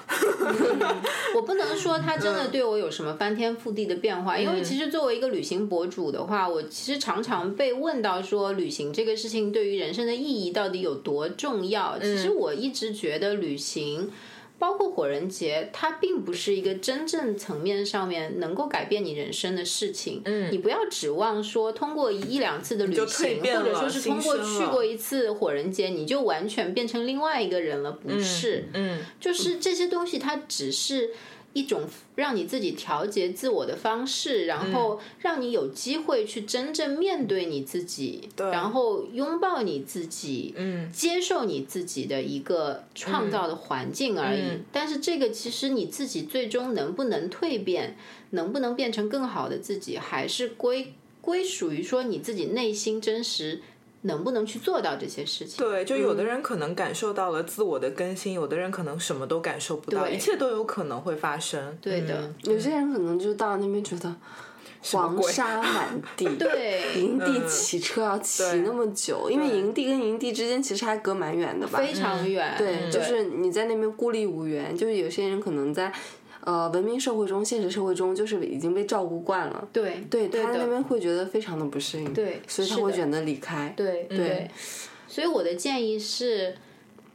Speaker 1: 我不能说它真
Speaker 2: 嗯
Speaker 1: 的对我有什么翻天覆地的变化，因为其实作为一个旅行博主的话，我其实常常被问到说，旅行这个事情对于人生的意义到底有多重要？其
Speaker 2: 嗯
Speaker 1: 实我一直觉得旅行。包括火人节，它并不是一个真正层面上面能够改变你人生的事情。嗯，你不要指望说通过一两次的旅行，
Speaker 2: 蜕变
Speaker 1: 或
Speaker 2: 了
Speaker 1: 者说是通过
Speaker 2: 新生
Speaker 1: 去
Speaker 2: 了
Speaker 1: 过一次火人节，你就完全变成另外一个人了，不是？
Speaker 2: 嗯，
Speaker 1: 就是这些东西，它只是一种让你自己调节自我的方式，
Speaker 4: 嗯
Speaker 1: 然后让你有机会去真正面对你自己，然后拥抱你自己，嗯，接受你自己的一个创
Speaker 4: 嗯
Speaker 1: 造的环境而已。但是这个其实你自己最终能不能蜕变，能不能变成更好的自己，还是归归属于说你自己内心真实能不能去做到这些事情。
Speaker 2: 对，就有的
Speaker 4: 嗯
Speaker 2: 人可能感受到了自我的更新，有的人可能什么都感受不到，
Speaker 1: 对
Speaker 2: 一切都有可能会发生。
Speaker 1: 对的
Speaker 2: 嗯
Speaker 4: 有些人可能就到那边觉得
Speaker 2: 么
Speaker 4: 黄
Speaker 2: 鬼
Speaker 4: 沙满地，
Speaker 1: 对嗯
Speaker 4: 营地骑车要骑
Speaker 2: 对
Speaker 4: 那么久，因为营地跟营地之间其实还隔蛮远的吧，
Speaker 1: 非常远，
Speaker 4: 嗯对，就是你在那边孤立无援，就是有些人可能在呃文明社会中、现实社会中，就是已经被照顾惯了，
Speaker 1: 对
Speaker 4: 对
Speaker 1: 对
Speaker 4: 他
Speaker 1: 的
Speaker 4: 那边会觉得非常的不适应，
Speaker 1: 对
Speaker 4: 所以他
Speaker 1: 是
Speaker 4: 会
Speaker 1: 的
Speaker 4: 选择离开。
Speaker 1: 对对，所以我的建议是，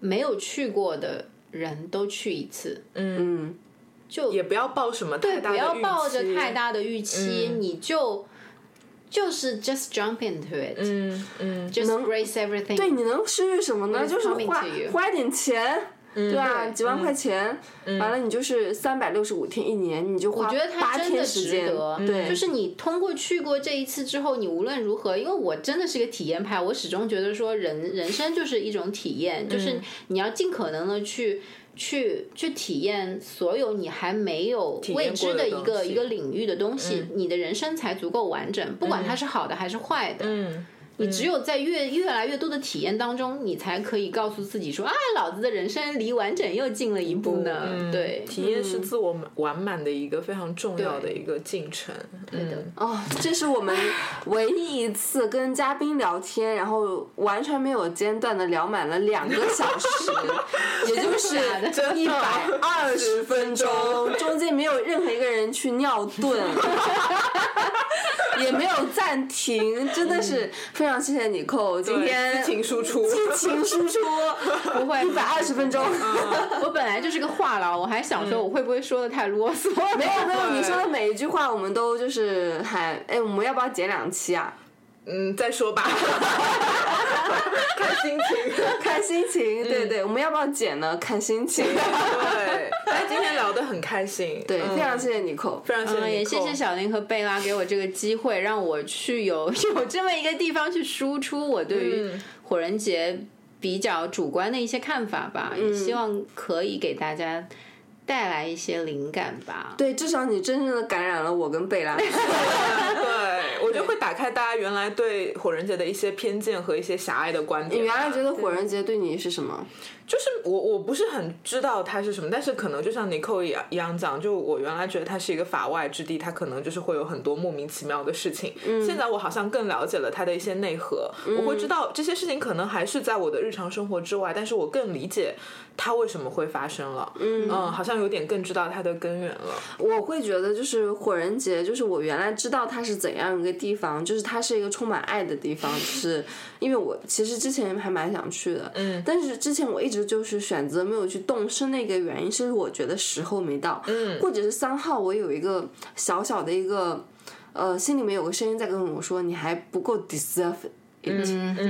Speaker 1: 没有去过的人都去一次，
Speaker 4: 嗯，
Speaker 1: 就
Speaker 2: 也不要抱什么太大
Speaker 1: 不
Speaker 2: 的
Speaker 1: 要
Speaker 2: 预
Speaker 1: 抱着
Speaker 2: 期嗯
Speaker 1: 太大的预嗯期，你就就是 just jump into it，
Speaker 2: 嗯嗯，
Speaker 1: j u s t grace everything。
Speaker 4: 对，你能失去什么呢？
Speaker 1: It's
Speaker 4: 就是
Speaker 1: coming
Speaker 4: 花
Speaker 1: to you
Speaker 4: 花一点钱。对
Speaker 1: 嗯
Speaker 4: 吧？
Speaker 1: 对嗯
Speaker 4: 几万块钱，完了你就是三百六十五天，一年你就花
Speaker 1: 我觉得它
Speaker 4: 八
Speaker 1: 真
Speaker 4: 天
Speaker 1: 的
Speaker 4: 时
Speaker 1: 值
Speaker 4: 间
Speaker 1: 得，，嗯
Speaker 4: 对，
Speaker 1: 就是你通过去过这一次之后，你无论如何，因为我真的是个体验派，我始终觉得说人人生就是一种体验，就是
Speaker 2: 嗯
Speaker 1: 你要尽可能的去。去去体验所有你还没有未
Speaker 2: 验过的
Speaker 1: 知的一
Speaker 2: 东
Speaker 1: 个
Speaker 2: 西嗯
Speaker 1: 一个领域的东西，你的人生才足够完整，不管它是好的还是坏的。
Speaker 2: 嗯，
Speaker 1: 你只有在越越来越多的体验当中，你才可以告诉自己说：“啊，老子的人生离完整又近了一步呢。对，
Speaker 2: 嗯体验是自我完满的一个非常重要的一个进程。嗯对
Speaker 1: 的
Speaker 4: 哦，这是我们唯一一次跟嘉宾聊天，然后完全没有间断的聊满了两个小 时，也就是
Speaker 2: 真
Speaker 4: 一
Speaker 2: 的
Speaker 4: 百二十分钟，中间没有任何一个人去尿 遁，也没有暂停，真的是
Speaker 1: 嗯
Speaker 4: 非常谢谢你寇，今天
Speaker 2: 激情输出，
Speaker 4: 激情输出
Speaker 1: 不会
Speaker 4: 一百二十分钟。
Speaker 1: 我本来就是个话痨，我还想
Speaker 4: 嗯
Speaker 1: 说我会不会说的太啰 嗦。
Speaker 4: 没有没有，你说的每一句话我们都就是还哎，我们要不要剪两期啊？
Speaker 2: 嗯，再说吧，看心情。
Speaker 4: 看心情，对对，我们要不要剪呢？看心情。
Speaker 2: 对，哎，今天聊得很开心，
Speaker 4: 对，
Speaker 2: 嗯
Speaker 4: 非常谢谢 Nicole。
Speaker 2: 非常谢谢
Speaker 1: 嗯，也
Speaker 2: Nicole
Speaker 1: 谢谢小林和贝拉给我这个机会，让我去有 有这么一个地方去输出我对于
Speaker 2: 嗯
Speaker 1: 火人节比较主观的一些看法吧，
Speaker 4: 嗯
Speaker 1: 也希望可以给大家带来一些灵感吧。
Speaker 4: 对，至少你真正的感染了我跟贝拉。
Speaker 2: 对，我就会打开大家原来对火人节的一些偏见和一些狭隘的观
Speaker 4: 你
Speaker 2: 点。
Speaker 4: 原来觉得火人节对你是什么？
Speaker 2: 就是我我不是很知道它是什么，但是可能就像尼寇一样一样讲，就我原来觉得它是一个法外之地，它可能就是会有很多莫名其妙的事情。现在我好像更了解了它的一些内核，我会知道这些事情可能还是在我的日常生活之外，但是我更理解它为什么会发生了。嗯好像有点更知道它的根源了。
Speaker 4: 我会觉得就是火人节，就是我原来知道它是怎样一个地方，就是它是一个充满爱的地方，就是因为我其实之前还蛮想去的，嗯，但是之前我一直就是选择没有去动身的一个原因，是我觉得时候没到，嗯，或者是三号我有一个小小的一个，呃，心里面有个声音在跟我说，你还不够 deserve。it，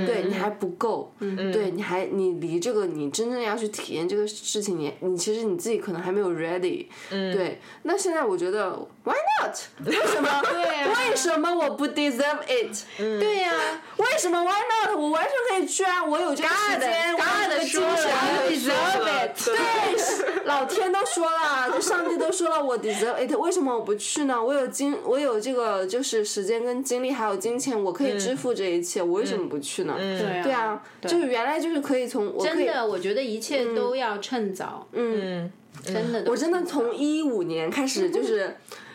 Speaker 4: 对你还不够，对你还你离这个你真正要去体验这个事情，你你其实你自己可能还没有 ready，、对。那现在我觉得 why not？为什么？
Speaker 1: 对啊
Speaker 4: 为什么我不 deserve it？、对呀、为什么 why not？我完全可以去啊，我有这个时间，我有这个精神。
Speaker 1: deserve it。
Speaker 2: 对
Speaker 4: 对，是老天都说了，就上帝都说了，我 deserve it，为什么我不去呢？我有精，我有这个就是时间跟精力，还有金钱，我可以支付这一切，我为什么不去呢？
Speaker 1: 嗯对
Speaker 4: 对啊，就是原来就是可以从我可
Speaker 1: 真
Speaker 4: 以，
Speaker 1: 的，我觉得一切都要趁早。
Speaker 4: 嗯，
Speaker 1: 真的都，
Speaker 4: 我真的从一五年开 始就是。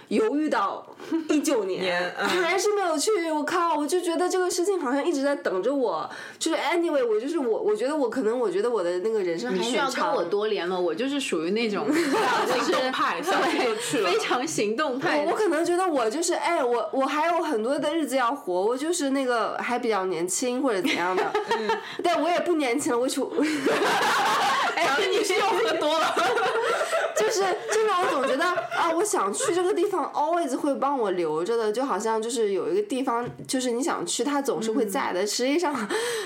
Speaker 4: 犹豫到一九年
Speaker 2: 年，嗯
Speaker 4: 还是没有去。我靠，我就觉得这个事情好像一直在等着我。就是 anyway，我就是我，我觉得我可能我觉得我的那个人生还
Speaker 1: 你需要
Speaker 4: 很
Speaker 1: 跟
Speaker 4: 长。
Speaker 1: 我多联络。我就是属于那种， 就是
Speaker 2: 动派想去就去了
Speaker 1: 非常行动派
Speaker 4: 我
Speaker 1: 的。
Speaker 4: 可能觉得我就是哎，我我还有很多的日子要活，我就是那个还比较年轻或者怎 样的，
Speaker 1: 嗯
Speaker 4: 但我也不年轻了，我处
Speaker 2: 然后哎你是又喝多了。
Speaker 4: 就是就是我总觉得啊，我想去这个地方，always 会帮我留着的，就好像就是有一个地方，就是你想去，它总是会在的。实际上，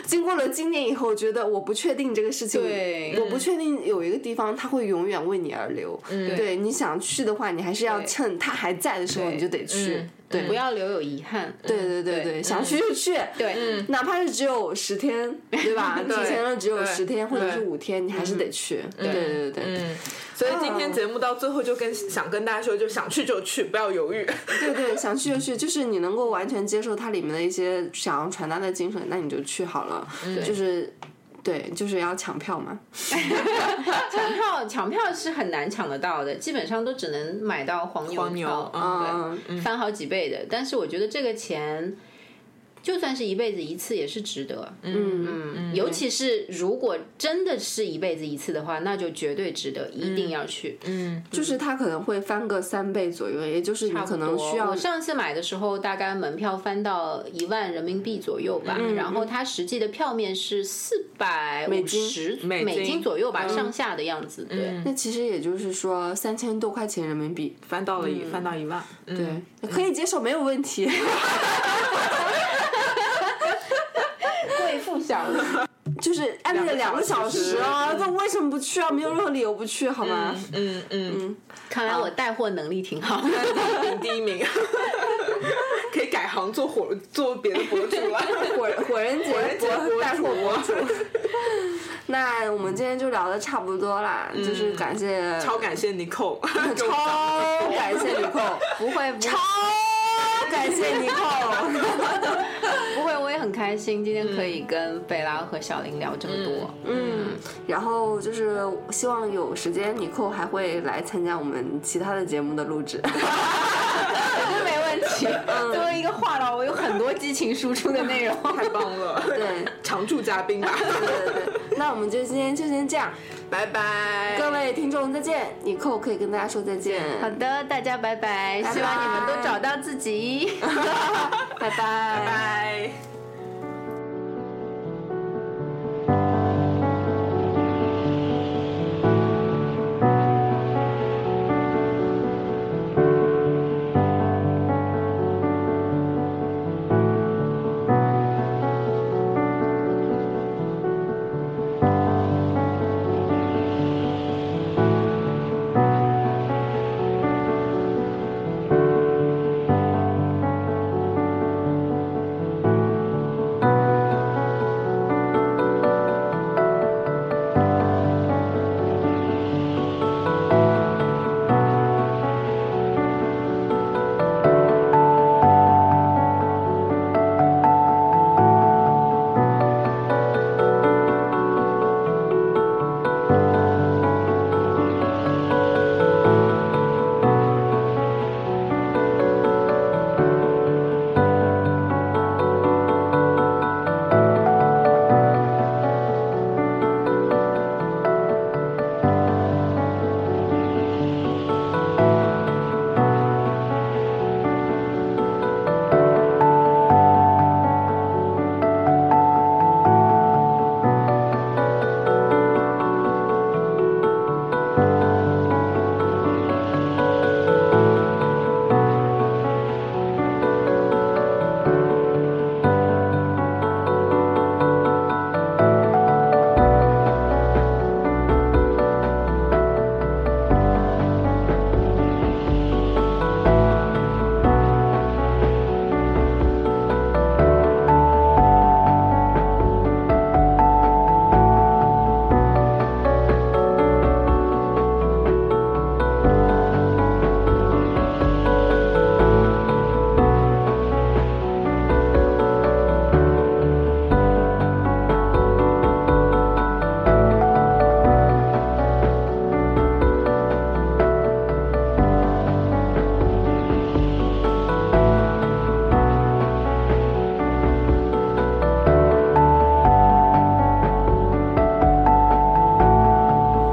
Speaker 4: 经过了今年以后，觉得我不确定这个事情，
Speaker 1: 对
Speaker 4: 我不确定有一个地方它会永远为你而留。对，你想去的话，你还是要
Speaker 1: 对
Speaker 4: 趁它还在的时候，
Speaker 1: 对
Speaker 4: 你就得去
Speaker 2: 嗯。
Speaker 4: 对，
Speaker 1: 不要留有遗憾。嗯
Speaker 4: 对对对对，想去就去。
Speaker 1: 对，
Speaker 4: 哪怕是只有十天，对吧？提前了只有十天或者是五天，你还是得去。对对对对
Speaker 2: 嗯，所以今天节目到最后就跟想跟大家说，就想去就去，不要犹豫。
Speaker 4: 对对，想去就去，就是你能够完全接受它里面的一些想要传达的精神，那你就去好了。就是对，就是要抢票嘛。
Speaker 1: 抢票抢票是很难抢得到的，基本上都只能买到黄牛
Speaker 2: 黄牛
Speaker 1: 票，
Speaker 2: 嗯
Speaker 1: 对，翻好几倍的。但是我觉得这个钱。就算是一辈子一次也是值得，
Speaker 4: 嗯，
Speaker 1: 嗯，尤其是如果真的是一辈子一次的话，那就绝对值得，一定要去。
Speaker 2: 嗯，
Speaker 4: 就是它可能会翻个三倍左右，也就是你可能需要
Speaker 1: 我上次买的时候，大概门票翻到一万人民币左右吧，然后它实际的票面是四百五十
Speaker 2: 美金
Speaker 1: 美金左右吧，上下的样子。对，
Speaker 4: 那其实也就是说三千多块钱人民币，
Speaker 2: 翻到了一、翻到一万，对，
Speaker 4: 对，可以接受，没有问题。
Speaker 1: 贵妇小路。
Speaker 4: 就是按那个两个小时啊，这为什么不去啊？没有任何理由不去，好吗？
Speaker 2: 嗯嗯，
Speaker 1: 看来我带货能力挺好。
Speaker 2: 嗯第一名， 可以改行做火做别的博主 了。
Speaker 4: 火火人节
Speaker 2: 人节博
Speaker 4: 带
Speaker 2: 主
Speaker 4: 货博主。 那我们今天就聊的差不多啦，就是感谢
Speaker 2: 超感谢 Nicole，
Speaker 4: 超感谢你扣，
Speaker 1: 不会，不
Speaker 4: 超感谢你扣。
Speaker 1: 不会，我也很开心，今天可以跟贝拉和小林聊这么多。
Speaker 4: 嗯，然后就是希望有时间你扣还会来参加我们其他的节目的录制。
Speaker 1: 绝对没问 题。作为一个话痨，我有很多激情输出的内容。
Speaker 2: 太棒了，
Speaker 4: 对，
Speaker 2: 常驻嘉宾 吧，
Speaker 4: 对对对，那我们就今天就先这样，
Speaker 2: 拜拜，
Speaker 4: 各位听众再见，你扣可以跟大家说再见，
Speaker 1: 好的，大家拜拜，
Speaker 4: 拜
Speaker 1: 希望你们都找到自 己。
Speaker 4: 拜拜
Speaker 2: 拜拜。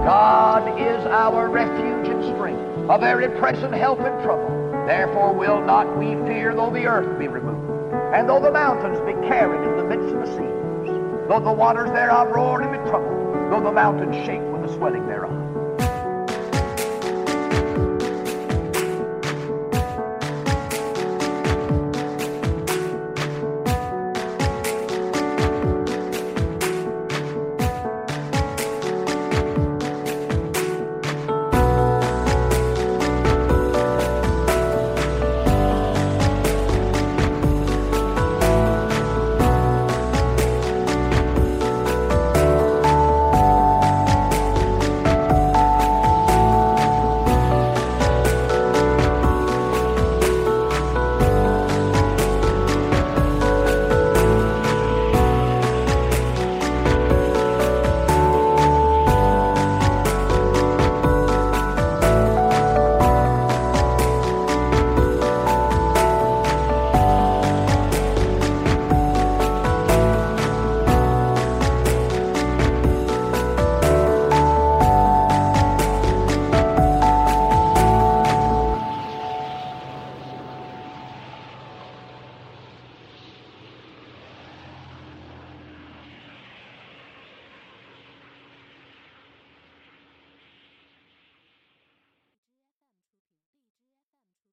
Speaker 5: God is our refuge and strength, a very present help in trouble. Therefore will not we fear though the earth be removed, and though the mountains be carried into the midst of the seas, though the waters thereof roar and be troubled, though the mountains shake with the swelling thereof.